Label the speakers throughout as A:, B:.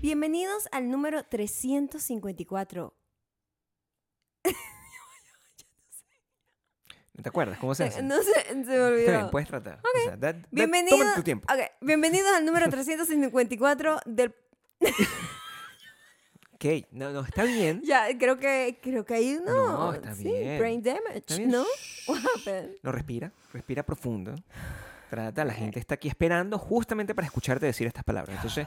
A: Bienvenidos al número 354.
B: ¿No te acuerdas? ¿Cómo se hace?
A: No sé, se me
B: Está
A: olvidó.
B: bien, puedes tratar. O sea, da- da-
A: Bienvenidos,
B: tómate tu tiempo.
A: ok, bienvenidos al número 354 del...
B: Ok, no, no, está bien.
A: Ya, creo que, creo que ahí no.
B: No, está
A: sí,
B: bien.
A: Brain damage,
B: Está bien.
A: ¿no?
B: Shh.
A: What happened?
B: No, respira, respira profundo. Trata, la gente está aquí esperando justamente para escucharte decir estas palabras. Entonces,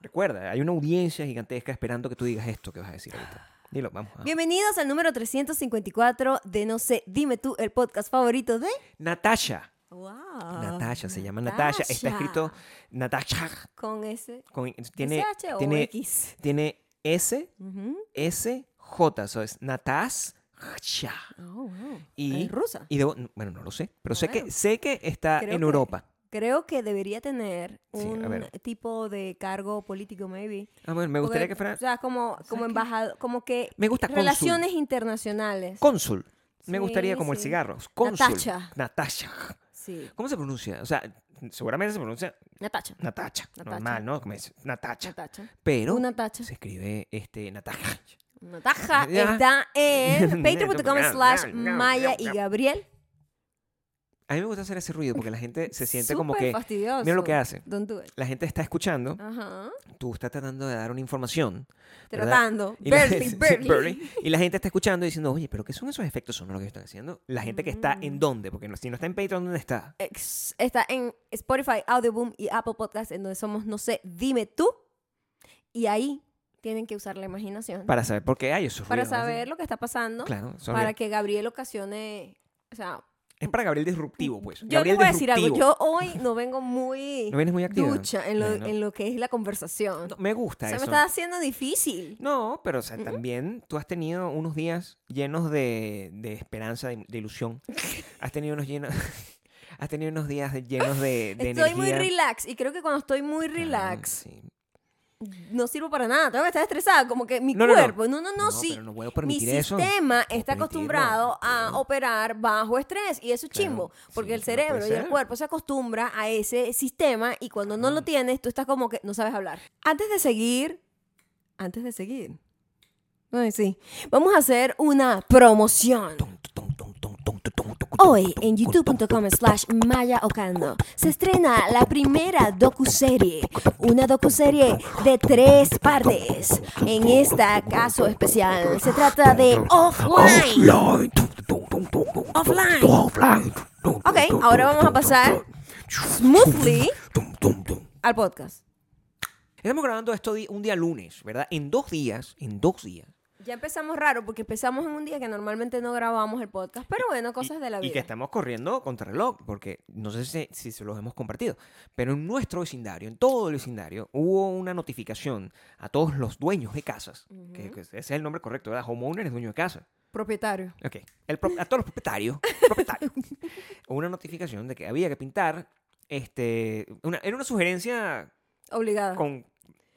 B: recuerda, hay una audiencia gigantesca esperando que tú digas esto que vas a decir ahorita. Dilo, vamos. vamos.
A: Bienvenidos al número 354 de No sé, dime tú, el podcast favorito de...
B: Natasha.
A: Wow.
B: Natasha, se llama Natasha. Está
A: Ah, Natasha.
B: escrito Natasha.
A: Con ese...
B: con- tiene,
A: SH o
B: tiene,
A: X.
B: tiene S,
A: Ujú.
B: S, J. Eso es Natasha.
A: Oh, wow.
B: Y,
A: Es rusa.
B: y debo- bueno, no lo sé, pero sé que
A: Bueno.
B: sé que está
A: Creo
B: en
A: que-
B: Europa.
A: Creo que debería tener
B: Sí, a
A: un
B: ver.
A: tipo de cargo político, maybe.
B: Ah, bueno, me gustaría
A: Porque,
B: que fuera
A: O sea, como, como
B: qué?
A: embajador, como que...
B: Me gusta cónsul.
A: Relaciones internacionales.
B: cónsul. Me
A: Sí,
B: gustaría como el
A: sí.
B: cigarro. Cónsul.
A: Natasha.
B: Natasha.
A: Sí.
B: ¿Cómo se pronuncia? O sea, seguramente se pronuncia
A: Natacha.
B: Natacha.
A: Natacha.
B: Normal, ¿no? Como es Natacha.
A: Natacha.
B: Pero
A: Una tacha.
B: se escribe este Nataja.
A: Nataja
B: Ya.
A: está en patreon.com
B: No, no,
A: slash
B: no, no.
A: Maya y Gabriel.
B: A mí me gusta hacer ese ruido porque la gente se siente como
A: Súper
B: que
A: fastidioso.
B: mira lo que hace.
A: Don't do it.
B: la gente está escuchando,
A: Ajá.
B: tú estás tratando de dar una información. ¿verdad?
A: Tratando.
B: Y la,
A: Barely,
B: sí,
A: barely.
B: barely. Y la gente está escuchando y diciendo, oye, pero ¿qué son esos efectos sonoros que están haciendo? La gente que está
A: Mm.
B: en dónde, porque no- si no está en Patreon, ¿dónde está?
A: Ex- Está en Spotify, Audioboom y Apple Podcast, en donde somos, no sé, dime tú. Y ahí tienen que usar la imaginación para,
B: Para saber por qué hay esos ruidos, ¿no?
A: saber lo que está pasando,
B: Claro, son
A: para
B: ruidos.
A: que Gabriel ocasione. O sea,
B: es para Gabriel Disruptivo, pues.
A: Mm, yo
B: Gabriel
A: te voy a decir algo.
B: Disruptivo.
A: Yo hoy no vengo muy
B: ¿No vienes muy activa?
A: ducha en lo,
B: Bueno.
A: en lo que es la conversación.
B: No, me gusta
A: Se me
B: eso.
A: está haciendo difícil.
B: No, pero o sea, también tú has tenido unos días llenos de, de esperanza, de, de ilusión. has tenido unos llenos... has tenido unos días llenos de, de
A: Estoy muy
B: energía.
A: relax y creo que cuando estoy muy
B: Claro,
A: relax
B: sí.
A: no sirvo para nada, tengo que estar estresada, como que mi
B: No, no, no.
A: cuerpo, no, no, no,
B: No,
A: sí.
B: pero no puedo
A: mi
B: permitir eso.
A: sistema
B: Puedo
A: está
B: permitirlo,
A: acostumbrado a
B: pero-
A: operar bajo estrés y eso es
B: Claro,
A: chimbo, porque
B: sí,
A: el
B: no puede
A: cerebro y el
B: ser.
A: cuerpo se acostumbra a ese sistema y cuando no lo
B: Claro.
A: tienes tú estás como que no sabes hablar. Antes de seguir, antes de seguir. Ay, sí. Vamos a hacer una promoción. Hoy en youtube.com slash Maya Ocando se estrena la primera docuserie, una docuserie de tres partes. En este caso especial se trata de Offline. Offline. Ok, ahora vamos a pasar smoothly al podcast.
B: Estamos grabando esto di- un día lunes, ¿verdad? En dos días, en dos días.
A: Ya empezamos raro porque empezamos en un día que normalmente no grabamos el podcast, pero bueno, cosas
B: Y-
A: de la
B: Y que
A: vida.
B: estamos corriendo contra reloj, porque no sé si, si se los hemos compartido, pero en nuestro vecindario, en todo el vecindario, hubo una notificación a todos los dueños de casas, que, que ese es el nombre correcto, ¿verdad? Homeowner es dueño de casa.
A: Propietario.
B: Ok. El pro- a todos los propietarios, propietarios, una notificación de que había que pintar, este, una, era una sugerencia
A: Obligada.
B: con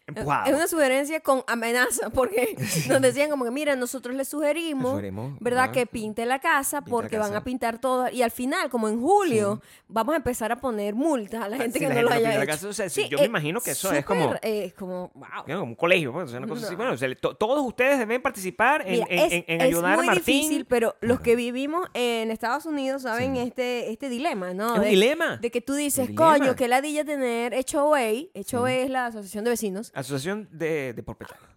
B: empujada.
A: Ah. Es una sugerencia con amenaza, porque nos decían como que, mira, nosotros les sugerimos,
B: Le sugerimos,
A: ¿verdad?
B: ajá.
A: Que pinte la casa
B: Pinta la
A: porque van a
B: casa.
A: pintar todo. Y al final, como en julio, vamos a empezar a poner multas a la gente que
B: Si Ah,
A: no
B: la gente
A: lo
B: no
A: haya
B: pinta la
A: hecho.
B: casa, o sea, si- yo me
A: eh,
B: imagino que eso es como-
A: súper, eh, es como, wow.
B: Era como un colegio, pues, o sea, una cosa así.
A: No.
B: Bueno, o sea, le- to- todos ustedes deben participar en,
A: Mira,
B: en-
A: es,
B: en- en
A: es
B: ayudar
A: muy
B: a Martín.
A: difícil, pero los que vivimos en Estados Unidos saben este, este dilema, ¿no?
B: Es un
A: De-
B: dilema.
A: De que tú dices,
B: Un dilema.
A: coño, que ladilla tener HOA. HOA es la Asociación de Vecinos.
B: Asociación de, de propietarios.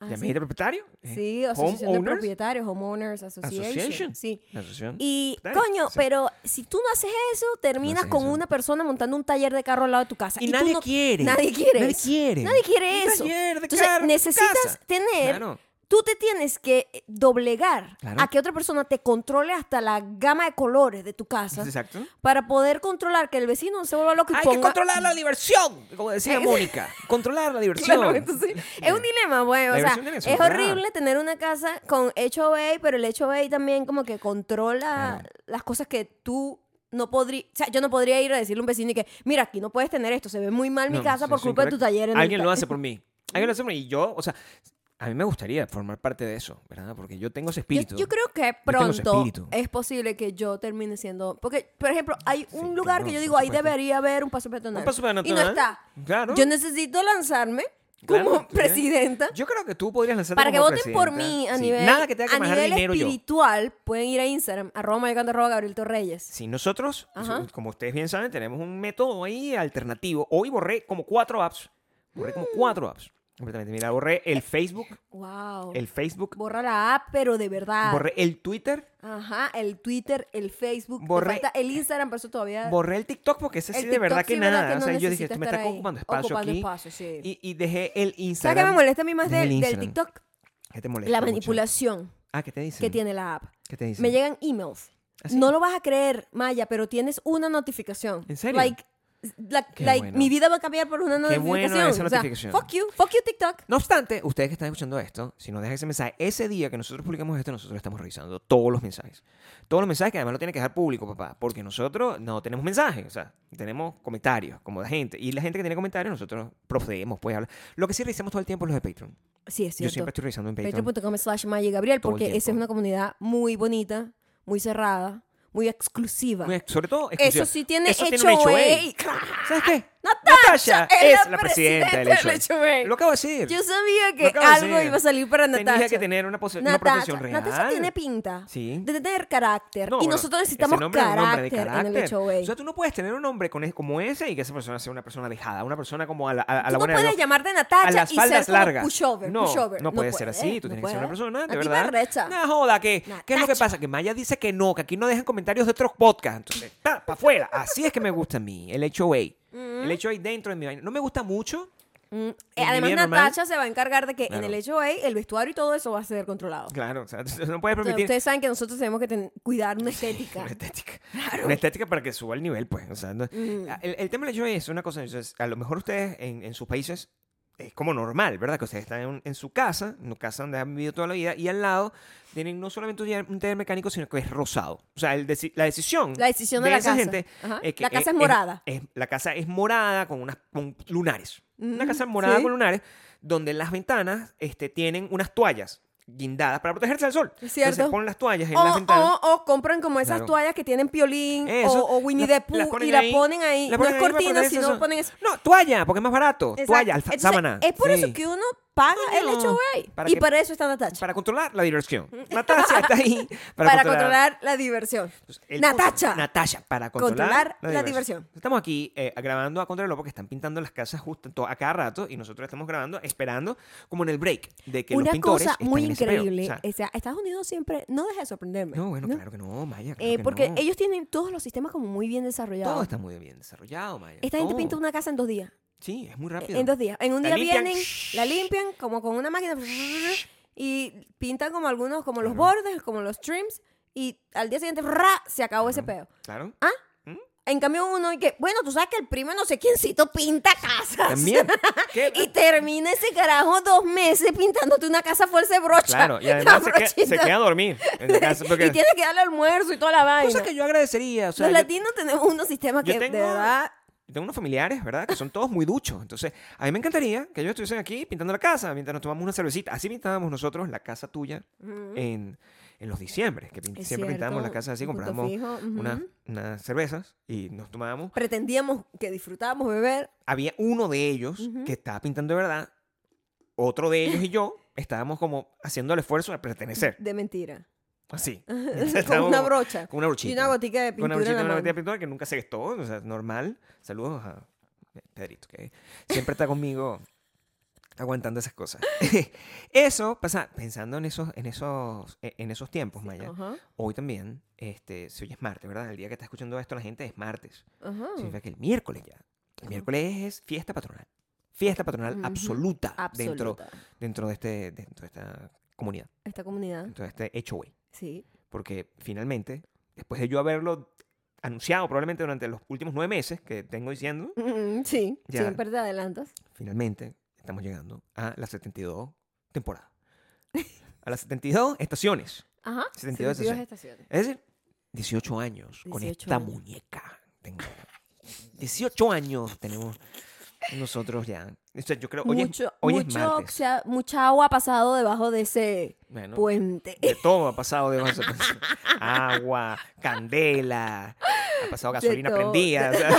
A: Ah,
B: ¿Ya me
A: sí.
B: dijiste propietario? ¿Eh?
A: Sí, asociación de
B: Homeowners
A: propietarios, homeowners association.
B: Association.
A: Sí.
B: La asociación.
A: Y
B: Claro,
A: coño,
B: sí.
A: pero si tú no haces eso, terminas
B: haces
A: con
B: eso.
A: una persona montando un taller de carro al lado de tu casa.
B: Y
A: tú
B: nadie
A: no-
B: quiere.
A: Nadie quiere.
B: Nadie
A: eso.
B: quiere.
A: Nadie quiere
B: Un
A: eso.
B: taller de
A: Entonces
B: carro en tu
A: necesitas
B: casa.
A: tener.
B: Claro.
A: Tú te tienes que eh, doblegar
B: Claro.
A: a que otra persona te controle hasta la gama de colores de tu casa
B: Exacto.
A: para poder controlar que el vecino no se vuelva loco y
B: Hay que
A: ponga-
B: controlar la diversión, como decía Mónica. Controlar la diversión.
A: Claro, entonces, es un dilema, güey. O
B: La
A: sea,
B: versión de
A: es
B: eso, claro.
A: horrible tener una casa con HOA, pero el HOA también como que controla
B: Claro.
A: las cosas que tú no podrías... O sea, yo no podría ir a decirle a un vecino y que, mira, aquí no puedes tener esto, se ve muy mal mi
B: No,
A: casa
B: sí,
A: por
B: sí,
A: culpa de tu
B: correcto.
A: taller. en el
B: Alguien
A: ta-
B: lo hace por mí. Alguien lo hace por mí. Y yo, o sea, a mí me gustaría formar parte de eso, ¿verdad? Porque yo tengo ese
A: Yo,
B: espíritu.
A: yo creo que
B: tengo ese
A: pronto
B: espíritu.
A: es posible que yo termine siendo... Porque, por ejemplo, hay un
B: Sí,
A: lugar
B: claro,
A: que yo
B: por
A: digo, ahí
B: supuesto.
A: debería haber un paso peatonal.
B: Un paso peatonal.
A: Y no está.
B: Claro.
A: Yo necesito lanzarme
B: Claro,
A: como
B: tú tienes-
A: presidenta.
B: Yo creo que tú podrías lanzarte
A: Para que
B: como
A: voten por
B: presidenta.
A: mí a
B: Sí,
A: nivel,
B: Nada que tenga que
A: a
B: manejar el
A: nivel
B: dinero yo.
A: espiritual, pueden ir a Instagram, arroba mayocando, arroba Gabriel Torreyes.
B: Si nosotros,
A: Ajá.
B: so- como ustedes bien saben, tenemos un método ahí alternativo. Hoy borré como cuatro apps. Borré como
A: Mm.
B: cuatro apps. Completamente. Mira, borré
A: Eh,
B: el Facebook,
A: Wow.
B: el Facebook,
A: Borra la app, pero de verdad.
B: borré el Twitter,
A: Ajá, el Twitter, el Facebook. te
B: Borré-
A: falta el Instagram, por eso todavía.
B: borré el TikTok porque ese
A: El
B: sí de verdad
A: TikTok
B: que
A: sí,
B: nada.
A: que
B: o
A: no
B: sea, yo dije,
A: necesita
B: esto me está
A: estar ahí,
B: ocupando espacio
A: ocupando
B: aquí.
A: espacio, sí.
B: Y, y dejé el Instagram.
A: ¿Sabes qué me molesta a mí más
B: Dejé
A: del,
B: el
A: del
B: Instagram.
A: TikTok?
B: ¿Qué te molesta?
A: La
B: mucho?
A: manipulación
B: Ah, ¿qué te dicen?
A: que tiene la app.
B: ¿Qué te dicen?
A: Me llegan emails.
B: ¿Ah, sí?
A: No lo vas a creer, Maya, pero tienes una notificación.
B: ¿En serio?
A: Like, like,
B: Qué
A: like,
B: bueno.
A: mi vida va a cambiar por una
B: Qué
A: notificación.
B: bueno esa
A: O sea,
B: notificación.
A: fuck you, fuck you, TikTok.
B: No obstante, ustedes que están escuchando esto, si nos dejan ese mensaje, ese día que nosotros publicamos esto, nosotros estamos revisando todos los mensajes. Todos los mensajes que además lo tienen que dejar público, papá, porque nosotros no tenemos mensajes, o sea, tenemos comentarios como la gente. Y la gente que tiene comentarios, nosotros procedemos, pues hablar. Lo que sí revisamos todo el tiempo es los de Patreon.
A: Sí, es
B: Yo
A: cierto.
B: siempre estoy revisando en Patreon.
A: Patreon.com slash Maya y Gabriel,
B: Todo el
A: porque esa es
B: tiempo.
A: una comunidad muy bonita, muy cerrada, muy exclusiva.
B: Muy- Sobre todo,
A: Eso
B: exclusiva.
A: sí tiene
B: Eso
A: hecho, E
B: un E.
A: güey.
B: HOA. ¿Sabes qué?
A: Natasha
B: es la presidenta del
A: hecho, güey.
B: HOA. Lo acabo de decir.
A: Yo sabía
B: Lo
A: que
B: acabo de
A: algo
B: decir.
A: iba a salir para Natasha.
B: Tenía que tener una, pose- una
A: Natasha.
B: profesión real.
A: Natasha tiene pinta
B: Sí.
A: de tener carácter.
B: No,
A: y
B: bueno,
A: nosotros
B: ese
A: necesitamos
B: nombre es un nombre de
A: carácter, en el
B: carácter.
A: HOA.
B: O sea, tú no puedes tener un nombre con, como ese y que esa persona sea una persona dejada, una persona como a la, a,
A: Tú
B: a la
A: no
B: buena de
A: puedes
B: Dios.
A: llamarte
B: a
A: Natacha
B: las
A: y ser
B: faldas
A: como
B: largas.
A: pushover,
B: no,
A: pushover.
B: No puede ser así, tú
A: no
B: tienes que ser una
A: puede.
B: persona, de
A: Una tipa
B: verdad.
A: recha.
B: No joda, que ¿qué es lo que
A: Natacha.
B: pasa? Que Maya dice que no, que aquí no dejan comentarios de otros podcasts. Entonces, para afuera. Así es que me gusta a mí, el HOA. El HOA dentro de mi vaina. No me gusta mucho.
A: Mm, eh,
B: En mi
A: Además,
B: vida normal-
A: Natacha se va a encargar de que
B: Claro.
A: en el HOA el vestuario y todo eso va a ser controlado.
B: Claro, o sea,
A: O sea,
B: no puedes permitir.
A: ustedes saben que nosotros tenemos que ten- cuidar una estética.
B: Una estética. Una estética para que suba el nivel, pues. O sea, no-
A: Mm.
B: Ah, el, el tema del HOA es una cosa, entonces, a lo mejor ustedes en, en sus países es como normal, ¿verdad? Que ustedes están en, en su casa, en una casa donde han vivido toda la vida, y al lado tienen no solamente un taller, un taller mecánico, sino que es rosado. O sea, el deci- la decisión,
A: La decisión de la
B: esa
A: casa.
B: gente
A: Ajá.
B: es que eh,
A: La casa es morada.
B: es- la casa es morada con unas con lunares. Una
A: Mm,
B: casa morada
A: sí.
B: con lunares donde las ventanas este, tienen unas toallas guindadas para protegerse del sol.
A: Es cierto. Oh,
B: Entonces ponen las toallas en
A: O,
B: las ventanas.
A: o- o compran como esas
B: Claro.
A: toallas que tienen piolín
B: Eso,
A: o, o Winnie
B: las-
A: the Pooh
B: las ponen
A: y la
B: ahí,
A: ponen ahí. no
B: las ponen
A: es
B: ahí para
A: cortina,
B: protegerse
A: sino
B: del sol.
A: ponen eso.
B: No, toalla, porque es más barato.
A: Exacto.
B: Toalla, alfa-
A: Entonces,
B: sábana.
A: Es por
B: Sí.
A: eso que uno paga el
B: Coño.
A: HOA.
B: Para
A: Y
B: que-
A: para eso está Natacha.
B: Para controlar la diversión. Natasha está ahí para,
A: Para, controlar la diversión.
B: Entonces, el-
A: Natacha.
B: Natacha, para controlar,
A: Controlar la diversión.
B: Estamos aquí eh, grabando a contrarreloj porque están pintando las casas justo en to- a cada rato y nosotros estamos grabando esperando como en el break de que los
A: Una
B: pintores
A: cosa
B: estén
A: muy
B: en ese peo.
A: increíble.
B: O sea,
A: o sea, Estados Unidos siempre no deja de sorprenderme.
B: no, bueno,
A: ¿no?
B: claro que no, Maya. claro
A: Eh,
B: que
A: porque
B: no.
A: ellos tienen todos los sistemas como muy bien desarrollados.
B: Todo está muy bien desarrollado, Maya.
A: Esta gente
B: todo.
A: pinta una casa en dos días.
B: Sí, es muy rápido.
A: En dos días. En un
B: La
A: día
B: limpian,
A: vienen,
B: shh.
A: la limpian como con una máquina y pintan como algunos, como los
B: Claro.
A: bordes, como los trims y al día siguiente ra, se acabó ese peo.
B: Claro.
A: En cambio uno y que, bueno, tú sabes que el primo no sé quiéncito pinta casas.
B: También. ¿Qué?
A: Y termina ese carajo dos meses pintándote una casa a fuerza de brocha.
B: Claro, y
A: La
B: además se queda, se
A: brochita.
B: queda a dormir en la casa. Porque
A: Y tienes que darle almuerzo y toda la vaina.
B: cosa que yo agradecería. O sea,
A: Los
B: yo-
A: latinos tenemos unos sistemas
B: yo
A: que
B: tengo-
A: de verdad
B: yo tengo unos familiares, ¿verdad? Que son todos muy duchos. Entonces, a mí me encantaría que ellos estuviesen aquí pintando la casa mientras nos tomamos una cervecita. Así pintábamos nosotros la casa tuya en, en los diciembre. Que pin-
A: mm, Es
B: siempre pintábamos la
A: cierto,
B: casa así,
A: un punto
B: comprábamos
A: fijo, ujú.
B: unas, unas cervezas y nos tomábamos.
A: pretendíamos que disfrutábamos beber
B: Había uno de ellos que estaba pintando de verdad. Otro de ellos y yo estábamos como haciendo el esfuerzo de pertenecer.
A: de mentira.
B: Así.
A: con
B: Estábamos
A: una
B: como-
A: brocha.
B: Con una brochita.
A: Y una gotica de pintura
B: Con una brochita,
A: en la
B: una
A: mano.
B: gotica de pintura que nunca se gastó, o sea, normal. Saludos a Pedrito, que siempre está conmigo aguantando esas cosas. Eso pasa pensando en esos, en esos, e, en esos tiempos, Maya.
A: Ajá,
B: Hoy también, este, si hoy es martes, ¿verdad? El día que está escuchando esto la gente es martes.
A: ajá.
B: Significa que el miércoles ya. El miércoles es fiesta patronal. Fiesta patronal
A: Ujú.
B: absoluta, dentro,
A: Absoluta.
B: dentro, de este, dentro de esta comunidad,
A: Esta comunidad,
B: dentro de este hecho, güey.
A: sí.
B: Porque finalmente, después de yo haberlo anunciado probablemente durante los últimos nueve meses que tengo diciendo,
A: Mm, sí,
B: Ya.
A: siempre te adelantas.
B: finalmente estamos llegando a las 72 temporadas. A las 72 estaciones.
A: Ajá.
B: 72
A: 72
B: estaciones.
A: estaciones.
B: Es decir, 18 años con
A: 18
B: esta
A: años.
B: muñeca. Tengo 18 años tenemos nosotros ya. O sea, yo creo, hoy, es-
A: mucho,
B: hoy es,
A: mucho
B: martes.
A: oxea- mucha agua ha pasado debajo de ese
B: Bueno,
A: puente.
B: De todo ha pasado debajo de esa persona. Agua, candela, ha pasado
A: De
B: gasolina
A: todo.
B: prendida. o sea,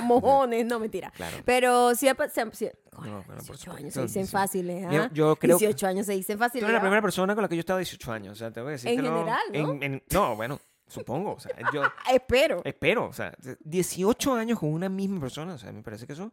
A: mojones, no mentira.
B: Claro.
A: Pero sí, ha pa- se han- sí-
B: No,
A: 18
B: pero por supuesto.
A: años se
B: Entonces,
A: dicen fáciles, ¿ah?
B: Yo- yo creo que-
A: 18 años se dicen
B: Tú
A: fáciles.
B: eres la
A: ¿ah?
B: primera persona con la que yo estaba 18 años. O sea, te voy a decir
A: En
B: que
A: general, ¿no?
B: en- en- no, bueno, supongo. O sea, yo
A: Ah, Espero.
B: espero. O sea, 18 años con una misma persona. O sea, me parece que eso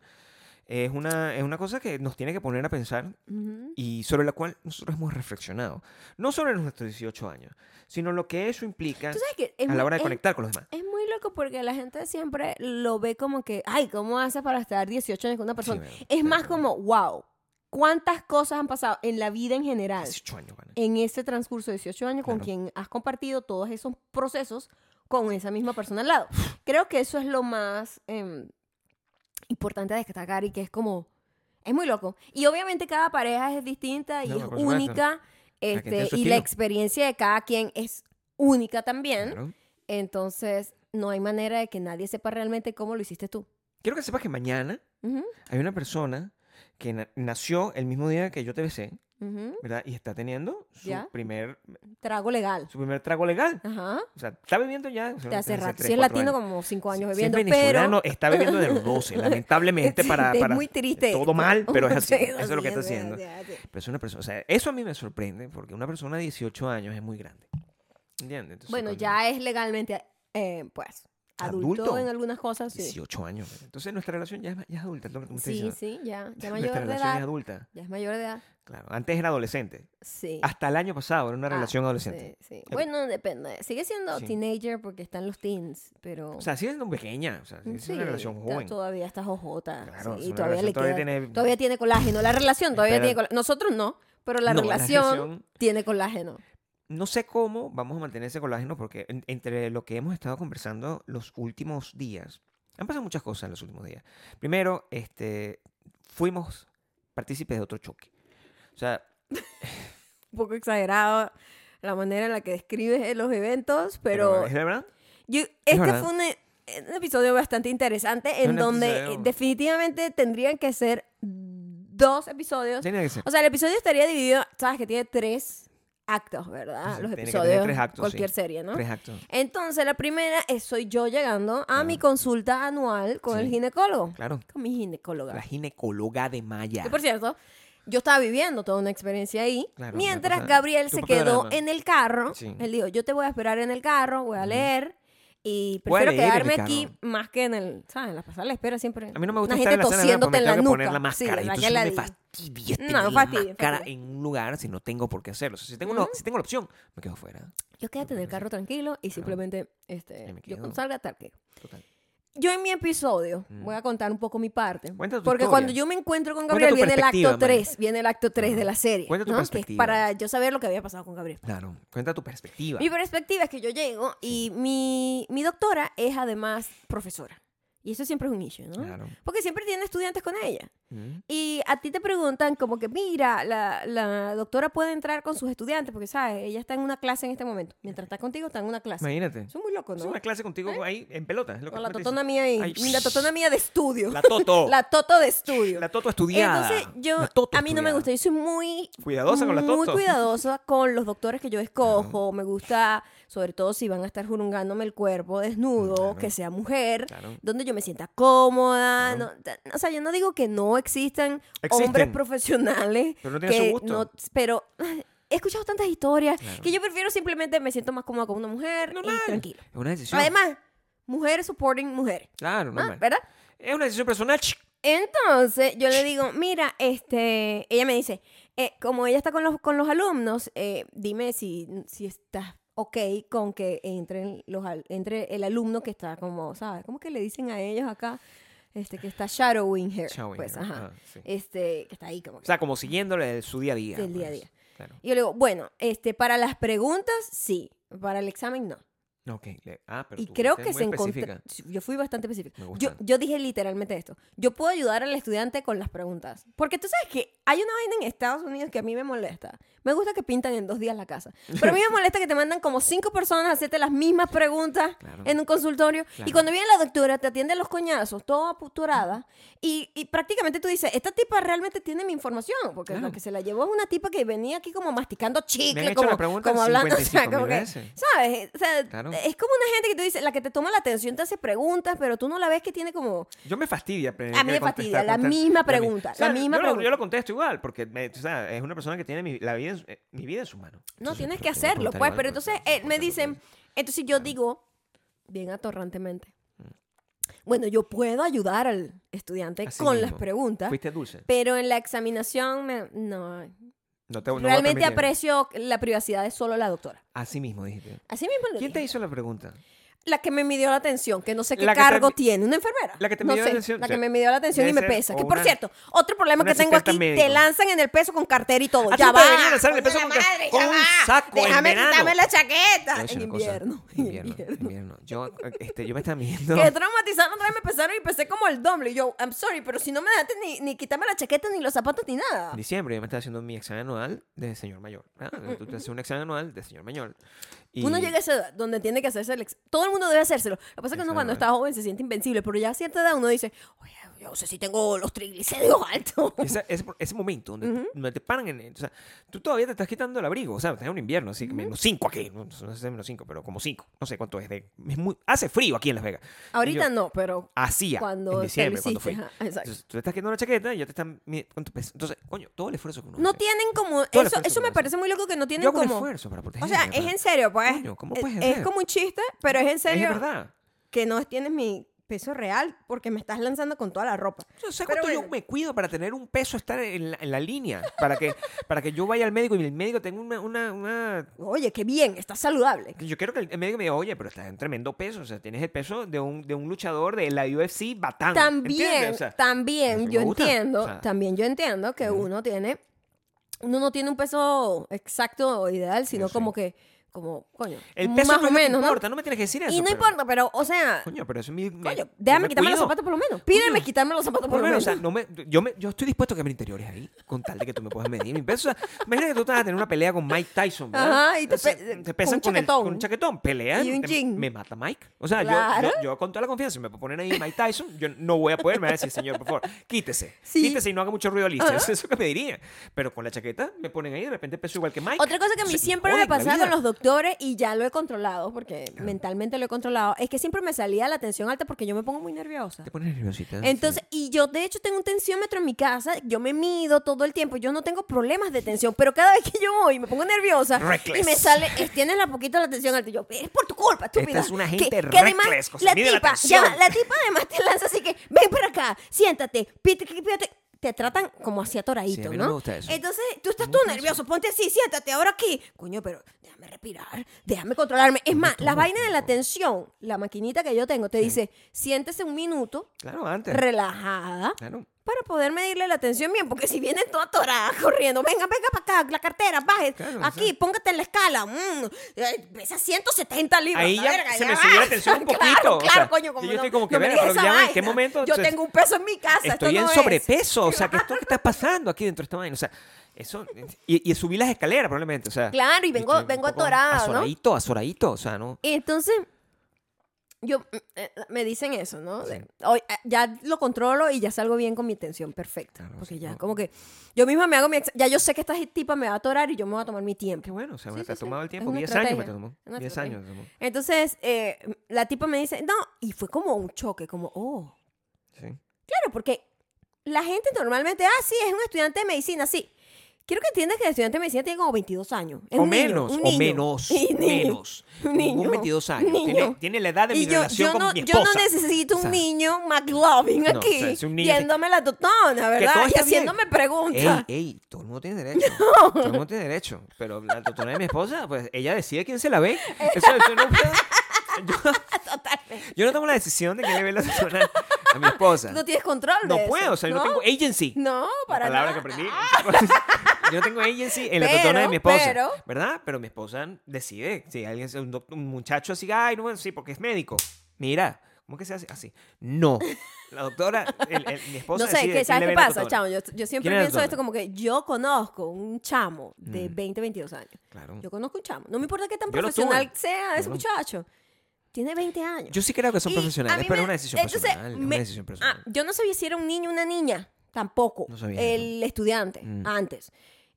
B: es una, es una cosa que nos tiene que poner a pensar
A: Ujú.
B: y sobre la cual nosotros hemos reflexionado. No sobre nuestros 18 años, sino lo que eso implica
A: Tú sabes que es
B: a
A: muy-
B: la hora de
A: es-
B: conectar con los demás.
A: Es muy loco porque la gente siempre lo ve como que, ay, ¿cómo haces para estar 18 años con una persona?
B: bueno,
A: es más
B: pero-
A: como, wow, ¿cuántas cosas han pasado en la vida en general?
B: 18 años, Vane.
A: En ese transcurso de 18 años con
B: Claro.
A: quien has compartido todos esos procesos con esa misma persona al lado. Creo que eso es lo más em, importante a destacar y que es como, es muy loco. Y obviamente cada pareja es distinta y
B: No,
A: es
B: por supuesto.
A: única.
B: quien tiene
A: Este,
B: su
A: y la
B: estilo.
A: experiencia de cada quien es única también.
B: Claro.
A: Entonces, no hay manera de que nadie sepa realmente cómo lo hiciste tú.
B: Quiero que sepas que mañana
A: Ujú,
B: hay una persona que na- nació el mismo día que yo te besé,
A: ujú.
B: ¿verdad? Y está teniendo su
A: Ya.
B: primer
A: Trago legal.
B: su primer trago legal.
A: Ajá.
B: O sea, está bebiendo ya. o sea,
A: Te hace
B: desde
A: rato.
B: tres,
A: Si es
B: cuatro
A: latino,
B: años.
A: como cinco
B: Si-
A: años
B: si es
A: bebiendo.
B: venezolano,
A: pero
B: está bebiendo de los 12, lamentablemente para,
A: es
B: para-
A: muy triste.
B: todo mal, pero es así,
A: Sí,
B: eso es lo que está
A: así es,
B: haciendo.
A: así es, así es.
B: Pero es una persona, o sea, eso a mí me sorprende porque una persona de 18 años es muy grande. ¿Entiendes? Entonces,
A: Bueno,
B: coño,
A: ya es legalmente, eh, pues, adulto,
B: Adulto.
A: en algunas cosas. Sí,
B: 18 años. ¿verdad? Entonces nuestra relación ya es, ya es adulta, es lo que tú me estás
A: sí,
B: diciendo.
A: sí, ya. Ya mayor
B: nuestra
A: de
B: relación es
A: edad.
B: adulta.
A: Ya es mayor de edad.
B: Claro, antes era adolescente.
A: Sí.
B: Hasta el año pasado era una
A: Ah,
B: relación adolescente.
A: Sí, sí. Bueno, depende. Sigue siendo
B: Sí.
A: teenager porque están los teens, pero...
B: O sea, sigue siendo pequeña, o sea, sigue siendo una relación
A: ta-
B: joven.
A: Todavía Mm, está jojota.
B: Claro,
A: Ah, sí,
B: es
A: y
B: una
A: todavía le
B: relación, todavía
A: queda- Todavía tiene...
B: tiene-
A: colágeno. La relación todavía
B: Espera.
A: tiene colágeno. Nosotros no, pero la,
B: No,
A: relación, tiene colágeno.
B: No sé cómo vamos a mantener ese colágeno porque en- entre lo que hemos estado conversando los últimos días, han pasado muchas cosas en los últimos días. Primero, este, fuimos partícipes de otro choque. O sea,
A: Un poco exagerado la manera en la que describes eh, los eventos, pero...
B: ¿es verdad?
A: yo- este
B: verdad.
A: fue un, e- un episodio bastante interesante en
B: un
A: donde
B: episodio-
A: eh, definitivamente tendrían que ser dos episodios.
B: Tenía que ser.
A: O sea, el episodio estaría dividido, sabes que tiene tres actos, ¿verdad?
B: Sí,
A: Los
B: tiene que
A: episodios,
B: tener tres actos, sí.
A: cualquier serie, ¿no?
B: Tres actos.
A: Entonces, la primera es soy yo llegando a mi consulta anual con
B: Sí.
A: el ginecólogo.
B: Claro.
A: Con mi ginecóloga.
B: La ginecóloga de Maya.
A: Que, por cierto, yo estaba viviendo toda una experiencia ahí.
B: Claro, una
A: mientras
B: cosa-
A: Gabriel
B: tu
A: se
B: propio
A: quedó
B: drama.
A: en el carro.
B: Sí.
A: Él dijo, yo te voy a esperar en el carro, voy a leer. Y
B: Voy a
A: prefiero
B: leer en el
A: quedarme aquí
B: carro.
A: más que en el, ¿sabes? En la pasada de la espera siempre.
B: A mí no me gusta
A: una
B: estar en
A: gente
B: la sala de espera
A: tosiéndote
B: porque
A: en
B: me
A: la
B: tengo que
A: nuca.
B: poner la
A: sí,
B: máscara y
A: la que
B: entonces me
A: la di.
B: fastidia
A: No,
B: tener la
A: fastidia,
B: máscara
A: fastidia.
B: en un lugar si no tengo por qué hacerlo. O sea, si tengo, una- si tengo la opción, me quedo fuera.
A: Yo quédate en el carro tranquilo y simplemente, este,
B: Ahí
A: yo
B: me quedo.
A: cuando salga tarde.
B: Total.
A: Yo en mi episodio voy a contar un poco mi parte.
B: Mm. Cuenta tu
A: porque
B: historia.
A: cuando yo me encuentro con
B: Cuenta
A: Gabriel
B: tu
A: viene el
B: perspectiva,
A: acto
B: Mari.
A: 3, viene el acto 3 de la serie.
B: Cuenta tu
A: ¿no? Que es
B: perspectiva.
A: para yo saber lo que había pasado con Gabriel.
B: Claro. Cuenta tu perspectiva.
A: Mi perspectiva es que yo llego y mi, mi doctora es además profesora. Y eso siempre es un issue, ¿no?
B: Claro.
A: Porque siempre tiene estudiantes con ella.
B: Mm.
A: Y a ti te preguntan como que, mira, la, la doctora puede entrar con sus estudiantes, porque, ¿sabes? Ella está en una clase en este momento. Mientras está contigo, está en una clase.
B: Imagínate.
A: Eso es muy loco,
B: Es
A: ¿no? ¿Eh?
B: una clase contigo ahí en pelota. es lo que
A: Con la
B: tú me
A: totona
B: dices.
A: mía ahí.
B: Ay,
A: La totona mía de estudio.
B: La toto.
A: La toto de estudio.
B: Oh. La toto estudiada.
A: Entonces, yo,
B: La toto
A: a mí no me
B: estudiada.
A: gusta. Yo soy muy.
B: Cuidadosa con la
A: Muy
B: toto.
A: cuidadosa con los doctores que yo escojo. Me gusta, sobre todo si van a estar jurungándome el cuerpo desnudo,
B: Claro.
A: que sea mujer,
B: Claro.
A: donde yo me sienta cómoda. no- t- o sea, yo no digo que no existan,
B: Existen.
A: hombres profesionales.
B: Pero no tienen su
A: que
B: gusto.
A: no- pero. He escuchado tantas historias
B: Claro.
A: que yo prefiero simplemente me siento más cómoda con una mujer
B: Normal.
A: y tranquilo.
B: Es una decisión.
A: Además, mujeres supporting mujeres.
B: Claro,
A: ¿ah?
B: normal.
A: ¿Verdad?
B: Es una decisión personal. chic.
A: Entonces yo le digo, mira, este, ella me dice, eh, como ella está con los, con los alumnos, eh, dime si, si estás ok con que entren los, al- entre el alumno que está como, ¿sabes? ¿Cómo que le dicen a ellos acá? Este, que está shadowing her.
B: Shadowing
A: pues,
B: her,
A: ajá.
B: ah, sí.
A: Este, que está ahí como
B: O
A: que.
B: sea, como siguiéndole el- su día a día.
A: Del día a
B: pues.
A: día.
B: Claro.
A: Y yo le digo, bueno, este, para las preguntas, sí. Para el examen, no.
B: Ok. le- Ah, pero
A: Y
B: tú
A: creo
B: fuiste
A: que
B: muy
A: se encontró.
B: específica.
A: Yo fui bastante específica.
B: Me
A: Yo,
B: gusta.
A: yo dije literalmente esto. Yo puedo ayudar al estudiante con las preguntas. Porque tú sabes que hay una vaina en Estados Unidos que a mí me molesta. Me gusta que pintan en dos días la casa. Pero a mí me molesta que te mandan como cinco personas a hacerte las mismas preguntas
B: Claro.
A: en un consultorio. Y
B: Claro.
A: cuando viene la doctora, te atiende a los coñazos, toda aputurada. Y, y prácticamente tú dices, esta tipa realmente tiene mi información. Porque
B: Claro.
A: lo que se la llevó es una tipa que venía aquí como masticando
B: Me han
A: chicle,
B: hecho
A: como,
B: la pregunta
A: como hablando. o sea,
B: 55.000
A: como que-
B: veces.
A: ¿Sabes? Eh, O sea,
B: Claro.
A: Es como una gente que tú dices, la que te toma la atención, te hace preguntas, pero tú no la ves que tiene como...
B: Yo me fastidia. pre-
A: A mí me
B: contestar-
A: fastidia, la
B: contestar-
A: misma
B: mi-
A: pregunta,
B: O sea,
A: la misma
B: yo lo-
A: pregunta.
B: yo lo contesto igual, porque me- o sea, es una persona que tiene mi, la vida, en su- eh, mi vida en sus manos.
A: No,
B: Entonces,
A: tienes
B: yo
A: que
B: le puedo
A: hacerlo, pues.
B: preguntar
A: Pero
B: igual, porque-
A: entonces eh, me
B: porque-
A: dicen, entonces yo digo, bien atorrantemente, bueno, yo puedo ayudar al estudiante
B: Mm. Así
A: con las
B: mismo.
A: preguntas,
B: Fuiste dulce.
A: pero en la examinación me- no.
B: No te, no voy a
A: realmente
B: permitir.
A: aprecio la privacidad de solo la doctora.
B: Así mismo dijiste.
A: Así mismo lo
B: ¿Quién te
A: dije.
B: hizo la pregunta?
A: La que me midió la atención, que no sé qué
B: La que te-
A: cargo tiene. ¿Una enfermera?
B: la que te
A: No
B: midió la
A: sé,
B: atención,
A: La
B: sí.
A: que me midió la atención y me
B: Debe ser
A: pesa. Que
B: o
A: por
B: una-
A: cierto, otro problema
B: una
A: que tengo
B: asistente
A: aquí, te
B: médico.
A: lanzan en el peso con cartera y todo.
B: Ah,
A: ya
B: sí,
A: va.
B: te deberían lanzar en el
A: coño
B: peso
A: la
B: con car-
A: madre,
B: con
A: ya
B: un
A: va,
B: saco en
A: Déjame
B: verano.
A: quitarme la
B: Te
A: chaqueta.
B: voy a
A: Ah, En
B: decir una cosa.
A: invierno. En
B: Invierno.
A: invierno.
B: invierno. Yo, este, yo me estaba midiendo.
A: Que traumatizado otra vez me pesaron y pesé como el doble. Y yo, I'm sorry, pero si no me dejaste ni, ni quitarme la chaqueta, ni los zapatos, ni nada.
B: En diciembre yo me estaba haciendo mi examen anual de señor mayor. ¿ah? Tú te haces un examen anual de señor mayor. Y
A: Uno llega a esa edad donde tiene que hacerse el ex- Todo el mundo debe hacérselo. Lo que pasa es que uno
B: Exacto.
A: cuando está joven se siente invencible, pero ya a cierta edad uno dice, oye, yo no sé si tengo los triglicéridos altos.
B: esa- ese, ese momento donde, donde te paran en... O sea, tú todavía te estás quitando el abrigo. O sea, estás en un invierno, así que menos 5 aquí. No, no sé si es menos 5, pero como 5. No sé cuánto es. De, es muy, hace frío aquí en Las Vegas. Y
A: Ahorita
B: yo,
A: no, pero
B: Hacía
A: cuando te
B: en
A: lo
B: diciembre cuando
A: hiciste,
B: fui.
A: ajá, exacto.
B: Entonces, tú te estás quitando la chaqueta y ya te están... mi- con tu peso. Entonces, coño, todo el esfuerzo que uno
A: no
B: hace.
A: tienen como...
B: Todo el
A: Eso,
B: esfuerzo
A: eso
B: que
A: me
B: hace.
A: parece muy loco que no tienen
B: Yo hago un
A: como...
B: esfuerzo para protegerme.
A: O sea, es
B: pero-
A: en serio, pues.
B: Coño, ¿cómo
A: Es-
B: puedes
A: es,
B: hacer?
A: como un chiste, pero es en
B: Es
A: serio
B: verdad.
A: que no tienes mi peso real porque me estás lanzando con toda la ropa.
B: Yo sé
A: Pero
B: cuánto yo
A: bueno.
B: me cuido para tener un peso, estar en la, en la línea, para que, para que yo vaya al médico y el médico tenga una... una, una-
A: Oye, qué bien, estás saludable.
B: Yo quiero que el el médico me diga, oye, pero estás en tremendo peso, o sea, tienes el peso de un, de un luchador de la UFC batán.
A: También, también,
B: eso
A: yo
B: me gusta,
A: entiendo,
B: o sea.
A: también yo entiendo que uno tiene, uno no tiene un peso exacto o ideal, sino
B: sí.
A: como que, como, coño,
B: El peso
A: más o
B: no es lo que
A: menos,
B: importa,
A: ¿no?
B: no me tienes que decir eso.
A: Y no
B: pero-
A: importa, pero, o sea,
B: Coño, pero eso es mi... mi-
A: coño,
B: yo
A: déjame
B: me
A: quitarme los
B: cuido.
A: zapatos por lo menos. Pídeme
B: Coño.
A: quitarme los zapatos por lo
B: Bueno, o
A: menos.
B: sea, no me- yo, me- yo estoy dispuesto a que me interiores ahí, con tal de que tú me puedas medir mi peso. O sea, imagina que tú estás a tener una pelea con Mike Tyson, ¿verdad?
A: Ajá, y te
B: O sea,
A: pe- con un
B: pesan con, el-
A: chaquetón.
B: con un chaquetón. Pelea,
A: Y un
B: te-
A: jean.
B: me mata Mike. O sea, yo-
A: Claro.
B: yo, yo con toda la confianza, si me ponen ahí Mike Tyson, yo no voy a poder. Me van a decir, señor, por favor, quítese.
A: Sí.
B: Quítese y no haga mucho ruido listo. Eso es lo que me diría. Pero con la chaqueta me ponen ahí de repente peso igual que Mike.
A: Otra cosa que a mí
B: Se-
A: siempre me
B: joden la
A: pasaba
B: vida.
A: con los doctores y ya lo he controlado porque mentalmente lo he controlado, es que siempre me salía la tensión alta porque yo me pongo muy nerviosa.
B: Te pones nerviosita.
A: Entonces, y yo de hecho tengo un tensiómetro en mi casa, yo me mido todo el tiempo, yo no tengo problemas de tensión, pero cada vez que yo voy me pongo nerviosa y
B: Reckless.
A: me sale, extiendes la poquito la tensión alta, y yo, es por tu culpa, estúpida.
B: es una gente reckless, cosa,
A: la
B: mide la
A: tipa, ya va,
B: tensión.
A: la tipa además te lanza así que, ven para acá, siéntate, pite, pite, pite". te tratan como así atoradito,
B: Sí, a mí no
A: ¿no?
B: me gusta eso.
A: Entonces, tú estás
B: No me
A: todo
B: gusta eso.
A: nervioso, ponte así, siéntate ahora aquí. Coño, pero déjame respirar, déjame controlarme. Es más, la vaina de la tensión, la maquinita que yo tengo, te dice, siéntese un minuto
B: Claro, antes.
A: relajada
B: Claro.
A: para poder medirle la atención bien, porque si viene toda atorada corriendo, venga, venga para acá, la cartera, baje,
B: Claro,
A: aquí,
B: exacto.
A: póngate en la escala, mm, eh, pesa 170 libras.
B: Ahí
A: la
B: ya
A: verga,
B: se me
A: va.
B: subió la tensión un
A: Claro,
B: poquito, o
A: claro,
B: sea,
A: coño, como
B: yo
A: no,
B: estoy como que,
A: no me
B: verga,
A: digas
B: pero
A: esa
B: ya va, ¿en qué
A: vaina.
B: momento?
A: Yo
B: Entonces,
A: tengo un peso en mi casa, esto
B: Estoy
A: no
B: en
A: es.
B: sobrepeso, o sea, que esto que está pasando aquí dentro de esta vaina, o sea, eso y, y subí las escaleras probablemente, o sea.
A: Claro, y vengo-
B: estoy un
A: vengo
B: poco
A: atorado, ¿no?
B: Azoradito, azoradito, o sea, no.
A: Entonces, yo, mm, eh, me dicen eso, ¿no? De- hoy, eh, ya lo controlo y ya salgo bien con mi tensión perfecta,
B: Claro,
A: porque
B: sí,
A: ya
B: no.
A: como que yo misma me hago mi, ex- ya yo sé que esta tipa me va a atorar y yo me voy a tomar mi tiempo.
B: Qué bueno, o
A: Sí,
B: sea, bueno, te
A: sí,
B: has
A: sí.
B: tomado el
A: Es
B: tiempo,
A: una
B: 10 años me
A: estrategia,
B: tomó.
A: es una
B: 10
A: estrategia.
B: años me tomó.
A: Entonces, eh, la tipa me dice, no, y fue como un choque, como, oh,
B: Sí.
A: claro, porque la gente normalmente, ah, sí, es un estudiante de medicina, sí. Quiero que entiendas que el estudiante de medicina tiene como 22 años. Es
B: O
A: un niño,
B: menos,
A: un
B: o
A: niño.
B: menos,
A: Y niño.
B: menos.
A: Un niño.
B: Un 22 años.
A: Niño.
B: Tiene, tiene la edad de mi
A: Y yo,
B: relación
A: yo
B: con
A: no,
B: mi
A: yo no
B: esposa.
A: necesito un
B: O sea,
A: niño McLovin
B: No,
A: aquí,
B: o sea, es un niño que-
A: viéndome la totona,
B: que
A: ¿verdad?
B: todo
A: y
B: está bien.
A: haciéndome preguntas.
B: Ey, ey, todo el mundo tiene derecho. Todo el mundo tiene derecho. Pero la doctora de mi esposa, pues ella decide quién se la ve. Eso, eso no puedo- yo-
A: Totalmente.
B: Yo no tomo la decisión de que le ve la persona a mi esposa.
A: Tú no tienes control de
B: No
A: eso,
B: puedo, o sea, yo no tengo agency.
A: No,
B: La
A: para
B: palabra
A: nada.
B: que aprendí. Yo no tengo agency en la
A: Pero,
B: totona de mi esposa,
A: pero-
B: ¿verdad? Pero mi esposa decide. Si alguien, un, doc- un muchacho así, ay, no, sí, porque es médico. Mira, ¿cómo que se hace así? No. La doctora, el- el- mi esposa
A: No sé,
B: decide
A: que,
B: quién le
A: ¿sabes
B: ve
A: qué
B: la
A: pasa,
B: totona.
A: chamo? Yo, yo siempre
B: ¿Quién es la
A: pienso
B: totona?
A: esto como que yo conozco un chamo de 20, 22 años.
B: Claro.
A: Yo conozco un chamo. No me importa qué tan
B: Yo lo
A: profesional
B: tuve.
A: sea ese
B: Yo lo-
A: muchacho. Tiene 20 años.
B: Yo sí creo que son
A: Y a
B: profesionales,
A: mí
B: pero
A: me-
B: es una decisión
A: entonces,
B: personal. es
A: me-
B: una decisión personal.
A: ah, yo no sabía si era un niño o una niña. Tampoco.
B: No sabía
A: El estudiante,
B: Mm.
A: antes.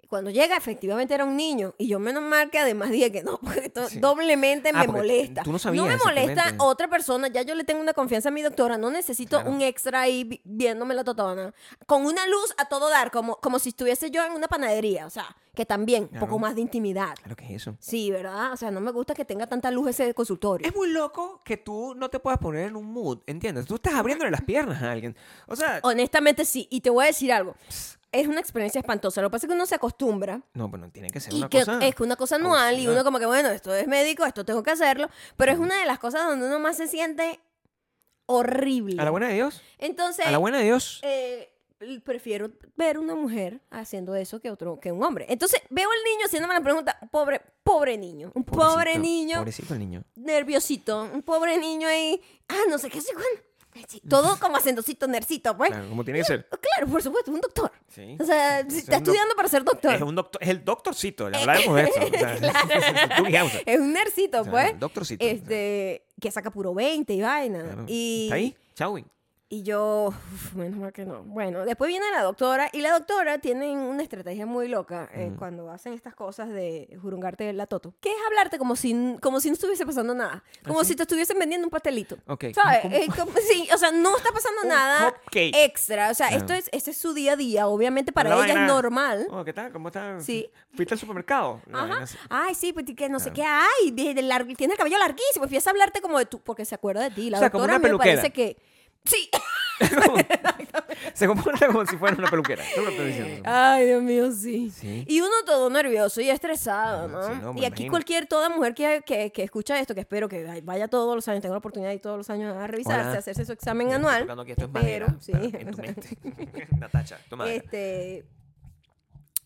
A: Cuando llega, efectivamente era un niño. Y yo, menos mal que además dije que no, porque esto
B: Sí.
A: doblemente
B: Ah,
A: me
B: porque
A: molesta.
B: tú no sabías,
A: me molesta
B: exactamente.
A: otra persona. Ya yo le tengo una confianza a mi doctora. No necesito
B: Claro.
A: un extra ahí vi- viéndome la totona. Con una luz a todo dar, como, como si estuviese yo en una panadería. O sea, que también, un
B: Claro.
A: poco más de intimidad.
B: Claro que es eso.
A: Sí, ¿verdad? O sea, no me gusta que tenga tanta luz ese consultorio.
B: Es muy loco que tú no te puedas poner en un mood, ¿entiendes? Tú estás abriéndole las piernas a alguien. O sea,
A: Honestamente, sí. Y te voy a decir algo. Es una experiencia espantosa. Lo que pasa es que uno se acostumbra.
B: no, bueno, tiene que ser
A: Y
B: una
A: que
B: cosa.
A: es que una cosa anual y
B: alucinante.
A: uno como que, bueno, esto es médico, esto tengo que hacerlo, pero es una de las cosas donde uno más se siente horrible.
B: A la buena de Dios.
A: Entonces,
B: A la buena de Dios.
A: eh, l- prefiero ver una mujer haciendo eso que otro que un hombre. Entonces, veo al niño haciéndome la pregunta, pobre pobre niño, un pobre
B: Pobrecito,
A: niño
B: Pobrecito el niño.
A: nerviosito, un pobre niño ahí, ah, no sé qué sé cuándo. Sí, Todo como acentocito, nercito, pues.
B: Claro, como tiene que ser.
A: Claro, por supuesto, un doctor.
B: Sí.
A: O sea, si
B: Es
A: está
B: un doc-
A: estudiando para ser doctor.
B: Es un doctor, es el doctorcito, le hablábamos de eso. O sea, tú qué haces.
A: Es un nercito,
B: O sea,
A: pues.
B: el doctorcito.
A: Este, que saca puro 20 y vaina.
B: Claro.
A: Y,
B: Está ahí, Chawin.
A: y yo, uf, menos mal que no. Bueno, después viene la doctora y la doctora tiene una estrategia muy loca eh,
B: Ujú.
A: cuando hacen estas cosas de jurungarte la toto, que es hablarte como si, n- como si no estuviese pasando nada, como
B: sí?
A: si te estuviesen vendiendo un pastelito.
B: Ok.
A: ¿Sabes?
B: ¿Cómo-
A: Eh, como- sí, o sea, no está pasando
B: Un
A: nada
B: cupcake.
A: extra. O sea,
B: Claro.
A: esto es, este es su día a día. Obviamente para
B: La
A: ella
B: vaina-
A: es normal.
B: Oh, ¿Qué tal? ¿Cómo estás?
A: Sí.
B: ¿Fuiste al supermercado? La vaina
A: Ajá.
B: así.
A: Ay, sí, pues que no sé qué. Ay, de, de lar- tiene el cabello larguísimo. Empieza a hablarte como de tú, porque se acuerda de ti. La
B: O sea, como
A: doctora
B: una
A: me
B: peluquera.
A: parece que. Sí.
B: Se comporta como si fuera una peluquera. Eso es lo que estoy diciendo.
A: Ay, Dios mío, sí.
B: Sí.
A: Y uno todo nervioso y estresado, ¿no?
B: Sí, no, me
A: y aquí
B: imagino.
A: cualquier, toda mujer que, que, que escucha esto, que espero que ay, vaya todos los años, tenga la oportunidad de ir todos los años a revisarse,
B: Hola.
A: a hacerse su examen
B: Estoy
A: anual.
B: tocando aquí, esto es
A: Espero,
B: madera,
A: sí.
B: está en tu mente. Natacha, toma. madera.
A: este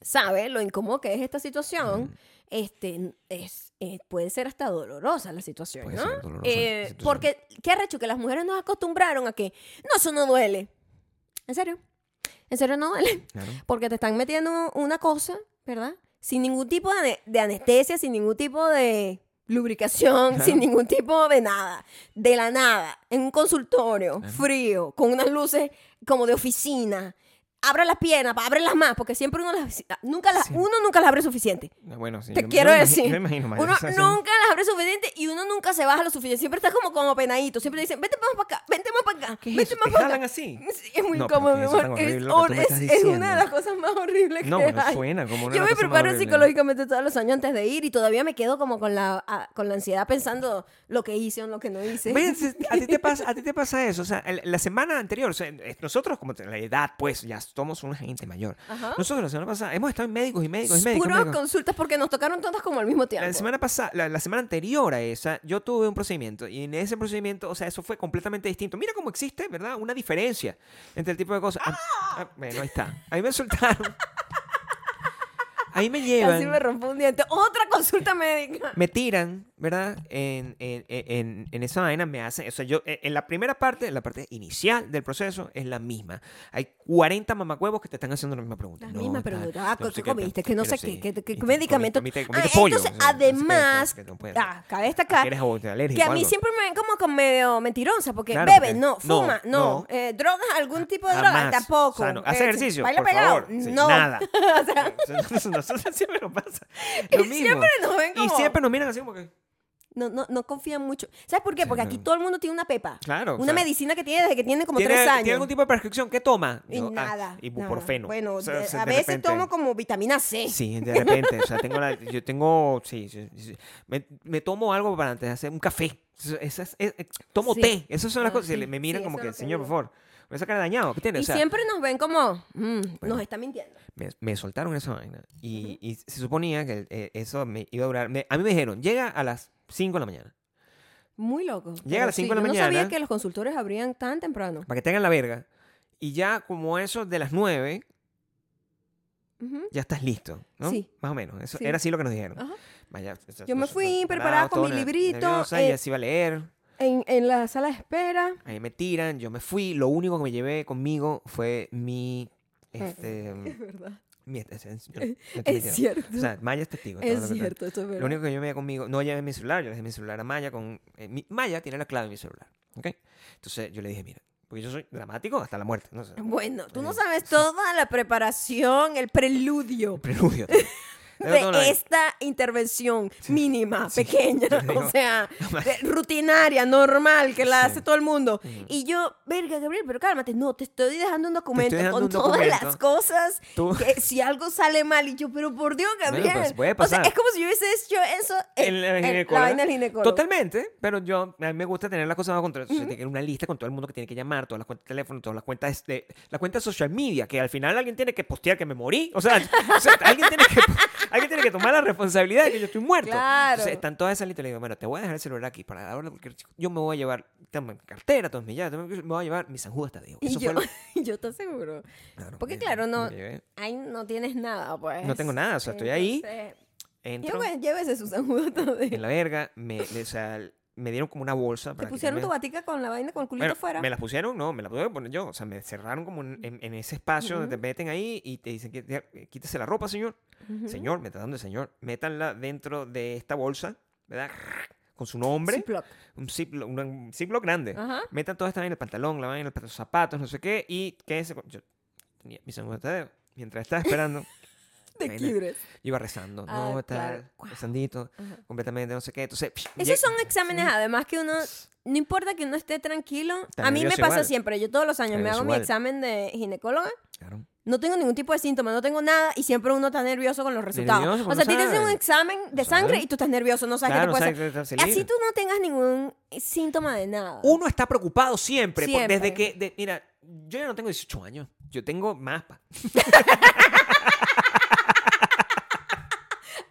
A: sabe lo incómodo que es esta situación
B: Mm.
A: este es eh, puede ser hasta dolorosa la situación
B: Puede
A: ¿no?
B: ser dolorosa
A: Eh,
B: la situación.
A: porque qué arrecho que las mujeres nos acostumbraron a que no eso no duele en serio en serio no duele
B: Claro.
A: porque te están metiendo una cosa verdad sin ningún tipo de, ane- de anestesia sin ningún tipo de lubricación
B: Claro.
A: sin ningún tipo de nada de la nada en un consultorio frío con unas luces como de oficina abra las piernas pa- abre las más porque siempre uno las nunca las
B: Sí.
A: uno nunca las abre suficiente
B: Ah, Bueno, sí,
A: te
B: yo- yo
A: quiero
B: me imagi-
A: decir
B: yo me imagino, María,
A: uno
B: o sea, sí.
A: nunca las abre suficiente y uno nunca se baja lo suficiente siempre estás como como penadito siempre dicen vente más para acá vente más para acá
B: ¿Qué es
A: vente
B: eso?
A: más
B: ¿Te
A: para
B: jalan
A: acá".
B: así?
A: Sí, es muy
B: No, pero
A: incómodo
B: ¿qué
A: mi
B: es eso
A: amor.
B: tan
A: es,
B: horrible lo que tú me
A: hor-
B: estás
A: es- es una de
B: diciendo?
A: las cosas más horribles que
B: No, bueno,
A: hay
B: suena como una
A: yo me
B: cosa más
A: preparo
B: horrible.
A: psicológicamente todos los años antes de ir y todavía me quedo como con la ah, con la ansiedad pensando lo que hice o lo que no hice
B: Ven, se- a ti te pasa, a ti te pasa eso. O sea, el- la semana anterior, o sea, eh, nosotros, como te- la edad, pues, ya somos una gente mayor.
A: Ajá.
B: Nosotros la semana pasada hemos estado en médicos y médicos y médicos. y
A: puras
B: médicos.
A: consultas porque nos tocaron todas como al mismo tiempo
B: La semana pasada, la, la semana anterior a esa, yo tuve un procedimiento y en ese procedimiento, o sea, eso fue completamente distinto. Mira cómo existe, ¿verdad? Una diferencia entre el tipo de cosas. Ah, ah, bueno, ahí está. Ahí me soltaron. Ahí me
A: Casi
B: llevan.
A: me rompo un diente. Otra consulta médica.
B: me tiran, ¿verdad? En, en- en- en esa vaina me hacen, o sea, yo, e, en en la primera parte, en la parte inicial del proceso es la misma. Hay 40 mamacuevos que te están haciendo la misma pregunta.
A: La
B: No,
A: misma
B: tal,
A: pregunta. Ah,
B: no
A: ¿qué
B: sé qué,
A: comiste? Que no
B: pero
A: sé qué.
B: sí,
A: ¿Qué, qué- qué
B: comiste-
A: medicamento?
B: comiste-
A: Ah,
B: comiste pollo,
A: entonces,
B: o sea, no sé qué,
A: además,
B: que no puede-
A: ah, cabe destacar
B: ¿Eres o- alérgico
A: que a
B: o
A: mí
B: algo?
A: siempre me ven como con medio mentirosa porque
B: Claro,
A: bebe,
B: porque-
A: no,
B: no,
A: fuma, no,
B: no. Ah,
A: eh, drogas, algún tipo de droga,
B: Jamás.
A: tampoco.
B: O sea, no.
A: Eh,
B: ¿Hace ejercicio?
A: ¿Baila
B: por
A: pegado?
B: favor. Sí,
A: no.
B: Nada. Eso- eso- eso siempre nos pasa. Lo
A: Y
B: mismo.
A: siempre nos ven
B: Y
A: como-
B: siempre nos miran así como que...
A: No, no, no confían mucho. ¿Sabes por qué? Porque aquí
B: no.
A: todo el mundo tiene una pepa.
B: Claro, o
A: Una
B: sea,
A: medicina que tiene desde que tiene como
B: ¿tiene,
A: tres años.
B: ¿Tiene algún tipo de prescripción? ¿Qué toma?
A: y
B: Yo, ah,
A: nada.
B: Ibuprofeno.
A: nada. Bueno,
B: O sea,
A: de-
B: o sea,
A: a
B: de
A: veces
B: repente-
A: tomo como vitamina C.
B: Sí, de repente. o sea, tengo la- yo tengo. Sí, sí, sí. Me, me tomo algo para antes de hacer un café. Eso- esas- es- es- tomo
A: Sí.
B: té. Esas son las
A: Ah,
B: cosas.
A: sí,
B: Y le- me miran
A: sí,
B: como
A: eso
B: que,
A: es lo que
B: señor,
A: digo.
B: por favor, me saca dañado. ¿Qué tiene?
A: Y
B: O sea,
A: siempre nos ven como, "Mm,
B: Bueno.
A: nos está mintiendo.
B: me, me soltaron esa vaina. Y, y se suponía que eh, eso me iba a durar. me- a mí me dijeron, llega a las 5 de la mañana.
A: Muy loco.
B: Llega a
A: Pero
B: las
A: sí,
B: cinco de la
A: Yo no sabía
B: mañana.
A: que los consultores abrían tan temprano.
B: Para que tengan la verga. Y ya como eso de las 9,
A: Ujú.
B: ya estás listo. ¿no?
A: Sí.
B: Más o menos. Eso
A: Sí.
B: era así lo que nos dijeron.
A: Ajá.
B: Vaya, o sea,
A: Yo me
B: nosotros
A: fui
B: preparados,
A: preparada con
B: todos
A: mi
B: ner-
A: librito,
B: nerviosa, y
A: eh,
B: así iba a leer.
A: En, en la sala de espera.
B: Ahí me tiran, yo me fui. Lo único que me llevé conmigo fue mi. Este,
A: Es verdad.
B: mi este, esencia. No estoy
A: Es
B: mintiendo.
A: cierto.
B: O sea, Maya es testigo. todo
A: es
B: lo que-
A: cierto, eso es
B: Lo
A: verdad.
B: único que yo me llevé conmigo, no llevé mi celular, yo le dejé mi celular a Maya. Con, eh, mi- Maya tiene la clave de mi celular. ¿ok? Entonces yo le dije, mira, pues, Porque yo soy dramático hasta la muerte. No sé.
A: Bueno, tú no sabes toda la preparación, el preludio
B: Preludio.
A: de esta intervención mínima, pequeña,
B: Yo digo-
A: o sea, de- rutinaria, normal, que la
B: Sí.
A: hace todo el mundo.
B: Ujú.
A: Y yo, verga, Gabriel, pero cálmate, no, te estoy dejando un documento
B: dejando
A: con
B: un
A: todas
B: documento.
A: las cosas,
B: Tú-
A: que si algo sale mal, y yo, pero por Dios,
B: Bueno,
A: Gabriel.
B: pues, puede
A: O
B: pasar.
A: sea, es como si yo hubiese hecho eso en,
B: El- el
A: en la
B: ginecólogo.
A: vaina del ginecólogo.
B: Totalmente, pero yo, a mí me gusta tener las cosas bajo control. Entonces, tiene que tener una lista con todo el mundo que tiene que llamar, todas las cuentas de teléfono, todas las cuentas de la cuenta de social media, que al final alguien tiene que postear que me morí. O sea, o sea, alguien, tiene que, alguien tiene que tomar la responsabilidad de que yo estoy muerto.
A: Claro.
B: Entonces, están todas esas listas. Le digo, bueno, te voy a dejar el celular aquí para ahora, porque yo me voy a llevar tengo mi cartera, todas mis llaves, tengo- me voy a llevar mi sanjuda hasta Dios.
A: Y
B: Eso
A: yo,
B: fue lo-
A: yo te aseguro. Porque,
B: me-
A: claro, no-
B: me llevé.
A: Ahí no tienes nada, pues.
B: No tengo nada, o sea, estoy ahí,
A: Entonces,
B: Entro
A: Llévese, llévese su sanjudo
B: en
A: todavía.
B: la verga, me, o sea, me dieron como una bolsa.
A: Te pusieron
B: prácticamente.
A: tu batica con la vaina, con el culito
B: Bueno,
A: fuera.
B: Me las pusieron, no, me las pude poner yo. O sea, me cerraron como en, en- en ese espacio donde te meten ahí y te dicen, "Quí- eh, quítese la ropa, señor.
A: Ujú.
B: Señor, me está dando el señor. Métanla dentro de esta bolsa, ¿verdad? Con su nombre.
A: Ziploc. Ah.
B: Un ziploc, un- un ziploc grande.
A: Ajá.
B: Metan toda esta vaina en el pantalón, la vaina en el pan- los zapatos, no sé qué. Y quédense con... Yo tenía mi sanguíneo tadeo. Mientras estaba esperando,
A: Te
B: Vaina.
A: quibres.
B: yo iba rezando.
A: Ah,
B: no,
A: claro.
B: tal, rezandito,
A: Ajá.
B: completamente, no sé qué. Entonces... psh, lleg-
A: Esos son exámenes, además que uno, no importa que uno esté tranquilo,
B: Está
A: a mí me
B: nervioso
A: pasa
B: igual.
A: siempre, yo todos los años me
B: Nervioso
A: hago mi
B: igual.
A: examen de ginecóloga,
B: Claro.
A: no tengo ningún tipo de síntoma, no tengo nada y siempre uno está nervioso con los resultados.
B: Nervioso,
A: o
B: pues
A: sea,
B: no
A: a ti te hacen un
B: sabes.
A: examen de
B: No
A: sangre
B: sabes.
A: y tú estás nervioso, no sabes qué
B: Claro,
A: te puede
B: sabes que te
A: hacer.
B: hace
A: Así
B: libre.
A: tú no tengas ningún síntoma de nada.
B: uno está preocupado siempre. por-
A: Siempre.
B: desde que, de- mira, yo ya no tengo 18 años, yo tengo más. pa.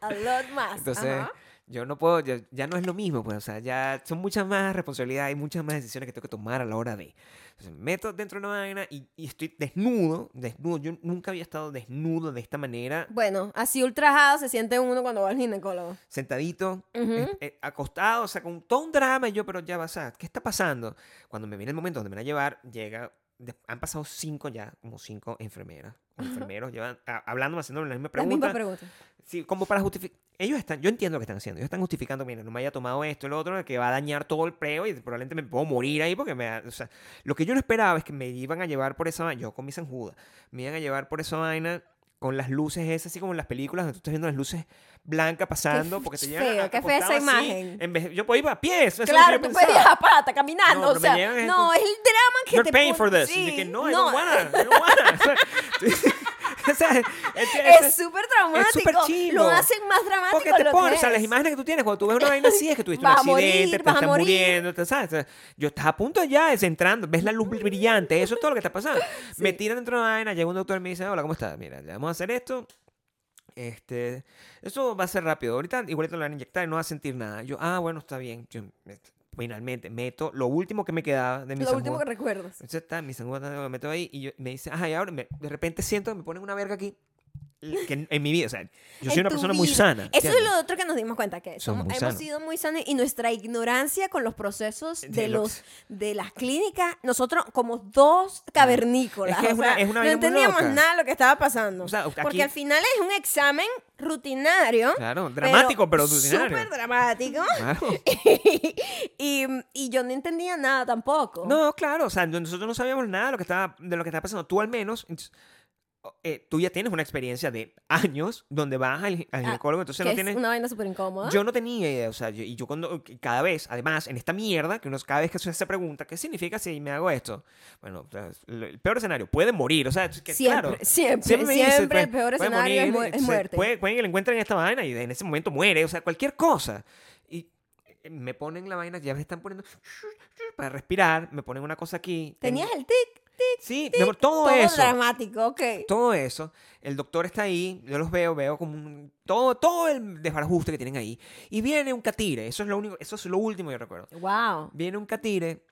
A: A lot más.
B: Entonces,
A: ajá.
B: yo no puedo, ya, ya no es lo mismo, pues, o sea, ya son muchas más responsabilidades y muchas más decisiones que tengo que tomar a la hora de. Entonces, me meto dentro de una vaina y, y estoy desnudo, desnudo. Yo nunca había estado desnudo de esta manera,
A: Bueno, así ultrajado se siente uno cuando va al ginecólogo.
B: sentadito,
A: Ujú.
B: eh, eh, acostado, o sea, con todo un drama. Y yo, pero ya vas a, ¿qué está pasando? Cuando me viene el momento donde me van a llevar, llega, de- han pasado cinco ya, como cinco enfermeras. o Enfermeros llevan a- hablándome, haciéndome la misma
A: La
B: pregunta.
A: misma pregunta.
B: Sí, como para justificar. Ellos están, yo entiendo lo que están haciendo. Ellos están justificando, mira, no me haya tomado esto, el otro, que va a dañar todo el preo y probablemente me puedo morir ahí porque me. da- O sea, lo que yo no esperaba es que me iban a llevar por esa vaina, yo con mi sanjuda, me iban a llevar por esa vaina con las luces esas, así como en las películas donde tú estás viendo las luces blancas pasando, porque te llevan.
A: feo,
B: a-
A: qué fea esa
B: acostado así,
A: imagen.
B: en vez- yo puedo ir a pie, eso es lo que
A: Claro, pues,
B: yo
A: tú puedes
B: pensaba.
A: ir a pata caminando,
B: No,
A: o
B: pero me
A: sea,
B: llegan-
A: no, es el drama que
B: You're
A: te
B: paying for
A: pone-
B: this. Y
A: sí,
B: yo que no, I don't wanna, I don't wanna. O sea, entiendes,
A: Es súper traumático.
B: súper chimbo.
A: Lo hacen más dramático.
B: Porque te
A: lo que
B: pones, o sea,
A: es.
B: las imágenes que tú tienes, cuando tú ves una vaina así, es que tuviste un
A: Vas a morir,
B: accidente, te
A: vas a
B: estás
A: morir.
B: muriendo, te- ¿sabes? O sea, Yo estás a punto ya de entrando, ves la luz brillante, eso es todo lo que está pasando. Me tiran dentro de una vaina, llega un doctor y me dice, hola, ¿cómo estás? Mira, le vamos a hacer esto. Este, eso va a ser rápido. Ahorita igualito lo van a inyectar y no vas a sentir nada. Yo, ah, bueno, está bien. Yo, me- finalmente, meto lo último que me quedaba de mi
A: Lo último
B: sanjuda.
A: que recuerdas.
B: Entonces está, mi sanguíneo me meto ahí y yo- me dice, ajá, y ahora me- de repente siento que me ponen una verga aquí. l- Que en, en mi vida, o sea, yo soy
A: En
B: una
A: tu
B: persona muy
A: vida.
B: sana.
A: Eso es
B: ¿entiendes?
A: lo otro que nos dimos cuenta, que
B: Somos
A: somos-
B: muy
A: hemos
B: sanos.
A: sido muy sanos y nuestra ignorancia con los procesos de,
B: De los-
A: los, de las clínicas, nosotros como dos cavernícolas,
B: Es que es
A: o sea,
B: una- es una
A: no
B: vaina muy
A: entendíamos
B: loca.
A: nada de lo que estaba pasando.
B: O sea, aquí-
A: Porque al final es un examen rutinario.
B: Claro, dramático, pero rutinario.
A: Súper dramático.
B: Claro.
A: y, y yo no entendía nada tampoco.
B: No, claro, o sea, no- nosotros no sabíamos nada de lo que estaba, de lo que estaba pasando. Tú al menos, entonces, o- eh, tú ya tienes una experiencia de años donde vas al,
A: Ah,
B: al ginecólogo, entonces
A: que
B: no tienes...
A: es una vaina súper incómoda.
B: Yo no tenía idea, o sea, yo- y yo cuando, que cada vez, además, en esta mierda, que uno cada vez que se hace pregunta, ¿qué significa si me hago esto? Bueno, o sea, el el peor escenario, puede morir, o sea, es que,
A: siempre,
B: claro.
A: siempre,
B: Siempre
A: siempre,
B: me dice,
A: el
B: pues,
A: peor
B: puede
A: escenario es,
B: morir,
A: mu- es
B: se-
A: muerte.
B: Puede, puede que le encuentren esta vaina y en ese momento muere, o sea, cualquier cosa. Y eh, me ponen la vaina, ya me están poniendo para respirar, me ponen una cosa aquí.
A: Tenías
B: Ten-
A: el tic, tic,
B: Sí,
A: tic,
B: mi amor, todo, eso.
A: dramático, ok.
B: Todo eso. El doctor está ahí, yo los veo, veo como un- todo, todo el desbarajuste que tienen ahí. Y viene un catire, eso es lo único, eso es lo último que yo recuerdo.
A: Wow.
B: Viene un catire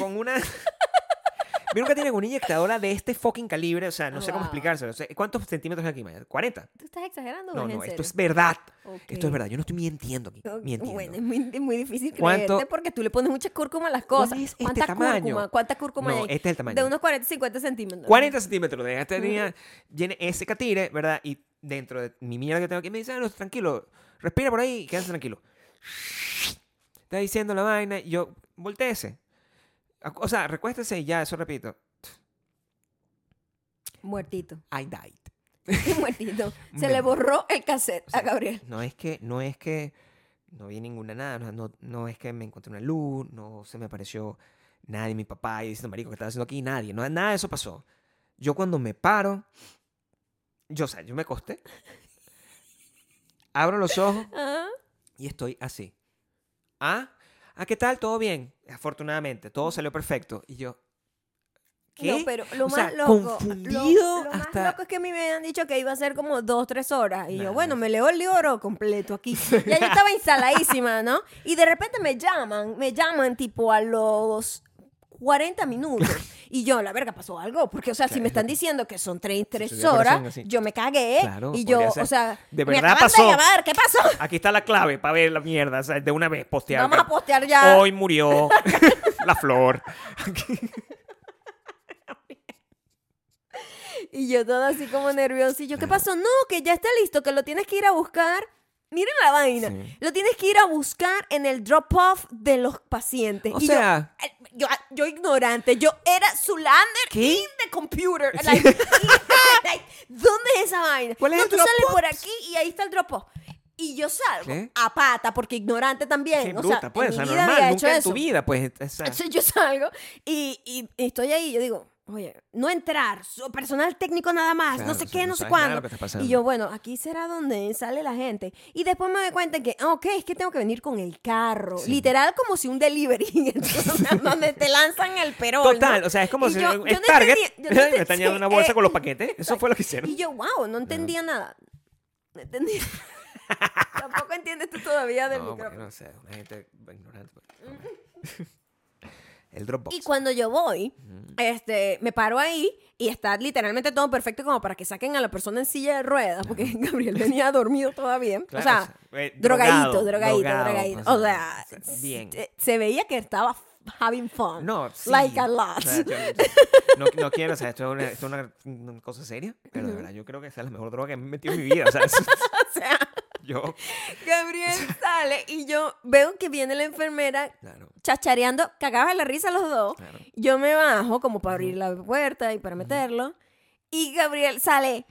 B: con una. Viene un catire con una inyectadora de este fucking calibre. O sea, no sé cómo
A: Wow.
B: explicárselo. O sea, ¿Cuántos centímetros es aquí, Maya? ¿40?
A: ¿Tú estás exagerando? o
B: No,
A: es en
B: no, esto
A: serio?
B: es verdad.
A: Ok.
B: Esto es verdad. Yo no estoy mintiendo aquí.
A: Ok,
B: Mintiendo.
A: Bueno, es muy, es muy difícil
B: ¿Cuánto-
A: creerte porque tú le pones mucha cúrcuma a las
B: ¿Cuál
A: cosas.
B: es este
A: ¿Cuánta
B: tamaño?
A: cúrcuma? ¿Cuánta cúrcuma
B: No,
A: hay?
B: este es el tamaño.
A: De unos 40 50 centímetros.
B: 40 centímetros de esta tenía, viene ese catire, ¿verdad? Y dentro de mi mierda que tengo aquí me dice, "Ah, no, tranquilo, respira por ahí y quédate tranquilo. Está diciendo la vaina, y yo, volteese. Ac- O sea, recuéstese y ya, eso repito.
A: Muertito.
B: I died.
A: Muertito. Se
B: Bueno.
A: le borró el cassette a Gabriel.
B: No es que, no es que no vi ninguna nada, no- no, no es que me encontré una luz, no se me apareció nadie, mi papá, y dice, marico, ¿qué estás haciendo aquí? Nadie, no, nada de eso pasó. Yo cuando me paro, yo, o sea, yo me acosté, abro los ojos
A: Ah,
B: y estoy así. ¿Ah? ¿Ah, qué tal? ¿Todo bien? Afortunadamente, todo salió perfecto. Y yo, ¿qué?
A: No, pero lo
B: O
A: más
B: sea,
A: loco. lo,
B: confundido
A: lo
B: hasta-
A: más loco es que a mí me han dicho que iba a ser como dos, tres horas. Y
B: Nah,
A: yo, bueno,
B: no.
A: me leo el libro completo aquí. Ya yo estaba instaladísima, ¿no? Y de repente me llaman, me llaman tipo a los 40 minutos. Y yo, la verga, pasó algo. Porque, o sea, si me están diciendo que son tres, tres
B: sí, de corazón,
A: horas,
B: así.
A: yo me cagué.
B: Claro,
A: y yo,
B: podría ser.
A: o sea,
B: De
A: me
B: verdad
A: acaban
B: pasó.
A: de llamar, ¿qué pasó?
B: Aquí está la clave para ver la mierda, o sea, de una vez postear.
A: Vamos a postear ya.
B: Hoy murió la flor.
A: Y yo toda así como nerviosa. Y yo, ¿qué pasó? No, que ya está listo, que lo tienes que ir a buscar. Miren la vaina.
B: Sí.
A: Lo tienes que ir a buscar en el drop-off de los pacientes.
B: O
A: Y yo-
B: sea-
A: eh, yo, yo ignorante. Yo era Zulander
B: ¿Qué?
A: in the computer. Like, like, ¿Dónde es esa vaina?
B: ¿Cuál es
A: no,
B: el
A: tú sales
B: drop-off?
A: por aquí y ahí está el drop-off. Y yo salgo
B: ¿Qué?
A: a pata, porque ignorante también.
B: Qué
A: o
B: bruta,
A: sea,
B: pues,
A: en mi vida
B: normal,
A: había
B: nunca
A: hecho
B: en
A: eso.
B: tu vida, pues. o sea,
A: Entonces yo salgo y, y- y estoy ahí. Yo digo, oye, no entrar, so- personal técnico nada más, no
B: Claro,
A: sé
B: o sea,
A: qué,
B: no
A: no sé
B: sabes nada de
A: cuándo.
B: lo que está pasando.
A: Y yo, bueno, aquí será donde sale la gente. Y después me doy cuenta que, ah, ok, es que tengo que venir con el carro.
B: Sí.
A: Literal, como si un delivery, entonces, donde te lanzan el perol. ¿no?
B: Total, o sea, es como
A: Y
B: si
A: yo-
B: es
A: yo no entendí-
B: Target
A: yo no entendí-
B: me están llevando una
A: sí,
B: bolsa
A: eh,
B: con los paquetes. Eso fue lo que hicieron.
A: Y yo, wow, no entendía nada. No entendía. Tampoco entiendes tú todavía del
B: No,
A: micrófono.
B: bueno, o sea, una gente ignorante. pues. El Dropbox. Mm.
A: Y cuando yo voy, este, me paro ahí y está literalmente todo perfecto como para que saquen a la persona en silla de ruedas, porque Gabriel venía dormido todavía.
B: Claro,
A: o sea,
B: eh,
A: drogadito,
B: drogado,
A: drogadito,
B: drogado, pues,
A: drogadito.
B: o
A: O sea,
B: o sea, bien.
A: se- se veía que estaba having fun.
B: No, sí.
A: Like a lot.
B: O sea, yo- no, no quiero, o sea, esto es una, esto es una- una cosa seria, pero de verdad, yo creo que esa es la mejor droga que me he metido en mi vida. O sea, es-
A: O sea,
B: yo,
A: Gabriel sale y yo veo que viene la enfermera
B: claro,
A: chachareando, cagaba la risa los dos.
B: claro.
A: Yo me bajo como para abrir la puerta y para meterlo. Y Gabriel sale.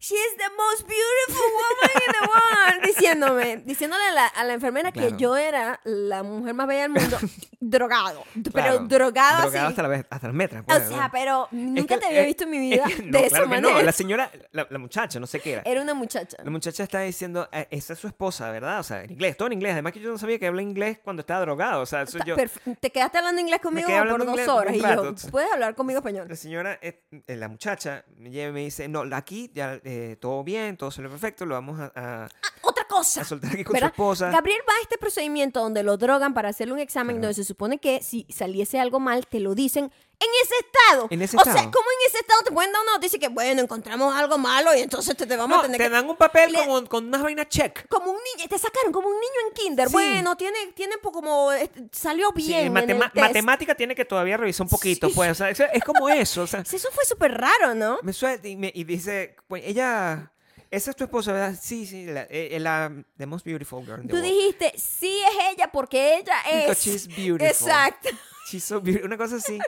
A: She is the most beautiful woman in the world. Diciéndome, diciéndole a la, a la enfermera
B: Claro.
A: que yo era la mujer más bella del mundo, drogado. Pero
B: Claro,
A: drogado, así.
B: hasta, la vez- hasta las metras.
A: O
B: pues,
A: sea,
B: ¿no?
A: pero
B: Es
A: nunca
B: que-
A: te había
B: eh,
A: visto en mi
B: es
A: vida
B: que
A: de
B: no,
A: esa
B: claro que
A: manera. Eh,
B: No, la señora, la, la muchacha, no sé qué era.
A: Era una muchacha.
B: La muchacha está diciendo, eh, esa es su esposa, ¿verdad? O sea, en inglés, todo en inglés. Además que yo no sabía que habla inglés cuando estaba drogado. O sea, eso
A: Está
B: pues, yo...
A: perfe- Te quedaste hablando inglés conmigo
B: quedé
A: como
B: hablando
A: por dos
B: inglés
A: horas.
B: un
A: Y yo,
B: rato.
A: ¿puedes hablar conmigo español?
B: La señora, eh, eh, la muchacha, me lleva y me dice, no, aquí ya eh, todo bien, todo salió perfecto, lo vamos a, a-
A: ¡Ah, Otra cosa.
B: a soltar aquí con
A: ¿Verdad?
B: su esposa.
A: Gabriel va a este procedimiento donde lo drogan para hacerle un examen donde se supone que si saliese algo mal te lo dicen en ese estado.
B: En ese
A: O sea,
B: estado.
A: ¿cómo en ese estado te pueden dar una noticia que bueno, encontramos algo malo y entonces te, te vamos
B: No,
A: a tener
B: te
A: que
B: dan un papel
A: le-
B: como- con unas vainas check.
A: como un niño, te sacaron como un niño en kinder.
B: Sí.
A: Bueno, tiene tiene po- como eh, salió
B: Sí,
A: bien en
B: matema-
A: el test.
B: matemática tiene que todavía revisar un poquito,
A: Sí.
B: pues. O sea, es, es como eso. O sea,
A: Eso fue súper raro, ¿no?
B: me suelta y, me- y dice, pues, ella, esa es tu esposa, ¿verdad? Sí, sí, la, eh, eh, la the most beautiful girl in the
A: Tú
B: world.
A: dijiste, sí es ella porque ella
B: Because
A: es.
B: she's beautiful.
A: Exacto.
B: She's so beautiful. Una cosa así.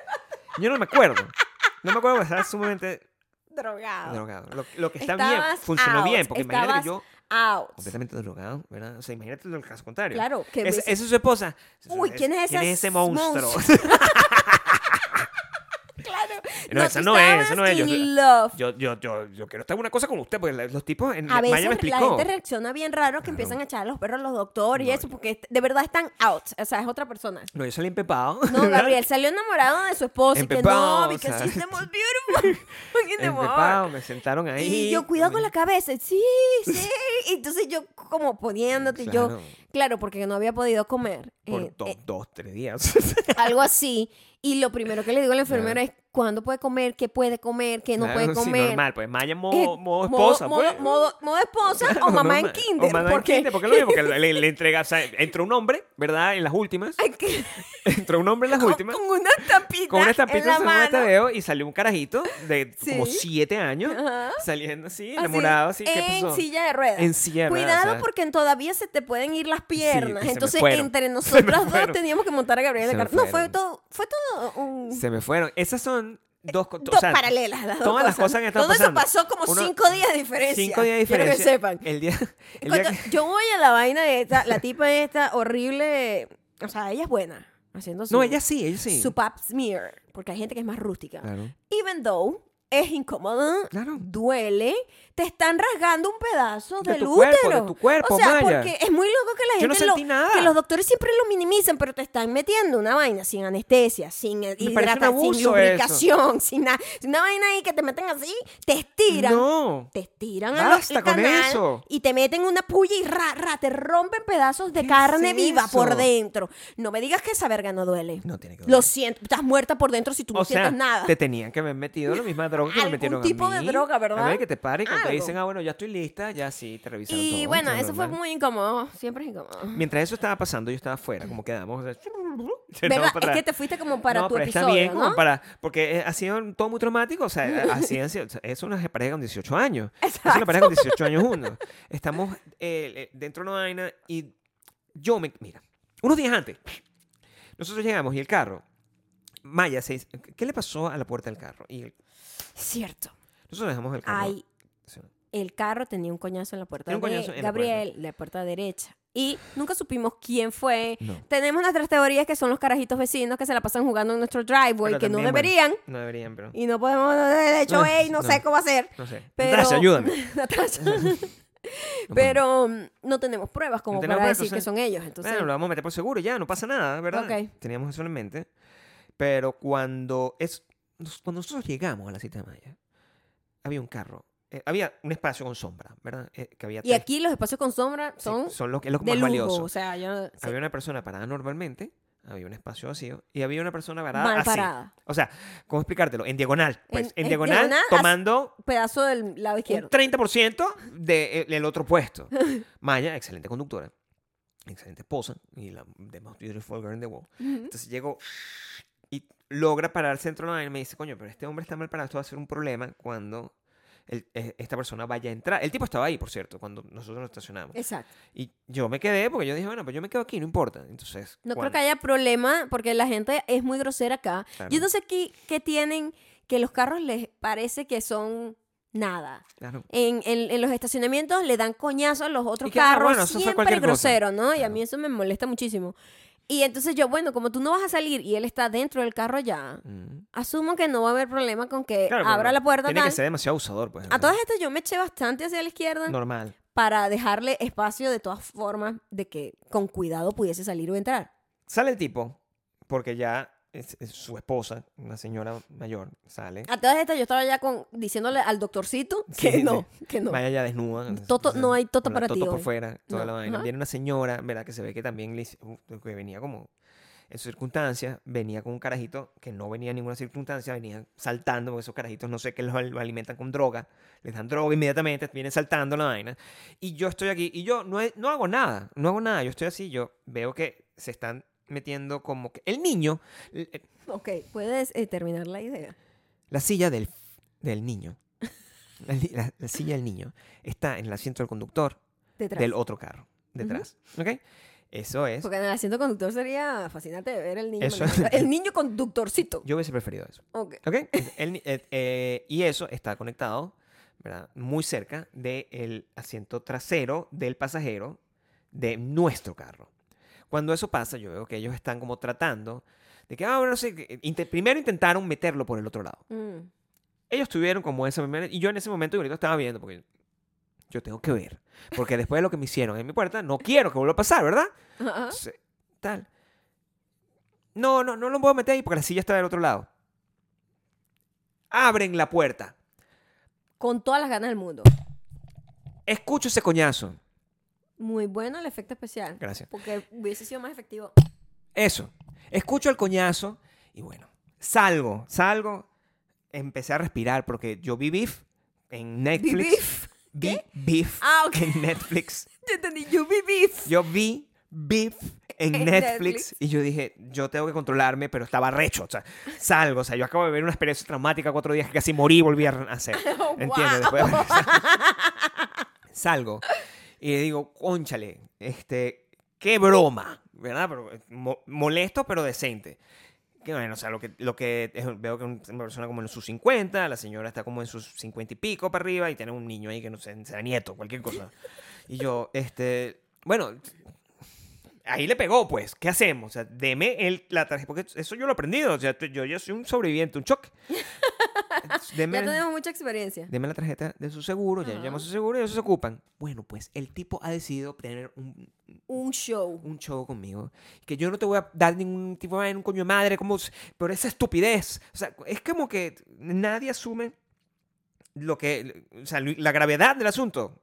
B: Yo no me acuerdo. No me acuerdo porque estaba sumamente
A: Drogado.
B: drogado. Lo, lo que está bien,
A: Ah. Estabas
B: funcionó
A: out,
B: bien, porque imagínate
A: estabas
B: que yo
A: out.
B: completamente drogado, ¿verdad? O sea, imagínate el caso contrario.
A: Claro, que
B: Esa
A: ves-
B: esa es su esposa.
A: Uy, ¿quién es
B: ¿Quién
A: ese
B: es ese monstruo?
A: monstruo? Claro.
B: no, esa
A: tú
B: no es, esa
A: estabas
B: no es. Yo,
A: in love.
B: yo, yo, yo, yo quiero estar en una cosa con usted, porque la- los tipos en
A: A veces
B: Maya
A: la
B: me explicó.
A: gente reacciona bien raro que empiezan a echar a los perros a los doctores y
B: No,
A: eso,
B: yo-
A: porque est- de verdad están out. O sea, es otra persona.
B: No, yo salí empepado.
A: No,
B: ¿verdad?
A: Gabriel salió enamorado de su esposa y que
B: Empepado,
A: no,
B: o
A: because
B: sea.
A: she's the most beautiful woman in the
B: Empepado,
A: world.
B: me sentaron ahí.
A: Y yo, cuidado con la cabeza. Sí, sí. Y entonces yo, como poniéndote, y yo,
B: Claro.
A: claro, porque no había podido comer.
B: Por
A: eh,
B: dos,
A: eh,
B: dos, tres días.
A: algo así. Y lo primero que le digo a la enfermera es, ¿cuándo puede comer? ¿Qué puede comer? ¿Qué no
B: Claro,
A: puede
B: sí,
A: comer?
B: normal, pues Maya
A: Eh,
B: modo, modo esposa.
A: Modo,
B: pues.
A: modo- modo esposa o
B: Claro,
A: mamá
B: no,
A: en
B: ma-
A: kinder.
B: O mamá en
A: porque-
B: kinder, porque lo mismo, porque le, le entrega, o sea, entró un hombre, ¿verdad? En las últimas.
A: Ay, que-
B: Entró un hombre en las
A: con,
B: últimas.
A: con una estampita.
B: Con una
A: en
B: estampita
A: la
B: se un
A: mano.
B: tadeo y salió un carajito de
A: Sí.
B: como siete años
A: Ajá.
B: saliendo así,
A: Así,
B: enamorado, así. ¿Qué
A: en
B: pasó?
A: silla de ruedas.
B: En silla de ruedas,
A: Cuidado
B: o sea.
A: porque todavía se te pueden ir las las piernas.
B: se me
A: Entonces,
B: fueron.
A: entre
B: Se me
A: nosotras dos
B: fueron.
A: teníamos que montar a Gabriela de
B: Se me
A: Carlos. No, fue
B: fueron.
A: todo, fue todo un-
B: Se me fueron. Esas son dos, co-
A: Eh, dos
B: o sea,
A: paralelas. Las dos
B: todas las cosas que están
A: Todo
B: pasando.
A: eso pasó como
B: Uno-
A: cinco días de diferencia.
B: Cinco días de
A: Quiero
B: diferencia.
A: que sepan.
B: El día, el día
A: Cuando
B: que-
A: yo voy a la vaina de esta, la tipa esta horrible, o sea, ella es buena haciendo su,
B: No, ella sí, ella sí.
A: su pap smear, porque hay gente que es más rústica.
B: Claro.
A: Even though es incómodo,
B: Claro.
A: duele, te están rasgando un pedazo
B: De
A: del
B: tu
A: útero.
B: cuerpo, de tu cuerpo,
A: o sea,
B: Maya.
A: porque es muy loco que la
B: Yo no
A: gente
B: sentí
A: lo-
B: nada.
A: que los doctores siempre lo minimizan, pero te están metiendo una vaina sin anestesia, sin
B: un
A: hidratación, sin
B: abuso
A: lubricación, sin nada, una vaina ahí que te meten así, te estiran
B: No.
A: te estiran a los,
B: Basta
A: el
B: con
A: canal
B: eso.
A: y te meten una puya y ra, ra, te rompen pedazos de
B: ¿Qué
A: carne
B: es
A: viva
B: eso?
A: por dentro. No me digas que esa verga no duele.
B: No tiene que ver.
A: Lo siento, estás muerta por dentro si tú no
B: o sea,
A: sientes nada.
B: te tenían que haber metido la misma droga que me
A: Algún
B: metieron
A: tipo
B: a
A: de
B: mí.
A: droga, ¿verdad?
B: A ver, que te paren cuando te
A: Algo.
B: dicen, ah, bueno, ya estoy lista, ya sí, te revisaron
A: Y
B: todo,
A: bueno,
B: todo
A: eso fue
B: normal.
A: muy incómodo, siempre es incómodo.
B: Mientras eso estaba pasando, yo estaba afuera, como quedamos. o sea,
A: ¿Verdad?
B: para
A: Es
B: atrás.
A: que te fuiste como para
B: no,
A: tu
B: pero
A: episodio,
B: está bien, como
A: ¿no?
B: para, porque eh, ha sido todo muy traumático, o sea, así han sido, o sea, es una pareja con 18 años, es
A: Exacto.
B: una pareja con 18 años uno, estamos eh, eh, dentro de una vaina y yo me, mira, unos días antes, nosotros llegamos y el carro, Maya, se dice, ¿qué le pasó a la puerta del carro? Y el-
A: Cierto.
B: nosotros dejamos el carro.
A: Ay,
B: Sí.
A: el carro tenía un coñazo en la puerta
B: Tenía un
A: de
B: coñazo en la
A: Gabriel, la puerta derecha. Y nunca supimos quién fue.
B: No.
A: Tenemos nuestras teorías que son los carajitos vecinos que se la pasan jugando en nuestro driveway,
B: Pero
A: que no
B: también, bueno,
A: deberían.
B: No deberían, pero
A: Y no podemos, de hecho,
B: No,
A: ey, no,
B: no.
A: sé cómo hacer.
B: no sé.
A: Pero,
B: Natasha, ayúdame.
A: Natasha.
B: No podemos.
A: pero mm, no tenemos pruebas como
B: No tenemos
A: para
B: pruebas,
A: decir que
B: entonces-
A: son ellos. Entonces,
B: bueno, lo vamos a meter por seguro y ya, no pasa nada, ¿verdad?
A: Ok.
B: Teníamos eso en mente. Pero cuando, es, nos- cuando nosotros llegamos a la cita de Maya, había un carro. eh, había un espacio con sombra, ¿verdad? Eh, que había
A: y
B: tres-
A: aquí los espacios con sombra
B: sí,
A: son
B: son los, es lo
A: de
B: más
A: lujo.
B: valioso.
A: O sea, yo no- sí,
B: Había una persona parada normalmente, había un espacio vacío y había una persona parada
A: mal
B: así.
A: parada.
B: O sea, ¿cómo explicártelo? En diagonal.
A: En-
B: Pues, en,
A: en
B: diagonal,
A: diagonal, así,
B: tomando
A: Pedazo del lado
B: un
A: izquierdo.
B: 30% eh, del otro puesto. Maya, excelente conductora, excelente esposa y la the most beautiful girl in the world.
A: Ujú.
B: Entonces llego y logra pararse dentro de la vaina y me dice, coño, pero este hombre está mal parado, esto va a ser un problema cuando el- eh, esta persona vaya a entrar. El tipo estaba ahí, por cierto, cuando nosotros nos estacionamos.
A: Exacto.
B: Y yo me quedé porque yo dije, bueno, pues yo me quedo aquí, no importa. Entonces,
A: No creo
B: cuando-
A: que haya problema porque la gente es muy grosera acá.
B: Claro.
A: Yo no sé aquí qué tienen que los carros les parece que son nada.
B: Claro.
A: en, en- en los estacionamientos le dan coñazo a los otros
B: Y que, ah,
A: carros.
B: bueno, eso fue
A: siempre
B: cualquier cosa.
A: grosero, ¿no? Y a
B: Claro.
A: mí eso me molesta muchísimo. Y entonces yo, bueno, como tú no vas a salir y él está dentro del carro ya,
B: Mm.
A: asumo que no va a haber problema con que
B: Claro, pero
A: Eh, abra
B: no,
A: la puerta.
B: Tiene
A: Tal.
B: que ser demasiado abusador, pues.
A: A
B: ¿verdad?
A: todas estas yo me eché bastante hacia la izquierda
B: Normal.
A: para dejarle espacio de todas formas de que con cuidado pudiese salir o entrar.
B: Sale el tipo, porque ya es- es su esposa, una señora mayor, sale.
A: A todas estas yo estaba ya con, diciéndole al doctorcito que
B: Sí,
A: no, que no.
B: Maya ya desnuda.
A: Toto-
B: o sea,
A: no hay toto
B: con la
A: para ti
B: Toto por
A: hoy.
B: fuera, toda
A: No,
B: la vaina.
A: ajá.
B: Viene una señora, ¿verdad? Que se ve que también le hice- uh, que venía como en sus circunstancias, venía con un carajito que no venía en ninguna circunstancia, venía saltando, porque esos carajitos no sé qué los al- alimentan con droga, les dan droga inmediatamente, vienen saltando la vaina. Y yo estoy aquí, y yo no, he- no hago nada, no hago nada, yo estoy así, yo veo que se están metiendo como que... El niño, eh,
A: Ok, puedes eh, terminar la idea.
B: la silla del, del niño, la, li- la- la silla del niño, está en el asiento del conductor,
A: Detrás.
B: del otro carro detrás. ¿Ok? Eso es.
A: Porque en el asiento conductor sería fascinante ver el niño.
B: Eso-
A: manejando. El niño conductorcito.
B: Yo hubiese preferido eso.
A: Ok.
B: ¿Ok? El ni- eh, eh, y eso está conectado, ¿verdad? Muy cerca del asiento trasero del pasajero de nuestro carro. Cuando eso pasa, yo veo que ellos están como tratando de que, ah, bueno, no sé, que- inte- primero intentaron meterlo por el otro lado.
A: Mm.
B: ellos tuvieron como esa primera... Y yo en ese momento igualito estaba viendo, porque yo tengo que ver. Porque después de lo que me hicieron en mi puerta, no quiero que vuelva a pasar, ¿verdad?
A: Ajá.
B: Se- tal. No, no, no lo puedo meter ahí porque la silla está del otro lado. Abren la puerta.
A: Con todas las ganas del mundo.
B: Escucho ese coñazo.
A: Muy bueno el efecto especial.
B: Gracias.
A: Porque hubiese sido más efectivo.
B: Eso. Escucho el coñazo y bueno, salgo, salgo. Empecé a respirar porque yo vi Beef en Netflix.
A: Beef.
B: Vi Beef
A: Ah, ok.
B: en Netflix.
A: Yo entendí, yo vi beef.
B: Yo vi Beef en
A: En
B: Netflix,
A: Netflix.
B: y yo dije, yo tengo que controlarme, pero estaba recho. O sea, salgo. O sea, yo acabo de vivir una experiencia traumática cuatro días que casi morí y volví a hacer.
A: Oh,
B: ¿Entiendes?
A: wow.
B: Después de haber- salgo y digo, conchale, este, qué broma, ¿verdad? Pero, eh, mo- molesto, pero decente. Que bueno, o sea, lo que, lo que es- veo que es una persona como en sus 50, la señora está como en sus 50 y pico para arriba y tiene un niño ahí que no sé, será nieto, cualquier cosa. Y yo, este, bueno, ahí le pegó, pues, ¿qué hacemos? O sea, deme el, la tarjeta, porque eso yo lo he aprendido, o sea, te- yo ya soy un sobreviviente, un choque. Deme
A: Ya
B: el-
A: tenemos mucha experiencia.
B: Deme la tarjeta de su seguro, ya
A: Ajá.
B: llamo a su seguro y ellos se ocupan. Bueno, pues el tipo ha decidido tener un,
A: Un show.
B: un show conmigo. Que yo no te voy a dar ningún tipo de vaina, un coño de madre, como, s- pero esa estupidez. O sea, es como que nadie asume lo que, o sea, lo- la gravedad del asunto.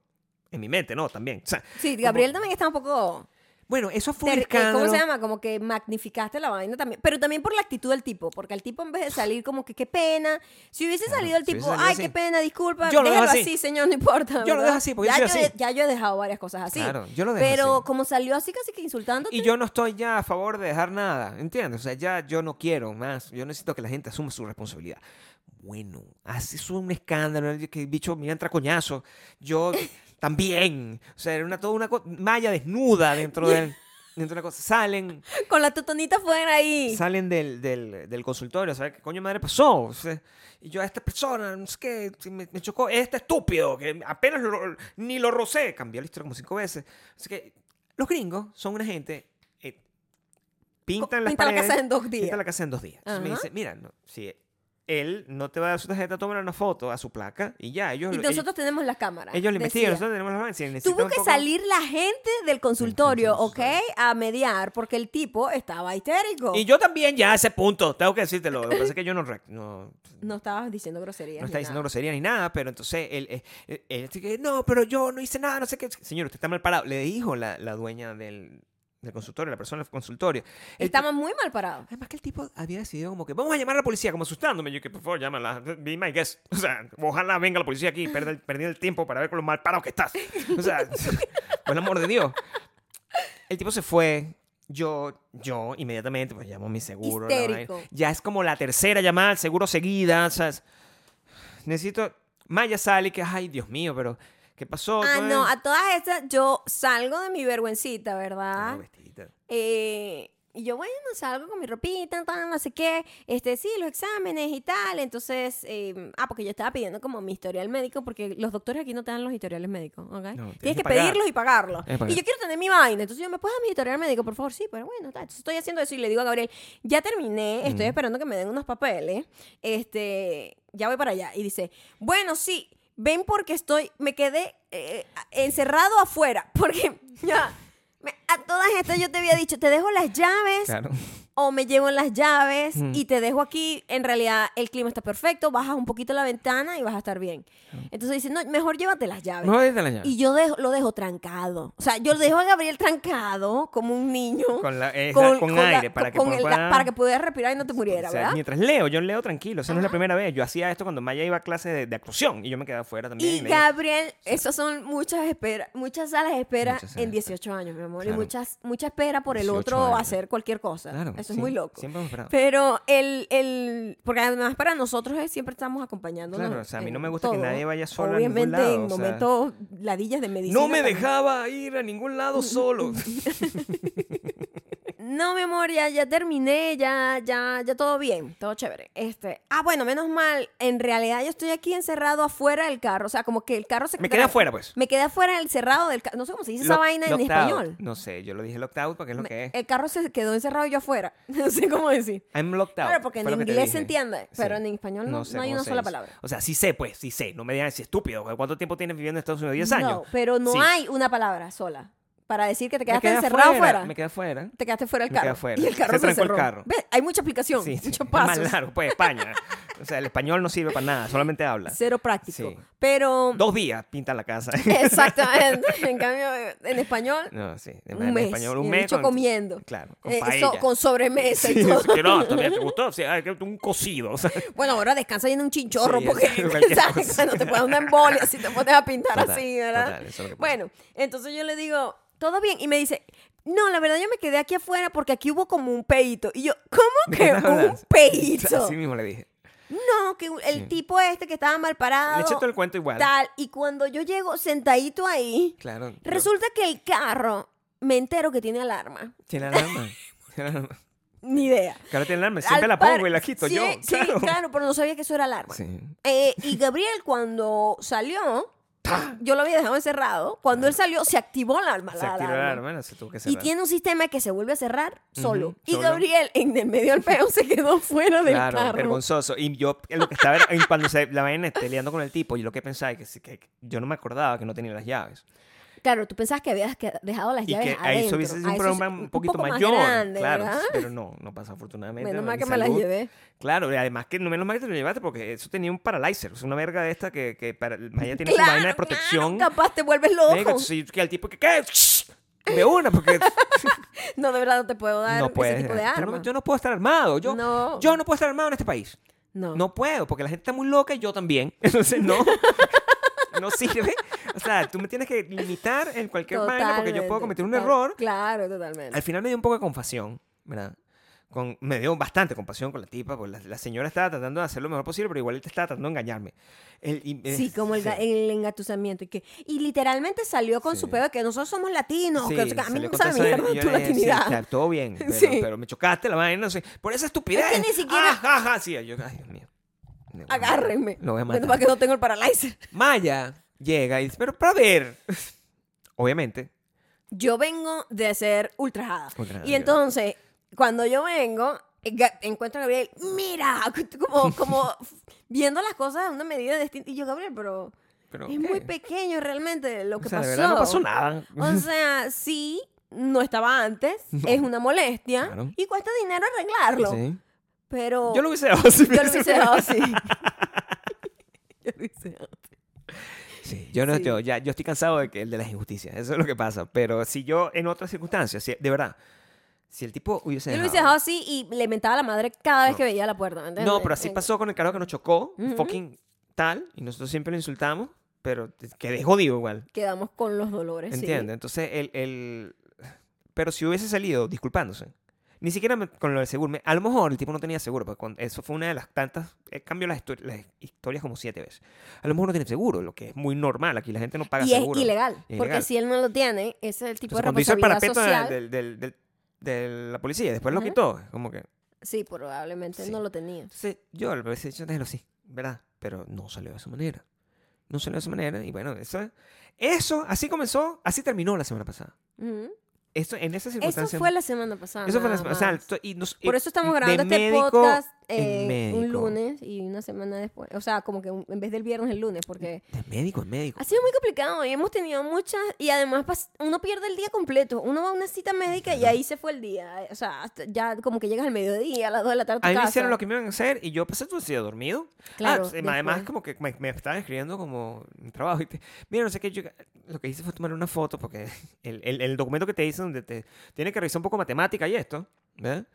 B: En mi mente, ¿no? También. O sea,
A: Sí, Gabriel también está un poco...
B: bueno, eso fue un
A: ter- eh,
B: escándalo.
A: ¿Cómo se llama? Como que magnificaste la vaina también. Pero también por la actitud del tipo. Porque el tipo en vez de salir como que qué pena. Si hubiese
B: Claro,
A: salido el
B: si
A: tipo,
B: hubiese salido
A: ay,
B: así.
A: qué pena, disculpa.
B: Yo lo dejo
A: déjalo
B: así.
A: así. señor, no importa.
B: Yo lo
A: ¿verdad?
B: dejo así, porque
A: ya
B: yo
A: yo,
B: soy así.
A: Ya yo he dejado varias cosas así.
B: Claro, yo lo dejo
A: Pero
B: así.
A: como salió así casi que insultándote.
B: Y yo no estoy ya a favor de dejar nada, ¿entiendes? O sea, ya yo no quiero más. Yo necesito que la gente asuma su responsabilidad. Bueno, haces un escándalo, el que el bicho me entra coñazo. Yo también. O sea, era una, toda una co- malla desnuda dentro de, dentro de la cosa. Salen,
A: Con la totonita fuera ahí.
B: salen del, del, del consultorio, ¿sabes qué coño madre pasó? O sea, y yo a esta persona, no sé qué, si me, me chocó, este estúpido, que apenas lo- ni lo rocé, cambié la historia como cinco veces. Así que los gringos son una gente, eh, pintan las
A: Pinta la
B: paredes,
A: casa en dos
B: pintan
A: días.
B: la casa en dos días. Entonces me
A: Ajá.
B: dice, mira, no, si él no te va a dar su tarjeta, toma una foto a su placa y ya, ellos,
A: Y
B: ellos,
A: nosotros tenemos las cámaras.
B: ellos lo
A: decía.
B: investigan, nosotros tenemos las manos. si necesitan
A: Tuvo
B: un
A: que
B: poco-
A: salir la gente del consultorio, ¿ok?
B: consultorio.
A: A mediar porque el tipo estaba histérico.
B: Y yo también ya a ese punto, tengo que decírtelo, lo que pasa es que yo no, re- no
A: No estabas diciendo groserías.
B: No
A: ni
B: está diciendo
A: nada.
B: grosería ni nada, pero entonces él, eh, él- él así que, no, pero yo no hice nada, no sé qué. Señor, usted está mal parado. Le dijo la, la dueña del, del consultorio, la persona del consultorio. El
A: Estaba muy mal parado.
B: ti- Además que el tipo había decidido como que, vamos a llamar a la policía, como asustándome. Yo que, por favor, llámala, be my guest. O sea, ojalá venga la policía aquí, perder el, perder el tiempo para ver con lo mal parado que estás. O sea, por el amor de Dios. El tipo se fue. Yo, yo, inmediatamente, pues llamo a mi seguro. la vaina.
A: Histérico.
B: Ya es como la tercera llamada al seguro seguida, ¿sabes? Necesito. Maya sale y que, ay, Dios mío, pero ¿qué pasó?
A: Ah,
B: Todo
A: no,
B: es-
A: a todas estas yo salgo de mi vergüencita, ¿verdad?
B: Ay, Ah, vestidita.
A: Eh, y yo, bueno, salgo con mi ropita, tal, no sé qué, este, sí, los exámenes y tal, entonces, eh, ah, porque yo estaba pidiendo como mi historial médico, porque los doctores aquí no te dan los historiales médicos, ¿ok? tienes,
B: tienes que
A: que
B: pagar.
A: pedirlos y pagarlos.
B: Tienes que pagar.
A: Y yo quiero tener mi vaina, entonces yo, ¿me puedes dar mi historial médico, por favor? Sí, pero bueno, tal. Entonces estoy haciendo eso y le digo a Gabriel, ya terminé, estoy
B: Mm.
A: esperando que me den unos papeles, este, ya voy para allá. Y dice, bueno, sí, ven porque estoy, me quedé eh, encerrado afuera, porque ya, me- a todas estas yo te había dicho, te dejo las llaves
B: Claro.
A: o me llevo las llaves
B: Mm.
A: y te dejo aquí, en realidad el clima está perfecto, bajas un poquito la ventana y vas a estar bien. Entonces dice, no, mejor llévate las llaves.
B: Mejor irte a la llave.
A: Y yo dejo- lo dejo trancado. O sea, yo dejo a Gabriel trancado como un niño.
B: Con, la- eh,
A: con-
B: con
A: con la-
B: aire, para,
A: con- con
B: que ah.
A: el- la-
B: pueda-
A: para que pudieras respirar y no te muriera,
B: O sea,
A: ¿verdad?
B: Mientras leo, yo leo tranquilo. Esa no es la primera vez. Yo hacía esto cuando Maya iba a clase de, de actuación y yo me quedaba afuera también. ¿eh?
A: Y
B: me iba-
A: Gabriel, esas son muchas espera, muchas salas de espera
B: Muchas salas de
A: en
B: espera.
A: 18 años, mi amor,
B: Claro.
A: y muchas mucha espera por el
B: 18
A: otro
B: años.
A: hacer cualquier cosa.
B: Claro,
A: Eso es
B: sí,
A: muy loco.
B: Siempre hemos esperado.
A: Pero el, el, porque además para nosotros es, siempre estamos acompañándonos.
B: Claro, o sea, a mí
A: en
B: no me gusta que
A: todo.
B: nadie vaya solo a ningún
A: Obviamente
B: lado,
A: en
B: o sea.
A: momentos ladillas de medicina.
B: No me
A: también.
B: dejaba ir a ningún lado solo.
A: No, mi amor, ya, ya terminé, ya, ya, ya todo bien, todo chévere. Este, ah, bueno, menos mal, en realidad yo estoy aquí encerrado afuera del carro, o sea, como que el carro se
B: me quedé afuera, pues.
A: Me quedé afuera del cerrado del carro. No sé cómo se dice esa
B: Lock-
A: vaina en
B: locked
A: español.
B: out. No sé, yo lo dije locked out porque es lo
A: Me- eh,
B: que es.
A: El carro se quedó encerrado y yo afuera. No sé cómo decir.
B: I'm locked out.
A: Claro, porque en
B: fue lo que te
A: inglés se
B: dije.
A: entiende, pero
B: Sí.
A: en español no,
B: sé
A: no hay
B: cómo
A: una
B: se
A: sola
B: dice.
A: palabra.
B: O sea, sí sé, pues, sí sé. No me digan si estúpido. güey. ¿Cuánto tiempo tienes viviendo en Estados Unidos? ¿10 años?
A: No, pero no
B: Sí.
A: hay una palabra sola para decir que te
B: Me
A: quedaste
B: quedé
A: encerrado afuera.
B: Me quedé afuera.
A: Te quedaste fuera del
B: Me
A: carro.
B: quedé afuera.
A: Y el carro
B: Se
A: se,
B: trancó el
A: cerró.
B: carro.
A: Ve, Hay mucha aplicación,
B: Sí, sí.
A: muchos
B: Es más
A: pasos.
B: largo, pues, España. O sea, el español no sirve para nada, solamente habla.
A: Cero práctico.
B: Sí.
A: Pero.
B: Dos días pinta la casa.
A: Exactamente. en cambio, en español,
B: No, sí. En,
A: un
B: en
A: mes.
B: español,
A: y
B: un
A: el
B: mes.
A: bicho
B: con-
A: comiendo.
B: Claro, con
A: Eh,
B: paella.
A: so- con sobremesa
B: Sí,
A: y todo.
B: sí, que no, también te gustó. Sí, ah, que un cocido. o sea.
A: Bueno, ahora descansa en un chinchorro
B: Sí,
A: porque
B: sí, cualquier
A: ¿sabes?
B: cosa.
A: cuando te pones una embolia si te pones a pintar
B: Total,
A: así, ¿verdad?
B: total, eso es lo que pasa.
A: bueno, entonces yo le digo, ¿todo bien? Y me dice, no, la verdad yo me quedé aquí afuera porque aquí hubo como un peito. Y yo, ¿cómo
B: ¿De
A: que
B: qué me
A: un
B: hablas?
A: peito?
B: Así mismo le dije.
A: No, que el tipo este que estaba mal parado,
B: Le eché todo el cuento igual.
A: tal, y cuando yo llego sentadito ahí,
B: Claro. pero-
A: resulta que el carro me entero que tiene alarma.
B: Tiene alarma. Tiene alarma.
A: Ni idea.
B: Claro, tiene alarma. Pues Siempre
A: Al
B: la pongo
A: par-
B: y la quito
A: sí,
B: yo.
A: Sí, claro. pero no sabía que eso era alarma.
B: Sí.
A: Eh, y Gabriel cuando salió, yo lo había dejado encerrado, cuando él salió se activó la alarma.
B: Se
A: la
B: activó la
A: alarma.
B: alarma, no se tuvo que
A: Y
B: cerrar.
A: tiene un sistema que se vuelve a cerrar solo. Y
B: solo.
A: Gabriel, en el medio del peo, se quedó fuera del
B: Claro,
A: carro.
B: vergonzoso. Y yo, eh, lo que estaba, era- y cuando se, la vaina esté liando con el tipo, yo lo que pensaba es que, sí, que yo no me acordaba que no tenía las llaves.
A: Claro, tú pensabas que habías que- dejado las
B: Y
A: llaves
B: que
A: adentro.
B: ahí eso hubiese sido
A: Ah,
B: un
A: eso
B: problema
A: es
B: un poquito
A: poco más
B: mayor.
A: grande,
B: claro,
A: ¿verdad?
B: pero no, no pasa afortunadamente.
A: Menos
B: no,
A: mal
B: mi
A: que me las
B: salud.
A: llevé.
B: Claro, y además que no menos mal que te lo llevaste porque eso tenía un paralyzer, es una verga de esta que, que para, Maya tiene su
A: Claro,
B: vaina de
A: claro,
B: protección.
A: capaz te vuelves loco.
B: Marico, sí, que el tipo que ¿qué? de una porque
A: No, de verdad no te puedo dar
B: no puedes.
A: ese tipo de
B: Yo no-
A: arma.
B: yo no puedo estar armado, yo
A: No.
B: yo no puedo estar armado en este país.
A: no.
B: No puedo, porque la gente está muy loca y yo también. Entonces, no. no sirve. O sea, tú me tienes que limitar en cualquier vaina porque yo puedo
A: Totalmente,
B: cometer un
A: total-
B: error.
A: Claro, totalmente.
B: Al final me dio un poco de compasión, ¿verdad? Con, me dio bastante compasión con la tipa, porque la, la señora estaba tratando de hacer lo mejor posible, pero igual estaba tratando de engañarme. El- y-
A: Sí,
B: eh,
A: como el,
B: sí.
A: ga- el engatusamiento. Y, que, y literalmente salió con su
B: Sí.
A: pedo de que nosotros somos latinos.
B: Sí,
A: que, no sé qué. a mí
B: salió
A: no me
B: con
A: sabe
B: todo eso de-
A: mierda
B: yo
A: tu
B: le decía, sí,
A: latinidad.
B: está todo bien, pero,
A: Sí.
B: pero me chocaste la vaina, no sé, por esa estupidez.
A: Es que ni siquiera-
B: Ah, ja, ja, sí, yo, ay, Dios mío. Me voy a-
A: Agárrenme.
B: Lo voy a
A: Menos
B: matar.
A: mal que no tengo el parálisis.
B: Maya llega y dice, pero para ver. Obviamente.
A: Yo vengo de ser ultrajada.
B: Ultrajada,
A: y
B: yo-
A: entonces, cuando yo vengo, eh, Ga- encuentro a Gabriel, mira, como, como viendo las cosas de una medida distinta. Y yo, Gabriel, pero
B: Pero,
A: es muy
B: ¿qué?
A: pequeño realmente lo que
B: O sea, de
A: pasó.
B: verdad no pasó nada.
A: O sea, sí, no estaba antes, es una molestia
B: Claro.
A: y cuesta dinero arreglarlo.
B: Sí.
A: Pero
B: Yo lo hubiese dado. si
A: yo lo
B: hubiese-
A: hice así. yo lo hice así.
B: Sí, yo no
A: Sí.
B: yo, ya, yo estoy cansado de, que, de las injusticias, eso es lo que pasa. Pero si yo en otras circunstancias, si- de verdad, si el tipo hubiese...
A: Yo lo
B: dejado-
A: hubiese dejado así y le mentaba a la madre cada vez que veía la puerta. ¿me entiendes?
B: No, pero así
A: Eh,
B: pasó con el carro que nos chocó,
A: Ujú.
B: fucking tal, y nosotros siempre lo insultamos, pero quedé jodido igual,
A: Quedamos con los dolores. Eh, sí.
B: ¿entiendes? Entonces, el, el- Pero si hubiese salido disculpándose, ni siquiera me- con lo del seguro, me- a lo mejor el tipo no tenía seguro, porque cuando- eso fue una de las tantas... eh, cambio las, histo- las historias como siete veces. A lo mejor no tiene seguro, lo que es muy normal, aquí la gente no paga
A: Y es
B: seguro.
A: ilegal,
B: Es
A: porque
B: ilegal.
A: si él no lo tiene, ese es el tipo
B: Entonces,
A: de
B: cuando hizo el
A: responsabilidad
B: parapeto de-
A: social.
B: del- del- del- de la policía, y después lo
A: Ajá.
B: quitó. es Como que.
A: Sí, probablemente
B: Sí.
A: no lo tenía.
B: Entonces, yo lo hubiese dicho, déjelo así, ¿verdad? Pero no salió de esa manera. No salió de esa manera. Y bueno, eso, eso así comenzó, así terminó la semana pasada.
A: Ujú.
B: Eso, en esa
A: Eso
B: circunstancia.
A: fue la semana pasada.
B: eso fue
A: nada
B: la semana. O sea,
A: más.
B: to- y nos-
A: Por
B: y-
A: eso estamos
B: de
A: grabando este
B: médico-
A: podcast
B: en
A: eh,
B: médico.
A: un lunes y una semana después. O sea, como que un- en vez del viernes, el lunes, porque
B: De médico en médico.
A: ha sido muy complicado y hemos tenido muchas. Y además, pas- uno pierde el día completo. Uno va a una cita médica y ahí se fue el día. O sea, hasta- ya como que llegas al mediodía, a las 2 de la tarde. a tu
B: A mí me
A: casa.
B: hicieron lo que me iban a hacer y yo pasé todo el día dormido.
A: Claro,
B: Ah, sí, ma- además,
A: después.
B: como que me, me estaban escribiendo como un trabajo. Y te, Mira, no sé qué. Yo, lo que hice fue tomar una foto porque el, el- el documento que te dicen donde te tiene que revisar un poco matemática y esto, ¿verdad?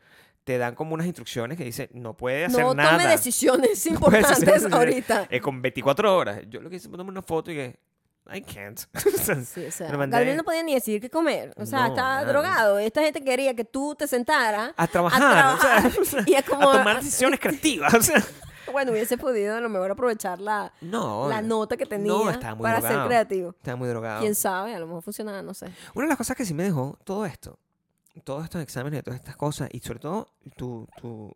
B: Te dan como unas instrucciones que dicen no puede hacer
A: No
B: nada.
A: tome decisiones
B: puedes hacer
A: importantes
B: decisiones.
A: ahorita.
B: eh, con 24 horas. Yo lo que hice fue tomar una foto y que. I can't. O sea,
A: Sí, o sea,
B: me mandé
A: Gabriel no podía ni decidir qué comer. O sea,
B: No,
A: estaba
B: nada.
A: drogado. Esta gente quería que tú te sentaras.
B: a trabajar, o sea,
A: trabajar.
B: o sea,
A: Y es como-
B: a tomar decisiones creativas. O sea,
A: Bueno, hubiese podido a lo mejor aprovechar la,
B: no.
A: la nota que tenía
B: estaba muy Ah.
A: para ser
B: drogado.
A: creativo.
B: Estaba muy drogado.
A: Quién sabe, a lo mejor funcionaba, no sé.
B: Una de las cosas que sí me dejó todo esto, todos estos exámenes, todas estas cosas, y sobre todo tu, tu,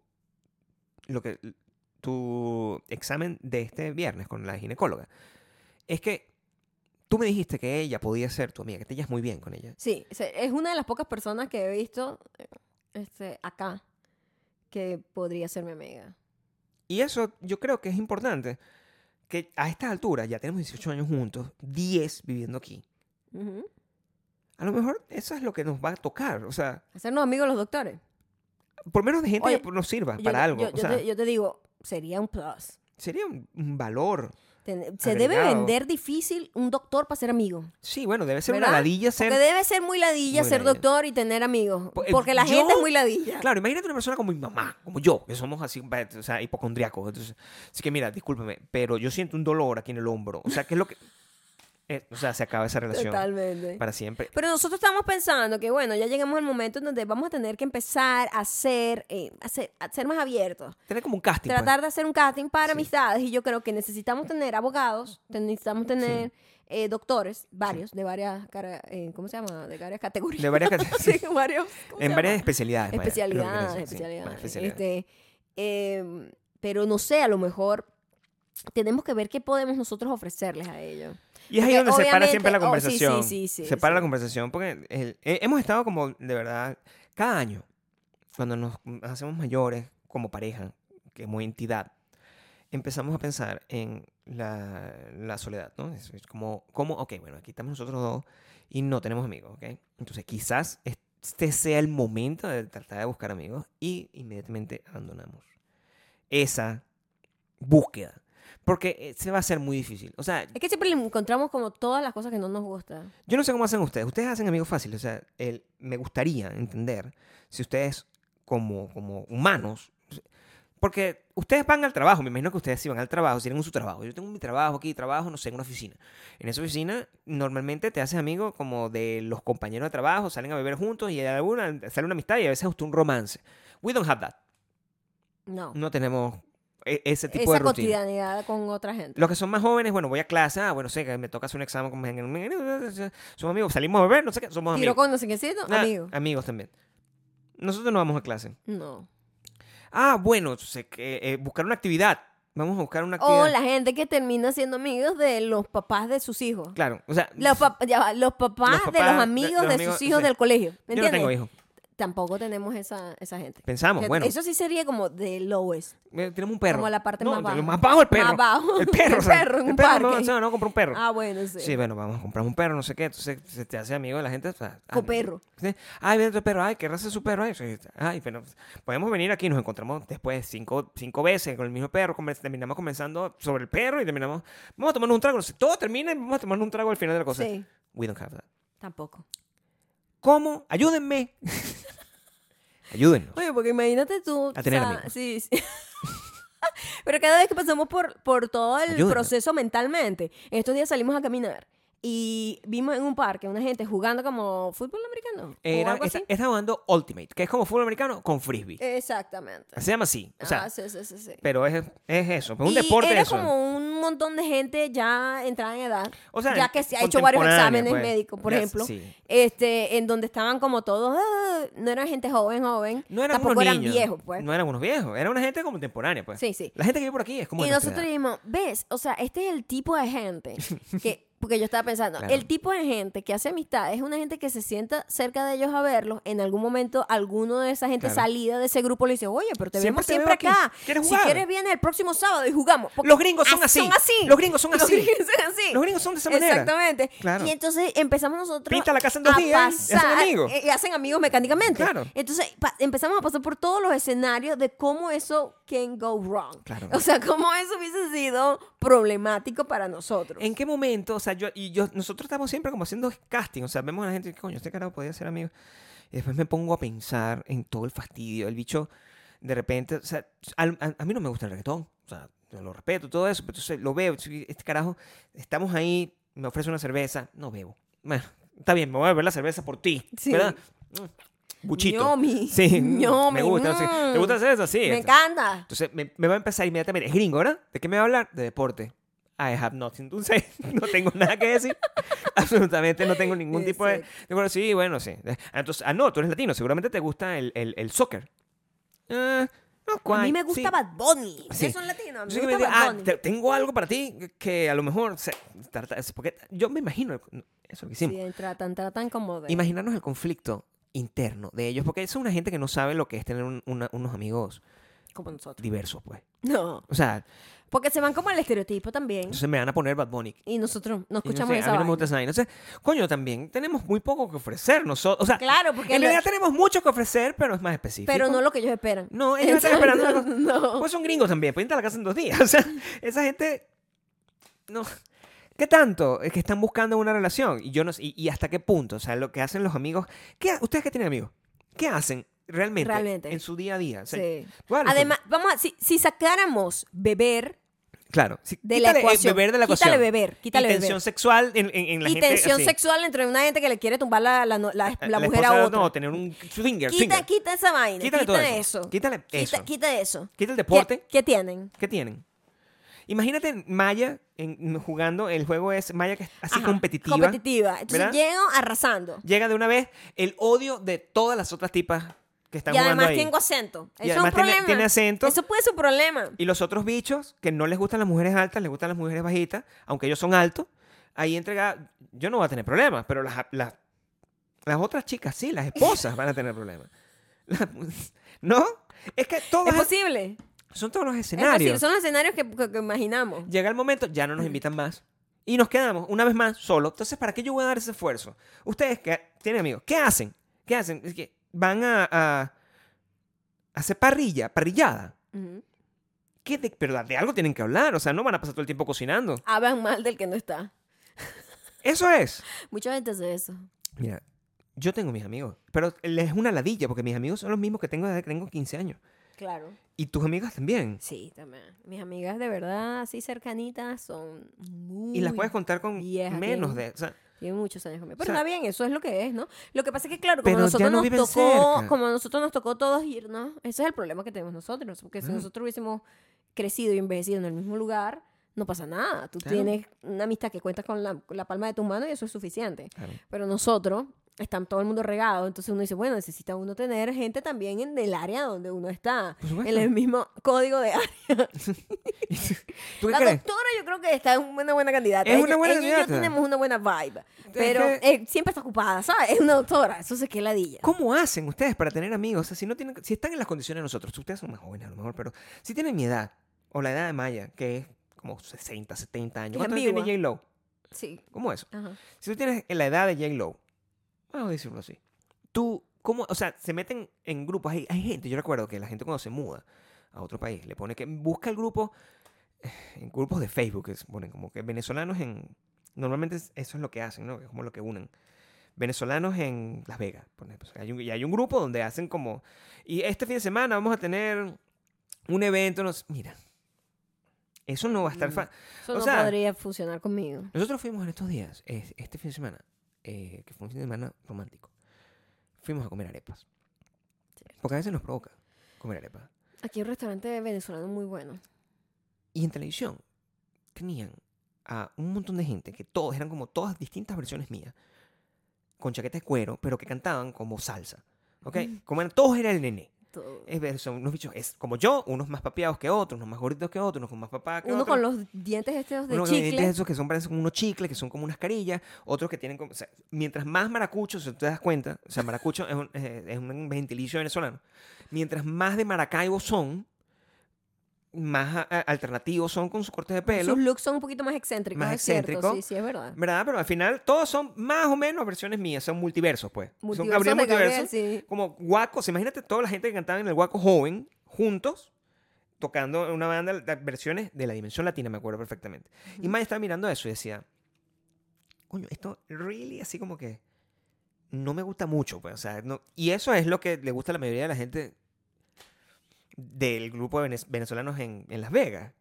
B: lo que, tu examen de este viernes con la ginecóloga, es que tú me dijiste que ella podía ser tu amiga, que te llevas muy bien con ella.
A: Sí, o sea, es una de las pocas personas que he visto eh, este, acá que podría ser mi amiga.
B: Y eso yo creo que es importante, que a estas alturas, ya tenemos 18 años juntos, 10 viviendo aquí.
A: Ujú.
B: A lo mejor eso es lo que nos va a tocar, o sea,
A: Hacernos amigos los doctores.
B: por menos de gente
A: Oye,
B: que nos sirva
A: Yo-
B: Ah, para algo.
A: Yo,
B: o
A: yo
B: sea,
A: te, yo te digo, sería un plus.
B: sería un- un valor.
A: Ten- se debe
B: Agregado.
A: vender difícil un doctor para ser amigo.
B: Sí, bueno, debe ser
A: ¿Verdad?
B: una ladilla ser
A: Porque debe ser muy ladilla
B: Muy
A: ser
B: ladilla.
A: doctor y tener amigos.
B: Po- eh,
A: Porque la
B: yo-
A: gente es muy ladilla.
B: Claro, imagínate una persona como mi mamá, como yo, que somos así, ba- o sea, hipocondriacos. Entonces, así que mira, discúlpame, pero yo siento un dolor aquí en el hombro. O sea, ¿qué es lo que. eh, o sea, se acaba esa relación
A: Totalmente.
B: para siempre.
A: Pero nosotros estamos pensando que, bueno, ya llegamos al momento en donde vamos a tener que empezar a ser, eh, a ser, a ser más abiertos.
B: Tener como un casting. pues.
A: Tratar de hacer un casting para amistades y yo creo que necesitamos tener abogados, te- necesitamos tener eh, doctores, varios, de varias, cara- eh, ¿cómo se llama? De varias categorías.
B: De varias cate-
A: Sí, varios, ¿cómo se
B: En
A: llama?
B: varias especialidades. vaya,
A: especialidades,
B: creo que es eso, sí,
A: especialidades.
B: varias especialidades.
A: Este, eh, pero no sé, a lo mejor tenemos que ver qué podemos nosotros ofrecerles a ellos.
B: Y es ahí
A: Porque
B: donde se para siempre la
A: obviamente- oh, sí, sí,
B: conversación.
A: sí, sí,
B: se para
A: sí.
B: la conversación porque el- he- hemos estado como, de verdad, cada año, cuando nos hacemos mayores como pareja, que como entidad, empezamos a pensar en la, la soledad, ¿no? Es, es como, como, ok, bueno, aquí estamos nosotros dos y no tenemos amigos, ¿ok? Entonces quizás este sea el momento de tratar de buscar amigos y inmediatamente abandonamos esa búsqueda. Porque eh, se va a hacer muy difícil. O sea,
A: Es que siempre le encontramos como todas las cosas que no nos gustan.
B: yo no sé cómo hacen ustedes. Ustedes hacen amigos fáciles. O sea, el- me gustaría entender si ustedes, como, como humanos, porque ustedes van al trabajo. Me imagino que ustedes sí van al trabajo, tienen su trabajo. Yo tengo mi trabajo aquí, trabajo, no sé, en una oficina. En esa oficina, normalmente te haces amigo como de los compañeros de trabajo, salen a beber juntos y de alguna sale una amistad y a veces hasta un romance. We don't have that.
A: No.
B: No tenemos e- ese tipo de
A: Esa
B: rutina.
A: cotidianidad con otra gente.
B: Los que son más jóvenes, bueno, voy a clase, ah, bueno, sé que me toca hacer un examen con somos amigos, salimos a beber, no sé qué, somos
A: Tiro
B: amigos.
A: con no sé qué sí, no,
B: Ah,
A: amigo.
B: Amigos también. Nosotros no vamos a clase.
A: No.
B: Ah, bueno, sé que, eh, buscar una actividad. Vamos a buscar una actividad.
A: O la gente que termina siendo amigos de los papás de sus hijos.
B: Claro, o sea,
A: Los, pap- ya va, los papás
B: Los
A: de
B: papás
A: los
B: de-
A: amigos de,
B: los amigos,
A: sus hijos
B: sí.
A: del colegio. ¿Me
B: yo no
A: entiendes?
B: tengo hijos.
A: Tampoco tenemos esa, esa gente.
B: Pensamos,
A: Que-
B: bueno,
A: Eso sí sería como de lowest.
B: eh, tenemos un perro.
A: como la parte
B: No,
A: más baja.
B: lo Más bajo el perro.
A: Más bajo.
B: El perro,
A: El
B: o sea,
A: perro en
B: el
A: un
B: perro,
A: parque.
B: No, no, no, compré un perro.
A: Ah, bueno, sí.
B: sí. bueno, vamos a comprar un perro, no sé qué. Entonces se te hace amigo de la gente. o sea, ah,
A: Con perro.
B: Sí. Ay, viene otro perro. Ay, qué raza es su perro. Ay, sí, ay, pero podemos venir aquí. Nos encontramos después cinco, cinco veces con el mismo perro. conver- Terminamos comenzando sobre el perro y terminamos. Vamos a tomarnos un trago. Todo termina y vamos a tomarnos un trago al final de la cosa.
A: Sí,
B: We don't have that.
A: tampoco.
B: ¿Cómo? Ayúdenme. Ayúdennos.
A: Oye, porque imagínate tú.
B: Pues. A tener
A: o sea,
B: amigos.
A: Sí, sí. Pero cada vez que pasamos por, por todo el
B: Ayúdame.
A: proceso mentalmente, en estos días salimos a caminar y vimos en un parque una gente jugando como fútbol americano. o
B: Era,
A: algo
B: está,
A: así.
B: está jugando Ultimate, que es como fútbol americano con frisbee.
A: Exactamente.
B: Se llama así. O sea,
A: ah, sí, sí, sí, sí.
B: pero es, es eso. Es un
A: Y
B: deporte
A: era
B: eso.
A: como un montón de gente ya entrada en edad,
B: O sea,
A: ya que se ha hecho varios
B: contemporáneo,
A: exámenes
B: pues.
A: médicos, por
B: Ya,
A: ejemplo,
B: sí.
A: este, en donde estaban como todos, ah, no eran gente joven, joven,
B: No eran
A: tampoco
B: unos
A: eran
B: niños,
A: viejos, pues.
B: No eran unos viejos. Era una gente contemporánea, pues.
A: Sí, sí.
B: La gente que vive por aquí es como.
A: y
B: de nuestra
A: nosotros
B: edad.
A: dijimos, ves, o sea, este es el tipo de gente que, porque yo estaba pensando,
B: Claro.
A: el tipo de gente que hace amistad es una gente que se sienta cerca de ellos a verlos, en algún momento alguno de esa gente
B: Claro.
A: salida de ese grupo le dice, oye, pero te
B: Siempre
A: vemos
B: te
A: siempre
B: veo aquí.
A: acá,
B: ¿Quieres
A: si
B: jugar?"
A: quieres viene el próximo sábado y jugamos. Porque
B: Los gringos son así.
A: Son así.
B: Los gringos son así.
A: Los gringos son así.
B: Los gringos son de esa manera.
A: Exactamente.
B: Claro.
A: Y entonces empezamos nosotros
B: Pinta la casa en dos
A: a
B: días y hacen
A: pasar-
B: amigos.
A: eh, Y hacen amigos mecánicamente.
B: Claro.
A: Entonces pa- empezamos a pasar por todos los escenarios de cómo eso can go wrong.
B: Claro.
A: O sea, cómo eso hubiese sido problemático para nosotros.
B: ¿En qué momento? O sea, yo y yo, nosotros estamos siempre como haciendo casting. O sea, vemos a la gente y coño, este carajo podía ser amigo. Y después me pongo a pensar en todo el fastidio. El bicho, de repente, o sea, al- a, a mí no me gusta el reggaetón. O sea, yo lo respeto, todo eso. Pero entonces lo veo. sí, Este carajo, estamos ahí, me ofrece una cerveza, no bebo. Bueno, está bien, me voy a beber la cerveza por ti.
A: Sí.
B: ¿Verdad? Mm, Buchito.
A: Ñomi.
B: Sí,
A: Ñomi,
B: me gusta. no sé qué. ¿Te
A: mm.
B: gusta hacer eso? Sí.
A: Me
B: Entonces-
A: encanta.
B: entonces me, me va a empezar inmediatamente. Es gringo, ¿verdad? ¿De qué me va a hablar? De deporte. I have nothing. Entonces, no tengo nada que decir. Absolutamente no tengo ningún tipo de, de acuerdo. Sí, bueno, sí. Ah, Entonces, ah, no, tú eres latino. Seguramente te gusta el, el, el soccer. Ah, no,
A: A mí
B: guay,
A: me
B: sí. Ah,
A: gusta Bad Bunny.
B: Sí.
A: Ustedes son latinos. A mí
B: Sí,
A: me
B: que me
A: gusta
B: diga,
A: Bad
B: ah,
A: Bunny.
B: te- tengo algo para ti que a lo mejor. se- trata- es porque yo me imagino. el- Eso es lo que hicimos.
A: Sí, tratan, tratan como de...
B: Imaginarnos el conflicto interno de ellos. Porque es una gente que no sabe lo que es tener un- una- unos amigos
A: como nosotros.
B: diversos, pues.
A: No.
B: O sea,
A: Porque se van como al estereotipo también.
B: entonces me van a poner Bad Bunny.
A: Y nosotros no
B: Y no
A: escuchamos
B: sé,
A: esa
B: a mí no me
A: vaina.
B: gusta esa vaina. Entonces, coño, también tenemos muy poco que ofrecer nosotros. O sea,
A: Claro, porque
B: en
A: lo-
B: realidad tenemos mucho que ofrecer, pero es más específico.
A: pero no lo que ellos esperan.
B: No, ellos están esperando una cosa.
A: No.
B: Pues son gringos también, pues entran a la casa en dos días. O sea, esa gente... No. ¿Qué tanto? Es que están buscando una relación. Y yo no sé- y, y hasta qué punto. O sea, lo que hacen los amigos... ¿Qué, ha- ¿Ustedes qué tienen amigos? ¿Qué hacen realmente,
A: Realmente.
B: en su día a día? O sea,
A: Sí.
B: ¿cuáles son?
A: Además, vamos a, si, si sacáramos beber
B: Claro. Sí,
A: de la
B: quítale, eh,
A: ecuación.
B: beber de la ecuación.
A: Quítale beber, quítale
B: y tensión
A: beber.
B: sexual en, en- en la
A: y
B: gente.
A: tensión
B: así. Eh,
A: sexual entre una gente que le quiere tumbar la, la, no- la- la mujer
B: esposa,
A: a otra.
B: No, tener un swinger.
A: quita,
B: swinger.
A: quita esa vaina.
B: Quítale todo
A: quita
B: eso.
A: eso.
B: Quítale eso.
A: Quita, quita eso.
B: Quita el
A: ¿Qué-
B: deporte.
A: ¿Qué, tienen?
B: ¿Qué tienen? Imagínate Maya en- jugando, el juego es Maya que es así
A: Ajá,
B: competitiva.
A: Competitiva. Entonces
B: ¿verdad?
A: llego arrasando.
B: Llega de una vez el odio de todas las otras tipas que están
A: y
B: jugando
A: además
B: ahí.
A: tengo acento.
B: Y
A: Eso es un
B: además tiene-
A: problema.
B: tiene acento.
A: Eso puede ser un problema.
B: Y los otros bichos que no les gustan las mujeres altas, les gustan las mujeres bajitas, aunque ellos son altos, ahí entrega, yo no voy a tener problemas, pero las, las, las otras chicas sí, las esposas van a tener problemas. Las- ¿No? Es que todos
A: Es posible.
B: son todos los
A: Es posible.
B: escenarios.
A: Son los escenarios que, que- que imaginamos.
B: Llega el momento, ya no nos invitan más. Y nos quedamos una vez más solos. Entonces, ¿para qué yo voy a dar ese esfuerzo? Ustedes que tienen amigos, ¿qué hacen? ¿Qué hacen? Es que van a, a, a hacer parrilla, parrillada.
A: Ujú.
B: ¿Qué de- pero de algo tienen que hablar. O sea, no van a pasar todo el tiempo cocinando.
A: Hablan mal del que no está.
B: Eso es.
A: Mucha gente hace eso.
B: Mira, yo tengo mis amigos, pero es una ladilla porque mis amigos son los mismos que tengo desde que tengo 15 años.
A: Claro.
B: Y tus amigas también.
A: Sí, también. Mis amigas de verdad, así cercanitas, son muy...
B: y las puedes contar con
A: vieja,
B: menos
A: tienen-
B: de... o sea,
A: Tienen muchos años conmigo. Pero
B: O sea-
A: está bien, eso es lo que es, ¿no? Lo que pasa es que, claro, como
B: Pero ya
A: nosotros
B: no
A: nos
B: viven
A: tocó...
B: cerca.
A: Como a nosotros nos tocó todos irnos. Ese es el problema que tenemos nosotros. Porque si
B: Claro.
A: nosotros hubiésemos crecido y envejecido en el mismo lugar, no pasa nada. Tú
B: Claro.
A: tienes una amistad que cuentas con la, con la palma de tus manos y eso es suficiente.
B: claro.
A: Pero nosotros... Están todo el mundo regado, entonces uno dice, bueno, necesita uno tener gente también en el área donde uno está,
B: Por
A: en
B: supuesto.
A: el em- mismo código de área.
B: ¿Tú qué
A: La
B: crees?
A: doctora yo creo que está es una buena candidata.
B: Es
A: Ella-
B: una buena
A: ella y
B: candidata.
A: yo tenemos una buena vibe. Pero
B: que-
A: eh, siempre está ocupada, ¿sabes? Es una doctora. Eso se que ladilla.
B: ¿Cómo hacen ustedes para tener amigos? O sea, si, no tienen, si están en las condiciones de nosotros, ustedes son más jóvenes a lo mejor, pero si tienen mi edad, o la edad de Maya, que es como 60, 70 años.
A: Es
B: ¿Cuánto tiene
A: ambigua.
B: J. Lowe?
A: Sí.
B: ¿Cómo eso?
A: Ajá.
B: Si tú tienes la edad de J. Lowe, vamos a decirlo así, tú, ¿cómo? O sea, se meten en grupos. Hay, hay gente, yo recuerdo que la gente cuando se muda a otro país, le pone que busca el grupo, eh, en grupos de Facebook, que se ponen como que venezolanos en. Normalmente es- eso es lo que hacen, ¿no? Es como lo que unen. Venezolanos en Las Vegas. por ejemplo. O sea, hay un- y hay un grupo donde hacen como. Y este fin de semana vamos a tener un evento. Nos, mira. Eso no va a estar
A: Mm.
B: fácil.
A: Eso
B: O
A: no
B: sea-
A: podría funcionar conmigo.
B: Nosotros fuimos en estos días, es- este fin de semana, eh, que fue un fin de semana romántico, fuimos a comer arepas. Porque a veces nos provoca comer arepas.
A: Aquí hay un restaurante venezolano muy bueno.
B: Y en televisión tenían a un montón de gente que todos eran como todas distintas versiones mías, con chaqueta de cuero, pero que cantaban como salsa. ¿Ok?
A: Mm.
B: Como eran, todos eran el nené.
A: Todo.
B: Es ver, son unos bichos, es como yo, unos más papeados que otros, unos más gorditos que otros, unos con más papá que
A: Uno
B: otros.
A: con los dientes estos de
B: Unos
A: chicle.
B: dientes esos que son parecen como unos chicles, que son como unas carillas, otros que tienen como... o sea, mientras más maracucho, si tú te das cuenta, o sea, maracucho es un, eh, es un gentilicio venezolano, mientras más de Maracaibo son, más a- a- alternativos son con sus cortes de pelo,
A: Sus looks son un poquito más excéntricos.
B: Más
A: es cierto,
B: excéntrico.
A: Sí, sí, es verdad.
B: ¿verdad? Pero al final todos son más o menos versiones mías, son multiversos, pues. son
A: Multiversos
B: Gabriel
A: de Gabriel,
B: Multiverso,
A: sí.
B: como guacos, imagínate toda la gente que cantaba en el guaco joven, juntos, tocando en una banda de versiones de la dimensión latina, me acuerdo perfectamente. Y Maya estaba mirando eso y decía, coño, esto really así como que no me gusta mucho, pues, o sea, no- y eso es lo que le gusta a la mayoría de la gente del grupo de venez- venezolanos en, en Las Vegas.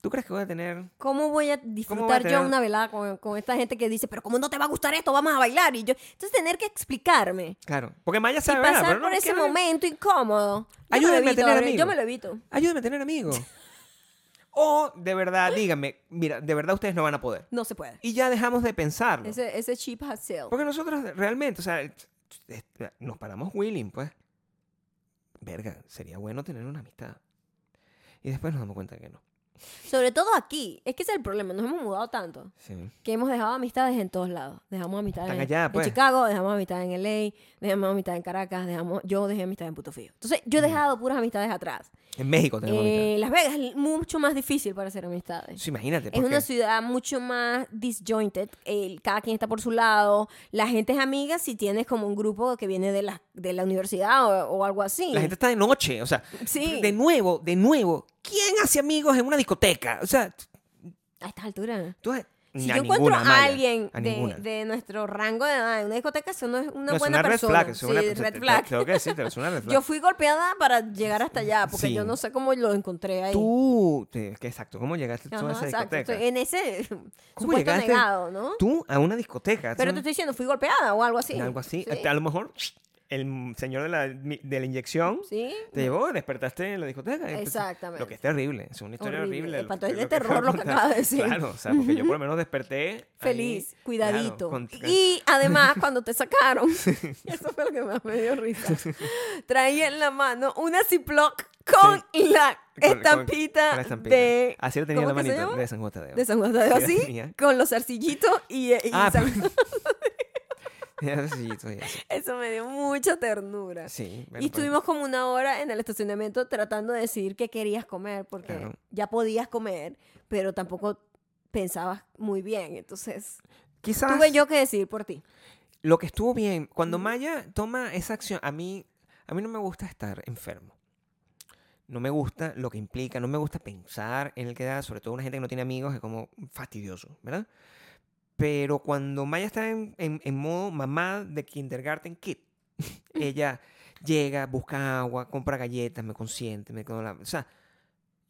B: ¿Tú crees que voy a tener...
A: ¿Cómo voy a disfrutar yo
B: tener-
A: una velada con, con esta gente que dice, pero cómo no te va a gustar esto? Vamos a bailar. Y yo, entonces tener que explicarme.
B: Claro, porque Maya
A: y
B: sabe... ¿verdad?
A: pasar
B: Pero no
A: por ese
B: quiero-
A: momento incómodo. Yo me lo
B: Ayúdenme a
A: evito,
B: tener
A: Gabriel,
B: amigos.
A: Yo me lo evito.
B: Ayúdame a tener amigos. o de verdad, díganme, mira, de verdad ustedes no van a poder.
A: No se puede.
B: Y ya dejamos de pensarlo.
A: Ese, ese chip has sale.
B: Porque nosotros realmente, o sea, es- es- nos paramos willing, pues. Verga, sería bueno tener una amistad. Y después nos damos cuenta que no.
A: Sobre todo aquí. Es que ese es el problema. Nos hemos mudado tanto
B: Sí.
A: que hemos dejado amistades en todos lados. Dejamos amistades
B: Están
A: en,
B: allá,
A: en
B: pues.
A: Chicago, dejamos amistades en LA, dejamos amistades en Caracas, dejamos, yo dejé amistades en Puto Fijo. Entonces, yo he dejado puras amistades atrás.
B: En México Mm. tenemos
A: Eh, Las Vegas es mucho más difícil para hacer amistades.
B: amistad. Sí, imagínate.
A: Es una
B: porque-
A: ciudad mucho más disjointed. el- cada quien está por su lado. La gente es amiga si tienes como un grupo que viene de la, de la universidad o, o algo así.
B: La gente está de noche, o sea,
A: Sí.
B: de nuevo, de nuevo, ¿quién hace amigos en una discoteca? O sea,
A: A esta altura.
B: tú has-
A: Si
B: ni a
A: yo encuentro
B: ninguna,
A: a
B: Maya,
A: alguien
B: a
A: de,
B: ninguna.
A: de nuestro rango de edad en una discoteca, eso no es una
B: No, es
A: buena
B: una red
A: persona.
B: flag, es una
A: Sí,
B: te-
A: red
B: te-
A: flag.
B: Tengo que decirte, es una red flag.
A: Yo fui golpeada para llegar hasta allá, porque
B: Sí.
A: yo no sé cómo lo encontré ahí.
B: Tú, te- que exacto, ¿cómo llegaste tú a
A: Ajá,
B: esa
A: exacto.
B: discoteca?
A: Estoy en ese
B: ¿Cómo
A: supuesto
B: llegaste
A: negado, ¿no?
B: Tú a una
A: Pero
B: discoteca. hace
A: te
B: un-
A: estoy diciendo, fui golpeada o algo así.
B: algo así.
A: Sí.
B: A lo mejor el señor de la, de la inyección
A: Sí.
B: te llevó, despertaste en la discoteca. y- pues,
A: Exactamente.
B: Lo que es terrible, es una historia
A: Horrible.
B: horrible.
A: El
B: lo-
A: pato es
B: lo
A: de
B: que acabo
A: terror lo que
B: contar.
A: acabas de decir.
B: Claro, o sea, porque yo por lo menos desperté. ahí,
A: Feliz,
B: claro,
A: cuidadito.
B: con-
A: Y además, cuando te sacaron, eso fue lo que más me dio risa, traía en la mano una Ziploc con la
B: con- con-
A: estampita,
B: con la estampita.
A: de...
B: Así lo tenía en la
A: ¿cómo que se
B: manita
A: llama?
B: de San Juan Tadeo.
A: de San Juan Tadeo,
B: Sí, la tenía.
A: así, con los arcillitos y, y
B: Ah,
A: San-
B: Ya, sí, sí, sí.
A: eso me dio mucha ternura.
B: Sí, bueno,
A: y
B: pues,
A: estuvimos como una hora en el estacionamiento tratando de decidir qué querías comer, porque
B: Claro.
A: ya podías comer, pero tampoco pensabas muy bien. Entonces,
B: Quizás
A: tuve yo que decidir por ti.
B: lo que estuvo bien, cuando Maya toma esa acción, a mí, a mí no me gusta estar enfermo. No me gusta lo que implica, no me gusta pensar en el que da, sobre todo una gente que no tiene amigos, es como fastidioso, ¿verdad? Pero cuando Maya está en, en- en modo mamá de kindergarten kid, ella llega, busca agua, compra galletas, me consiente, me con la- O sea,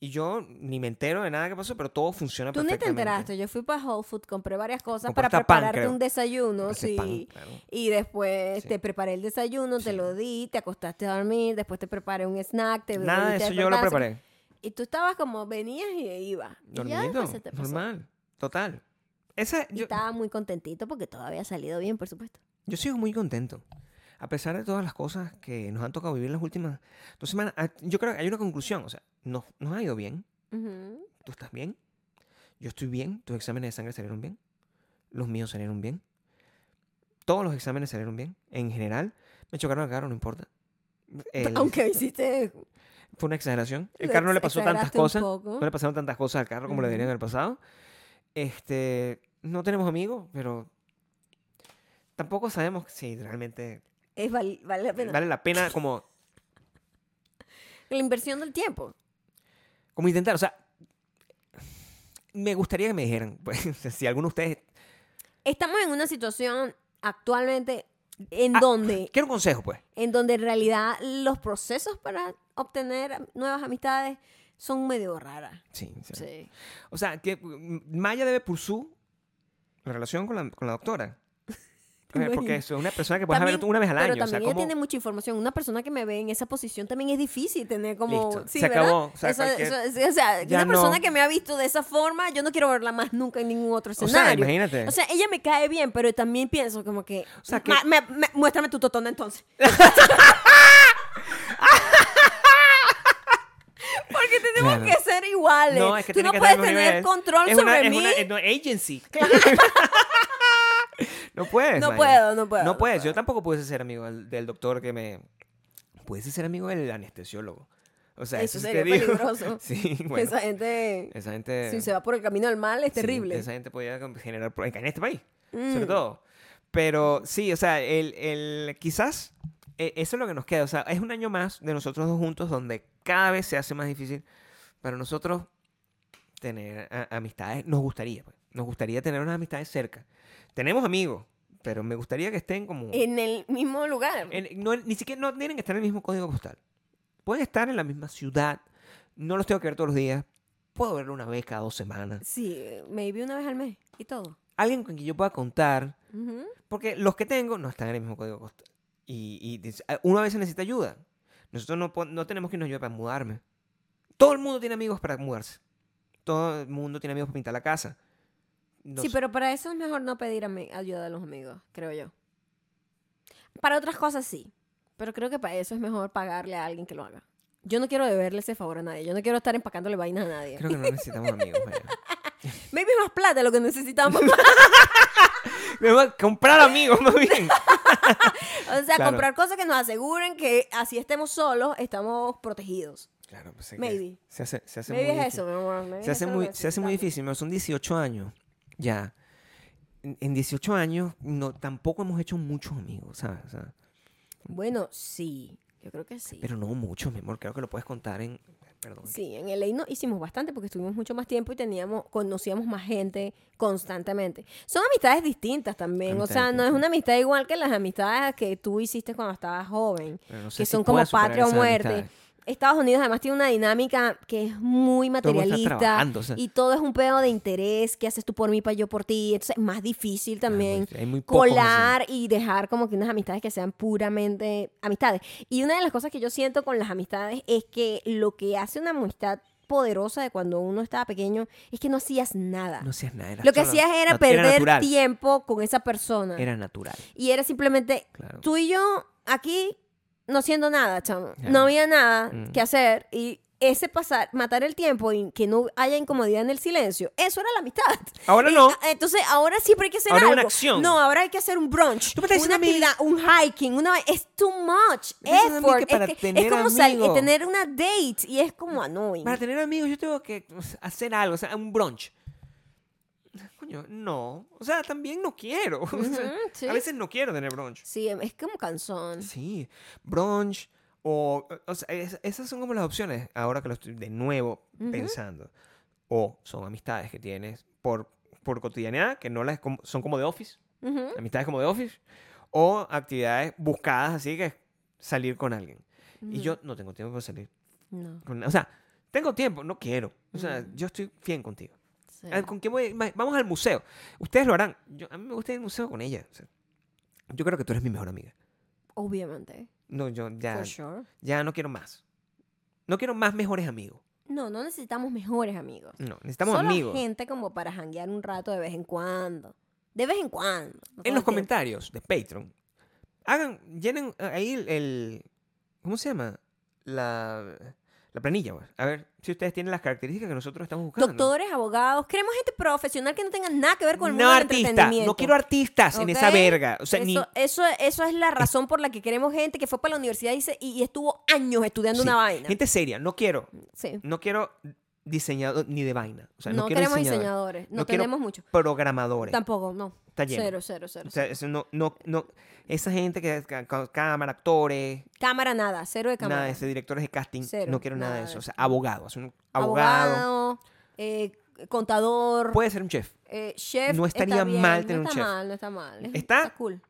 B: y yo ni me entero de nada que pasó, pero todo funciona
A: Tú ni te
B: Ah, perfectamente.
A: enteraste, yo fui para Whole Foods, compré varias cosas
B: Compraste
A: para
B: pan,
A: prepararte
B: creo.
A: un desayuno,
B: Porque ese
A: sí.
B: Pues pan, claro.
A: Y después
B: Sí.
A: te preparé el desayuno, te
B: Sí.
A: lo di, te acostaste a dormir, después te preparé un snack, te
B: Nada de
A: te
B: eso yo lo
A: despertaste.
B: preparé.
A: Y tú estabas como, venías y ibas. Y ya
B: Dormidito,
A: después se te pasó.
B: normal, total. Esa,
A: Y
B: yo,
A: estaba muy contentito porque todo había salido bien, por supuesto.
B: yo sigo muy contento. A pesar de todas las cosas que nos han tocado vivir las últimas dos semanas, ah, yo creo que hay una conclusión. O sea, nos, nos ha ido bien.
A: Ujú.
B: Tú estás bien. Yo estoy bien. Tus exámenes de sangre salieron bien. Los míos salieron bien. Todos los exámenes salieron bien. En general, me chocaron el carro, no importa. El-
A: Aunque hiciste...
B: Fue una exageración. El carro no le pasó tantas
A: exageraste un
B: cosas.
A: poco.
B: No le pasaron tantas cosas al carro como le deberían
A: Ujú.
B: haber pasado. Este, no tenemos amigos, pero tampoco sabemos si realmente
A: Es val- vale la pena.
B: vale la pena como,
A: La inversión del tiempo.
B: como intentar. O sea, me gustaría que me dijeran, pues, si alguno de ustedes...
A: Estamos en una situación actualmente en
B: Ah,
A: donde
B: Quiero un consejo, pues.
A: en donde en realidad los procesos para obtener nuevas amistades son medio raras.
B: Sí, sí.
A: Sí.
B: O sea, que mm, Maya debe por su la relación con la, con la doctora. Eh,
A: ¿Te
B: Porque
A: imaginas?
B: eso es una persona que puedes ver
A: También-
B: una vez al año.
A: Pero también
B: o sea,
A: ella
B: ¿cómo-
A: tiene mucha información. Una persona que me ve en esa posición también es difícil tener como...
B: Listo.
A: Sí,
B: Se
A: ¿verdad?
B: acabó. O sea,
A: Eso-
B: cualquier-
A: eso- sí, o sea,
B: Ya
A: una persona
B: no-
A: que me ha visto de esa forma, yo no quiero verla más nunca en ningún otro
B: o sea,
A: escenario.
B: imagínate.
A: O sea, ella me cae bien, pero también pienso como que...
B: sea, que-
A: "Ma- me- me- muéstrame tu totona entonces. Porque tenemos
B: Claro.
A: que ser iguales.
B: No, es que
A: Tú
B: tiene
A: no
B: que
A: puedes
B: estar en un
A: tener
B: nivel.
A: control
B: Es
A: sobre
B: una- es
A: mí.
B: una- es una agency. no puedes.
A: No
B: Maya.
A: puedo, no puedo,
B: No
A: no
B: puedes. Yo
A: puedo.
B: tampoco pudiese ser amigo del, del doctor que me. Pudiese ser amigo del anestesiólogo. O sea,
A: Eso
B: sí
A: sería
B: te digo.
A: peligroso.
B: Sí, bueno.
A: Esa gente,
B: Esa gente.
A: si se va por el camino del mal, es
B: sí,
A: terrible.
B: esa gente podía generar. pro- En este país, sobre
A: Mm.
B: todo. Pero sí, o sea, el, el, quizás eh, eso es lo que nos queda. O sea, es un año más de nosotros dos juntos donde cada vez se hace más difícil para nosotros tener a- amistades. Nos gustaría, pues. Nos gustaría tener unas amistades cerca. Tenemos amigos, pero me gustaría que estén como...
A: En el mismo lugar.
B: en- no, ni siquiera no tienen que estar en el mismo código postal. Pueden estar en la misma ciudad. No los tengo que ver todos los días. Puedo verlo una vez cada dos semanas.
A: Sí, maybe una vez al mes y todo.
B: Alguien con quien yo pueda contar.
A: Ujú.
B: Porque los que tengo no están en el mismo código postal. Y, y dice, "Ah, uno a veces necesita ayuda. Nosotros no, po- no tenemos que nos ayude para mudarme. Todo el mundo tiene amigos para mudarse. Todo el mundo tiene amigos para pintar la casa. No
A: Sí,
B: sé.
A: pero para eso es mejor no pedir ami- ayuda a los amigos, creo yo. Para otras cosas sí, pero creo que para eso es mejor pagarle a alguien que lo haga. Yo no quiero deberle ese favor a nadie. Yo no quiero estar empacándole vainas a nadie.
B: Creo que no necesitamos amigos. Maya.
A: Maybe es más plata lo que necesitamos.
B: Me voy a comprar amigos, más bien.
A: o sea,
B: Claro.
A: comprar cosas que nos aseguren que así estemos solos, estamos protegidos.
B: Claro, pues es que
A: Maybe.
B: Se hace, se hace
A: Maybe
B: muy
A: es
B: difícil.
A: eso, mi amor. maybe
B: Se
A: eso
B: hace
A: es lo
B: muy,
A: que
B: se hace
A: necesitamos.
B: muy difícil, ¿no? son 18 años ya. En, en 18 años no, tampoco hemos hecho muchos amigos, ¿sabes? O sea,
A: Bueno, sí. Yo creo que sí.
B: pero no muchos, mi amor, creo que lo puedes contar en... perdón.
A: Sí, en LA no hicimos bastante porque estuvimos mucho más tiempo y teníamos, conocíamos más gente constantemente. Son amistades distintas también, o sea,
B: Amistades
A: no es
B: distintas.
A: una amistad igual que las amistades que tú hiciste cuando estabas joven,
B: Pero no sé
A: que
B: si
A: son como
B: pueda superar
A: patria o
B: esas
A: muerte.
B: amistades.
A: Estados Unidos además tiene una dinámica que es muy
B: Todo el mundo está
A: materialista
B: trabajando, o sea.
A: y todo es un pedo de interés, qué haces tú por mí, para yo por ti, entonces es más difícil también
B: Ah, muy- hay muy pocos así.
A: colar y dejar como que unas amistades que sean puramente amistades. Y una de las cosas que yo siento con las amistades es que lo que hace una amistad poderosa de cuando uno estaba pequeño es que no hacías nada.
B: No hacías nada. era
A: lo que
B: solo-
A: hacías era
B: nat-
A: perder
B: natural,
A: tiempo con esa persona.
B: Era natural,
A: Y era simplemente
B: claro.
A: tú y yo aquí no siendo nada, chamo.
B: Ya.
A: No había nada
B: Mm.
A: que hacer y ese pasar, matar el tiempo y que no haya incomodidad en el silencio, eso era la amistad.
B: Ahora no.
A: Ah, Entonces ahora siempre hay que hacer
B: Ahora
A: algo.
B: una acción.
A: No, ahora hay que hacer un brunch,
B: Tú me estás
A: una
B: diciendo a mí-
A: actividad, un hiking, una es too much
B: Me estás diciendo a mí
A: effort.
B: que para
A: es, que- es
B: tener
A: como salir,
B: amigos.
A: tener una date y es como annoying.
B: Para tener amigos yo tengo que pues, hacer algo, o sea, un brunch. Coño, no. O sea, también no quiero. O sea,
A: Ujú, sí.
B: A veces no quiero tener brunch.
A: Sí, es como canzón.
B: Sí, brunch o... o sea, es- esas son como las opciones, ahora que lo estoy de nuevo pensando. O son amistades que tienes por, por cotidianidad, que no las com- son como de office.
A: Ujú.
B: amistades como de office o actividades buscadas así que es salir con alguien y yo no tengo tiempo para salir
A: No,
B: con- o sea tengo tiempo no quiero o sea yo estoy bien contigo
A: sí.
B: Ah, con quién voy a ir? Ma- vamos al museo ustedes lo harán yo, a mí me gusta ir al museo con ella o sea, yo creo que tú eres mi mejor amiga
A: obviamente.
B: no yo ya
A: For sure.
B: ya no quiero más no quiero más mejores amigos
A: No, no necesitamos mejores amigos.
B: no necesitamos
A: Solo
B: amigos
A: gente como para janguear un rato de vez en cuando. De vez en cuando. no todo
B: en
A: el
B: los
A: tiempo.
B: comentarios de Patreon, hagan, llenen eh, ahí el, el- ¿cómo se llama? La, la planilla, pues. A ver si ustedes tienen las características que nosotros estamos buscando.
A: Doctores, abogados, queremos gente profesional que no tenga nada que ver con el mundo
B: no
A: del
B: artistas,
A: entretenimiento.
B: no quiero artistas en esa
A: ¿Ok?
B: verga. O sea, ni-
A: eso, eso, eso es la razón por la que queremos gente que fue para la universidad y, se- y- y estuvo años estudiando
B: sí,
A: una vaina.
B: Gente seria, no quiero,
A: Sí.
B: no quiero diseñador ni de vaina. O sea, no,
A: no
B: quiero
A: queremos
B: diseñador,
A: diseñadores. No,
B: No quiero-
A: tenemos mucho.
B: Programadores.
A: Tampoco, no.
B: Está lleno.
A: Cero, cero, cero.
B: O sea, eso no, no, no, esa gente que ca- ca- cámara, actores,
A: Cámara nada, cero de cámara.
B: nada de ese, directores de casting,
A: Cero,
B: no quiero nada,
A: nada
B: de
A: de
B: eso. O
A: eso.
B: sea, abogados, un abogado
A: Abogado, eh, contador,
B: Puede ser un chef.
A: eh, chef.
B: no estaría
A: está bien,
B: mal tener un
A: no está
B: chef.
A: mal, no está mal. Es-
B: Está-
A: cool.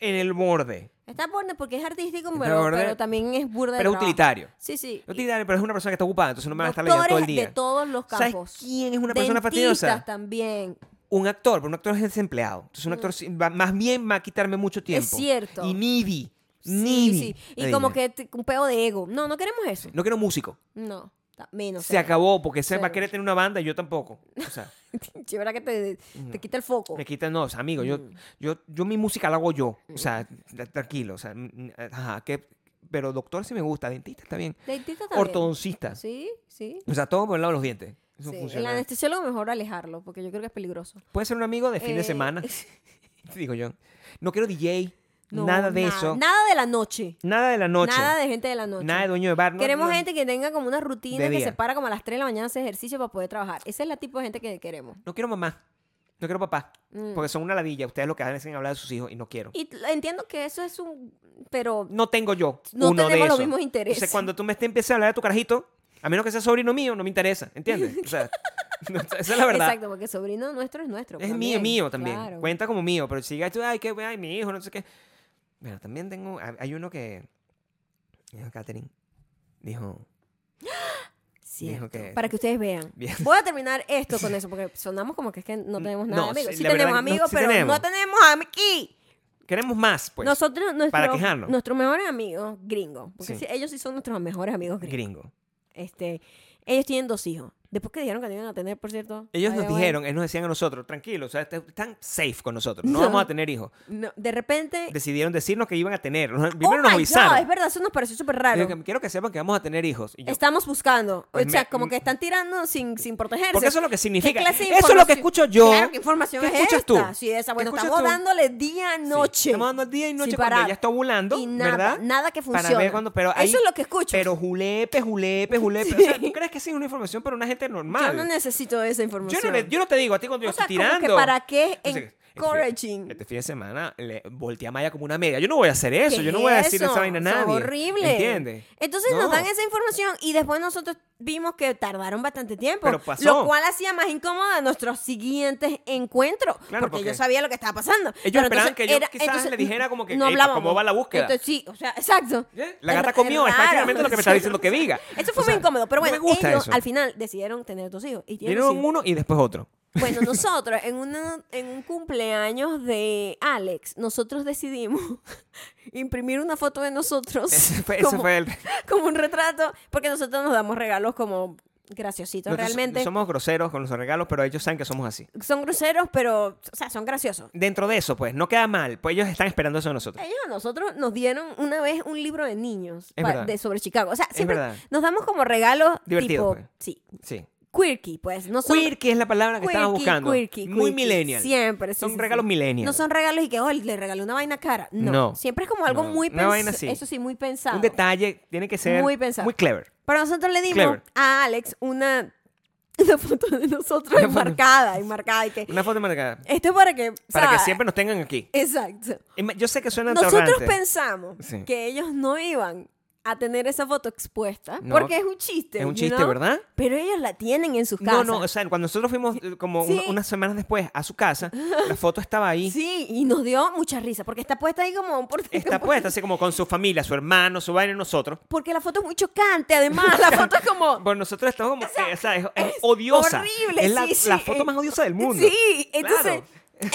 B: En el borde.
A: Está bueno porque es artístico,
B: Está
A: pero,
B: borde,
A: pero también es burda de
B: Pero es
A: trabajo.
B: utilitario.
A: Sí, sí.
B: Es Utilitario, pero es una persona que está ocupada, entonces no me va a estar leyendo
A: Doctores
B: todo el día.
A: de todos los campos.
B: ¿Sabes quién es una persona
A: Dentistas
B: fastidiosa?
A: también. Mm.
B: Un actor, pero un actor es desempleado. Entonces un actor sí va- más bien va a quitarme mucho tiempo.
A: cierto.
B: Y needy.
A: Sí,
B: needy.
A: sí. Y
B: Ay,
A: como
B: ya.
A: que te- un peo de ego. No, no queremos eso.
B: No quiero músico.
A: No, ta- menos.
B: Se acabó porque se va a
A: Cero.
B: querer tener una banda y yo tampoco. O sea,
A: Sí, ¿verdad que te, te quita el foco.
B: me quitan, no, o sea, amigo, yo,
A: Mm.
B: yo, yo mi música la hago yo. O sea, tra- tranquilo. O sea, mm, ajá, que, pero doctor sí me gusta, dentista está bien.
A: Dentista también.
B: Ortodoncista.
A: Sí, sí.
B: O sea, todo por el lado de los dientes. Eso
A: sí. El
B: funciona.
A: anestesiólogo mejor alejarlo porque yo creo que es peligroso.
B: Puede ser un amigo de fin
A: Eh,
B: de semana. Digo yo. No quiero DJ.
A: No,
B: nada de eso.
A: Nada de la noche.
B: Nada de la noche.
A: Nada
B: Nada
A: de gente de la
B: de,
A: noche.
B: dueño de bar. no-
A: Queremos
B: no-
A: gente que tenga como una rutina
B: De
A: que
B: día.
A: se para como a las 3 de la mañana a hacer ejercicio para poder trabajar. Ese es el tipo de gente que queremos.
B: No quiero mamá. No quiero papá.
A: Mm.
B: Porque son una ladilla. Ustedes lo que hacen es hablar de sus hijos y no quiero.
A: Y t- entiendo que eso es un... Pero
B: No tengo yo
A: No
B: uno de
A: tenemos los
B: esos.
A: mismos intereses.
B: Entonces, cuando tú me estés- empieces a hablar de tu carajito, a menos que sea sobrino mío, no me interesa. ¿Entiendes? O sea, no, esa es la verdad.
A: Exacto, porque sobrino nuestro es nuestro. pues,
B: Es mío, mío también.
A: claro.
B: Cuenta como mío, pero si tú, ay, qué ay, mi hijo, no sé qué. Bueno, también tengo, hay hay uno que, dijo Catherine, dijo,
A: Cierto.
B: Dijo que-
A: Para que ustedes vean.
B: Bien.
A: Voy a terminar esto con eso, porque sonamos como que es que no tenemos nada
B: Mm, No,
A: de amigos.
B: sí,
A: Sí
B: la verdad
A: tenemos
B: que no,
A: amigos,
B: sí
A: pero
B: tenemos.
A: no tenemos aquí.
B: queremos más, pues,
A: Nosotros, nuestro,
B: para quejarnos.
A: nuestros mejores amigos gringos, porque
B: Sí.
A: sí, ellos sí son nuestros mejores amigos gringos.
B: gringo.
A: Este, ellos tienen dos hijos. Después que dijeron que no iban a tener, por cierto.
B: Ellos
A: by
B: nos
A: the way,
B: dijeron, ellos nos decían a nosotros, tranquilos, o sea, te- están safe con nosotros, no, vamos a tener hijos.
A: no, de repente.
B: Decidieron decirnos que iban a tener,
A: Eh. Oh my
B: primero nos
A: God, es
B: avisaron.
A: verdad, eso nos pareció súper
B: Digo
A: raro.
B: que quiero que sepan que vamos a tener hijos. Y yo,
A: Estamos buscando.
B: Pues
A: o sea,
B: me- eh,
A: como que están tirando sin, sin protegerse.
B: Porque eso es lo que
A: ¿Qué
B: significa.
A: clase de
B: Eso es lo que
A: información?
B: escucho yo.
A: Claro, ¿qué información
B: ¿Qué
A: es
B: escuchas
A: esta?
B: tú?
A: Sí, esa.
B: ¿Qué
A: Bueno,
B: escuchas
A: estamos
B: tú?
A: dándole día,
B: Sí,
A: noche.
B: Estamos dando día y noche
A: Sin
B: cuando
A: parar.
B: ya está ovulando,
A: Y nada,
B: ¿verdad?
A: nada que
B: Para ver
A: funciona.
B: cuando- pero
A: Eso
B: ahí-
A: es lo que escucho.
B: Pero julepe, julepe, julepe. O sea, ¿tú crees que esa es una información para una gente normal?
A: Yo no necesito esa
B: Yo
A: información.
B: no le- yo no te digo a ti cuando yo
A: o sea,
B: estoy
A: como
B: tirando.
A: que para qué
B: No
A: en-
B: sé qué.
A: Encouraging.
B: Este fin de semana le volteé a Maya como una media. Yo no voy a hacer eso.
A: ¿Qué
B: Yo no
A: es
B: voy a decir
A: eso?
B: esa vaina a
A: Eso es
B: nadie.
A: horrible.
B: ¿Entiendes?
A: Entonces nos
B: No.
A: dan esa información y después nosotros vimos que tardaron bastante tiempo,
B: Pero pasó.
A: lo cual hacía más incómoda nuestros siguientes encuentros,
B: Claro,
A: porque,
B: porque
A: yo sabía lo que estaba pasando. Ellos
B: esperaban que yo quizás le dijera como que,
A: no
B: "Ey, ¿cómo
A: hablábamos".
B: va la búsqueda?
A: Entonces, sí, o sea, exacto.
B: ¿Eh? La
A: Es
B: gata
A: ra-
B: comió, es
A: raro.
B: prácticamente lo que me está diciendo que diga.
A: Eso fue
B: O sea,
A: muy incómodo, pero
B: no
A: bueno,
B: me gusta
A: ellos
B: eso.
A: al final decidieron tener dos hijos y tienen
B: Vinieron
A: hijos.
B: uno y después otro.
A: Bueno, nosotros en, una- en un cumpleaños de Alex, nosotros decidimos imprimir una foto de nosotros
B: Ese fue, ese
A: como,
B: fue el.
A: como un retrato, porque nosotros nos damos regalos como graciositos
B: Nosotros
A: realmente.
B: Somos groseros con los regalos, pero ellos saben que somos así.
A: Son groseros, pero, o sea, son graciosos.
B: Dentro de eso, pues, no queda mal. Pues ellos están esperando eso de nosotros.
A: Ellos a nosotros nos dieron una vez un libro de niños
B: Es
A: pa-
B: verdad.
A: de sobre Chicago. O sea,
B: Es
A: siempre
B: verdad.
A: nos damos como regalos tipo,
B: Divertido, pues.
A: sí,
B: Sí.
A: quirky, pues. No son
B: Quirky es la palabra que estaba
A: Quirky,
B: buscando.
A: quirky,
B: Muy
A: quirky.
B: millennial.
A: Siempre. sí,
B: Son
A: sí,
B: regalos
A: sí.
B: millennial.
A: No son regalos y que, oh, le regalé una vaina cara. No.
B: No.
A: Siempre es como algo
B: No,
A: muy
B: una vaina
A: pensado.
B: así.
A: Eso sí, muy pensado.
B: Un detalle tiene que ser
A: Muy pensado.
B: clever.
A: Pero nosotros le dimos
B: Clever.
A: a Alex una, una foto de nosotros
B: Una foto.
A: enmarcada, enmarcada. Y que,
B: Una foto marcada.
A: esto es para que. o
B: Para que
A: sea,
B: siempre nos tengan aquí.
A: Exacto.
B: Ima- Yo sé que suena
A: Nosotros
B: atorrante.
A: pensamos
B: Sí.
A: que ellos no iban a tener esa foto expuesta
B: No,
A: porque es un chiste.
B: es un
A: you
B: chiste,
A: know?
B: ¿verdad?
A: Pero ellos la tienen en sus
B: No,
A: casas.
B: no, o sea, cuando nosotros fuimos eh, como un-
A: Sí.
B: unas semanas después a su casa, la foto estaba ahí.
A: Sí, y nos dio mucha risa porque está puesta ahí como un porte-
B: Está puesta así como con su familia, su hermano, su vaina y nosotros.
A: Porque la foto es muy chocante, además. La foto es como.
B: Bueno, nosotros estamos como, que, o sea, es, es odiosa.
A: horrible,
B: Es la,
A: sí, sí.
B: la foto más odiosa del mundo.
A: Sí, entonces.
B: Claro.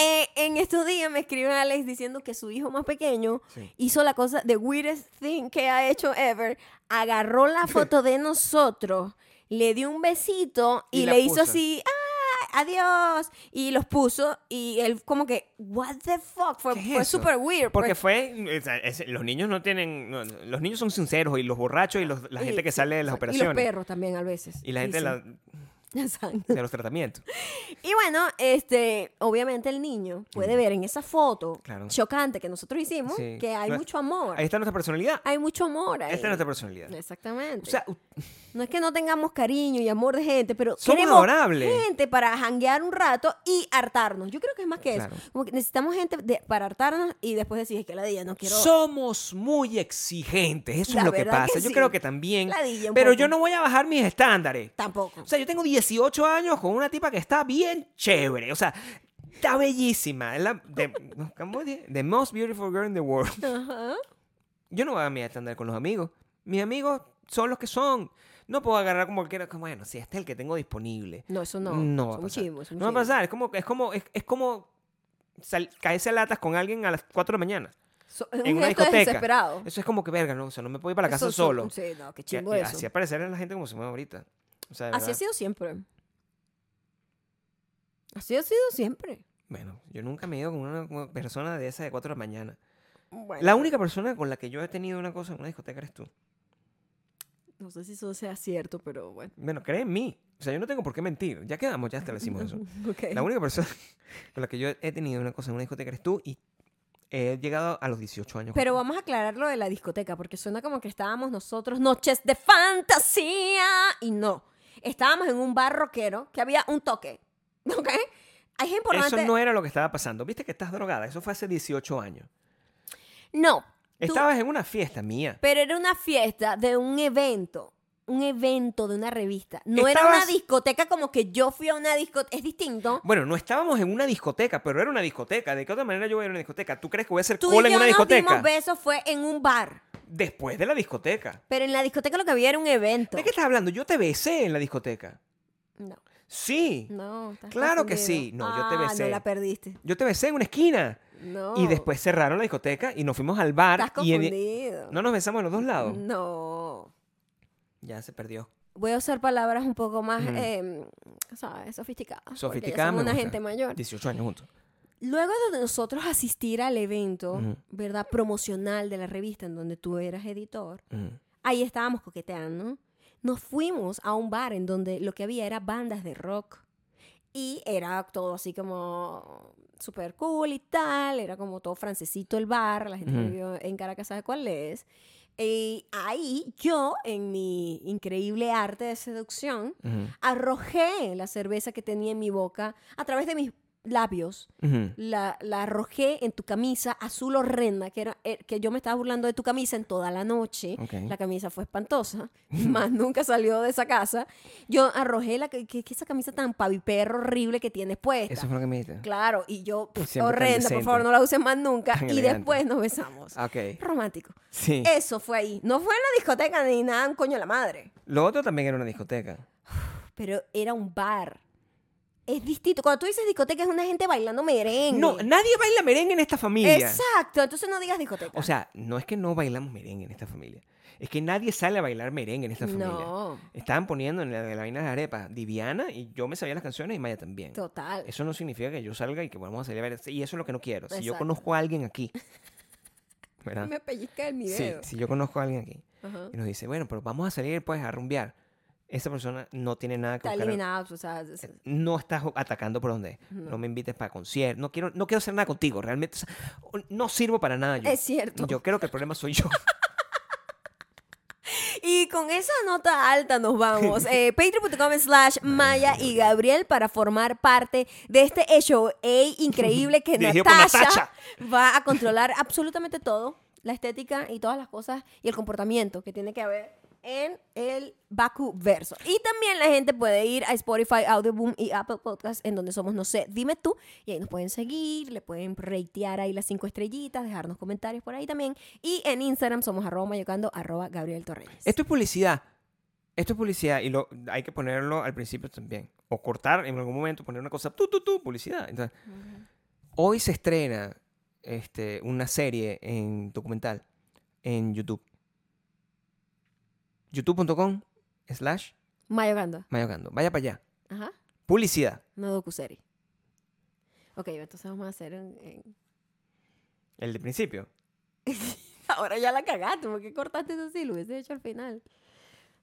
A: eh, en estos días me escribe Alex diciendo que su hijo más pequeño
B: Sí.
A: hizo la cosa, the weirdest thing que ha hecho ever. Agarró la foto de nosotros, le dio un besito y,
B: Y la
A: le hizo
B: puso.
A: así, ¡ah! ¡Adiós! Y los puso y él, como que, ¿What the fuck? Fue,
B: ¿Qué es
A: fue
B: eso?
A: súper weird.
B: Porque
A: pues.
B: fue, mm, o sea, es- los niños no tienen, no, no, los niños son sinceros y los borrachos y los- la
A: Y-
B: gente que sale de
A: Y
B: las
A: los
B: operaciones.
A: perros también a veces.
B: Y la gente de,
A: Sí,
B: la-
A: sí. Exacto.
B: de los tratamientos.
A: Y bueno, este, obviamente el niño puede ver en esa foto
B: Claro.
A: chocante que nosotros hicimos
B: Sí.
A: que hay
B: No-
A: mucho amor.
B: Ahí está nuestra personalidad.
A: Hay mucho amor ahí.
B: Esta es nuestra personalidad.
A: Exactamente.
B: O sea, u-
A: no es que no tengamos cariño y amor de gente, pero
B: Somos
A: queremos
B: adorables.
A: gente para janguear un rato y hartarnos. Yo creo que es más que
B: Claro.
A: eso. Como que necesitamos gente de- para hartarnos y después decir "Es que la de ella no quiero.
B: somos muy exigentes. Eso
A: La
B: es lo que
A: verdad
B: pasa.
A: que
B: Yo
A: sí.
B: creo que también.
A: Ladilla un
B: Pero
A: poco.
B: yo no voy a bajar mis estándares.
A: Tampoco.
B: O sea, yo tengo 18 años con una tipa que está bien chévere. O sea, está bellísima. Es la de, ¿cómo dije? the most beautiful girl in the world.
A: Ajá.
B: Yo no voy a mi estándar con los amigos. Mis amigos son los que son. No puedo agarrar como cualquiera. como, Bueno, si este es el que tengo disponible.
A: No, eso no.
B: No va a
A: Son
B: pasar.
A: chimos, son
B: No va a
A: chimos.
B: pasar. Es como, es como, es, es como sal- caerse a latas con alguien a las 4 de la mañana.
A: So-
B: En
A: un
B: una
A: gesto de
B: discoteca.
A: desesperado.
B: Eso es como que verga, ¿no? O sea, no me puedo ir para la casa
A: Eso-
B: solo.
A: Sí, no, qué
B: Y-
A: chingo
B: y
A: eso.
B: Así aparecer en la gente como se mueve ahorita. O sea, de
A: Así ha
B: verdad.
A: sido siempre. Así ha sido siempre.
B: Bueno, yo nunca me he ido con una con persona de esa de 4 de la mañana.
A: Bueno,
B: La única persona con la que yo he tenido una cosa en una discoteca eres tú.
A: No sé si eso sea cierto, pero bueno.
B: Bueno, cree en mí. O sea, yo no tengo por qué mentir. Ya quedamos, ya establecimos eso.
A: Ok.
B: La única persona con la que yo he tenido una cosa en una discoteca eres tú y he llegado a los 18 años.
A: Pero vamos a aclarar lo de la discoteca, porque suena como que estábamos nosotros noches de fantasía. Y no. Estábamos en un bar rockero que había un toque. ¿Ok? Es importante.
B: Eso no era lo que estaba pasando. Viste que estás drogada. Eso fue hace 18 años.
A: No, tú-
B: Estabas en una fiesta mía.
A: Pero era una fiesta de un evento. Un evento de una revista. No era una
B: Estabas-
A: discoteca como que yo fui a una discoteca. Es distinto.
B: Bueno, no estábamos en una discoteca, pero era una discoteca. ¿De qué otra manera yo voy a ir a una discoteca? ¿Tú crees que voy a hacer
A: Tú
B: cola
A: y
B: en
A: yo
B: una
A: nos dimos
B: discoteca?
A: besos fue en un bar.
B: Después de la discoteca.
A: Pero en la discoteca lo que había era un evento.
B: ¿De qué estás hablando? Yo te besé en la discoteca.
A: No,
B: Sí.
A: no. estás
B: Claro que
A: confundido.
B: sí. No, yo te
A: Ah,
B: besé.
A: no la perdiste.
B: Yo te besé en una esquina.
A: No.
B: Y después cerraron la discoteca y nos fuimos al bar.
A: Oh. Estás
B: y en-
A: confundido. Mm.
B: No nos besamos en los dos lados.
A: No.
B: Ya se perdió.
A: Voy a usar palabras un poco más,
B: Ujú.
A: eh, ¿sabes? Sofisticadas. porque ya
B: Sofisticada
A: somos
B: Mm.
A: una
B: me gusta.
A: gente mayor.
B: 18 años juntos.
A: Luego de nosotros asistir al evento,
B: Ujú.
A: ¿verdad? Promocional de la revista en donde tú eras editor,
B: Ujú.
A: ahí estábamos coqueteando. Nos fuimos a un bar en donde lo que había era bandas de rock. Y era todo así como super cool y tal. Era como todo francesito el bar. La gente que
B: Ujú.
A: vivió en Caracas sabe cuál es. Y ahí yo, en mi increíble arte de seducción,
B: Ujú.
A: arrojé la cerveza que tenía en mi boca a través de mis labios,
B: Ujú.
A: la, la arrojé en tu camisa azul horrenda, que, era, eh, que yo me estaba burlando de tu camisa en toda la noche.
B: Ok.
A: La camisa fue espantosa, más nunca salió de esa casa. Yo arrojé la, que, que- que esa camisa tan paviperro horrible que tienes puesta.
B: Eso fue lo que me dijiste.
A: Claro, y yo, pff,
B: Siempre tan
A: horrenda, por
B: decente.
A: favor, no la uses más nunca.
B: Tan
A: Y
B: elegante.
A: después nos besamos.
B: Ok.
A: Romántico.
B: Sí.
A: Eso fue ahí. No fue en la discoteca ni nada, un coño de la madre.
B: Lo otro también era una discoteca.
A: Pero era un bar. Es distinto. Cuando tú dices discoteca es una gente bailando merengue.
B: No, nadie baila merengue en esta familia.
A: Exacto. Entonces no digas discoteca.
B: O sea, no es que no bailamos merengue en esta familia. Es que nadie sale a bailar merengue en esta familia.
A: no.
B: Estaban poniendo en la, de la vaina de las arepas Diviana y yo me sabía las canciones y Maya también.
A: Total.
B: Eso no significa que yo salga y que vamos a salir a ver. este, Y eso es lo que no quiero. Si yo
A: Exacto.
B: conozco a alguien aquí. ¿Verdad?
A: Me pellizca el
B: Sí,
A: video.
B: si yo conozco a alguien aquí
A: Ajá.
B: y nos dice, bueno, pero vamos a salir pues a rumbear. Esa persona no tiene nada que
A: Está
B: buscar.
A: eliminado. O sea, es- es-
B: No estás jo- atacando por donde. es. No me invites para conciertos. No quiero, no quiero hacer nada contigo. Realmente, o sea, no sirvo para nada yo.
A: es cierto.
B: Yo creo que el problema soy yo.
A: Y con esa nota alta nos vamos. Eh, Patreon.com slash Maya y Gabriel para formar parte de este show increíble que
B: Dirigido por
A: Natasha,
B: Natasha.
A: va a controlar absolutamente todo, la estética y todas las cosas y el comportamiento que tiene que haber en el Baku Verso. Y también la gente puede ir a Spotify, Audioboom y Apple Podcast en donde somos, no sé, dime tú. Y ahí nos pueden seguir, le pueden reitear ahí las cinco estrellitas, dejarnos comentarios por ahí también. Y en Instagram somos arroba mayocando, arroba Gabriel Torreyes.
B: Esto es publicidad. Esto es publicidad y lo, hay que ponerlo al principio también. O cortar en algún momento, poner una cosa, tú, tú, tú, publicidad. Entonces, Hoy se estrena este, una serie en documental en YouTube. youtube.com slash
A: Mayogando.
B: mayocando. Vaya para allá.
A: Ajá.
B: Publicidad.
A: No docuserie. Ok, entonces vamos a hacer un... en-
B: El de principio.
A: Ahora ya la cagaste, ¿por qué cortaste eso así? Lo hubiese hecho al final.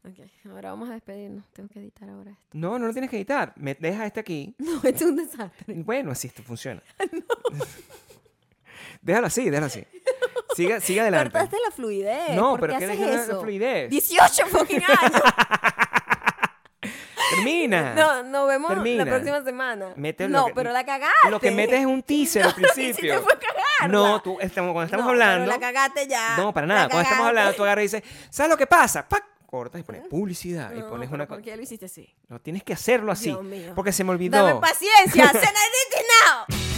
A: Ok, ahora vamos a despedirnos. Tengo que editar ahora esto.
B: No, no lo tienes que editar. Me deja este aquí.
A: No, esto es un desastre.
B: Bueno, así esto funciona. déjalo así, déjalo así. Siga, siga adelante.
A: Cortaste la fluidez.
B: No,
A: ¿por
B: pero
A: qué
B: ¿qué
A: haces
B: dejé la- la
A: eso?
B: fluidez?
A: 18 fucking años.
B: Termina.
A: No, nos vemos
B: Termina.
A: la próxima semana.
B: Mete lo
A: no,
B: que-
A: pero la cagaste.
B: Lo que metes es un teaser al
A: Lo que hiciste
B: principio.
A: fue cagarla.
B: No, tú, estamos, cuando estamos
A: No, pero
B: hablando.
A: la cagaste ya.
B: No, para
A: Ah, La
B: nada. Cuando estamos
A: cagaste.
B: hablando, tú agarras y dices, ¿sabes lo que pasa? ¡Pac! Cortas y pones publicidad y
A: No,
B: pones
A: pero
B: una
A: ¿Por
B: cosa.
A: qué lo hiciste así?
B: No tienes que hacerlo así.
A: Dios mío.
B: Porque se me olvidó.
A: Dame paciencia. ¡Se la edité now!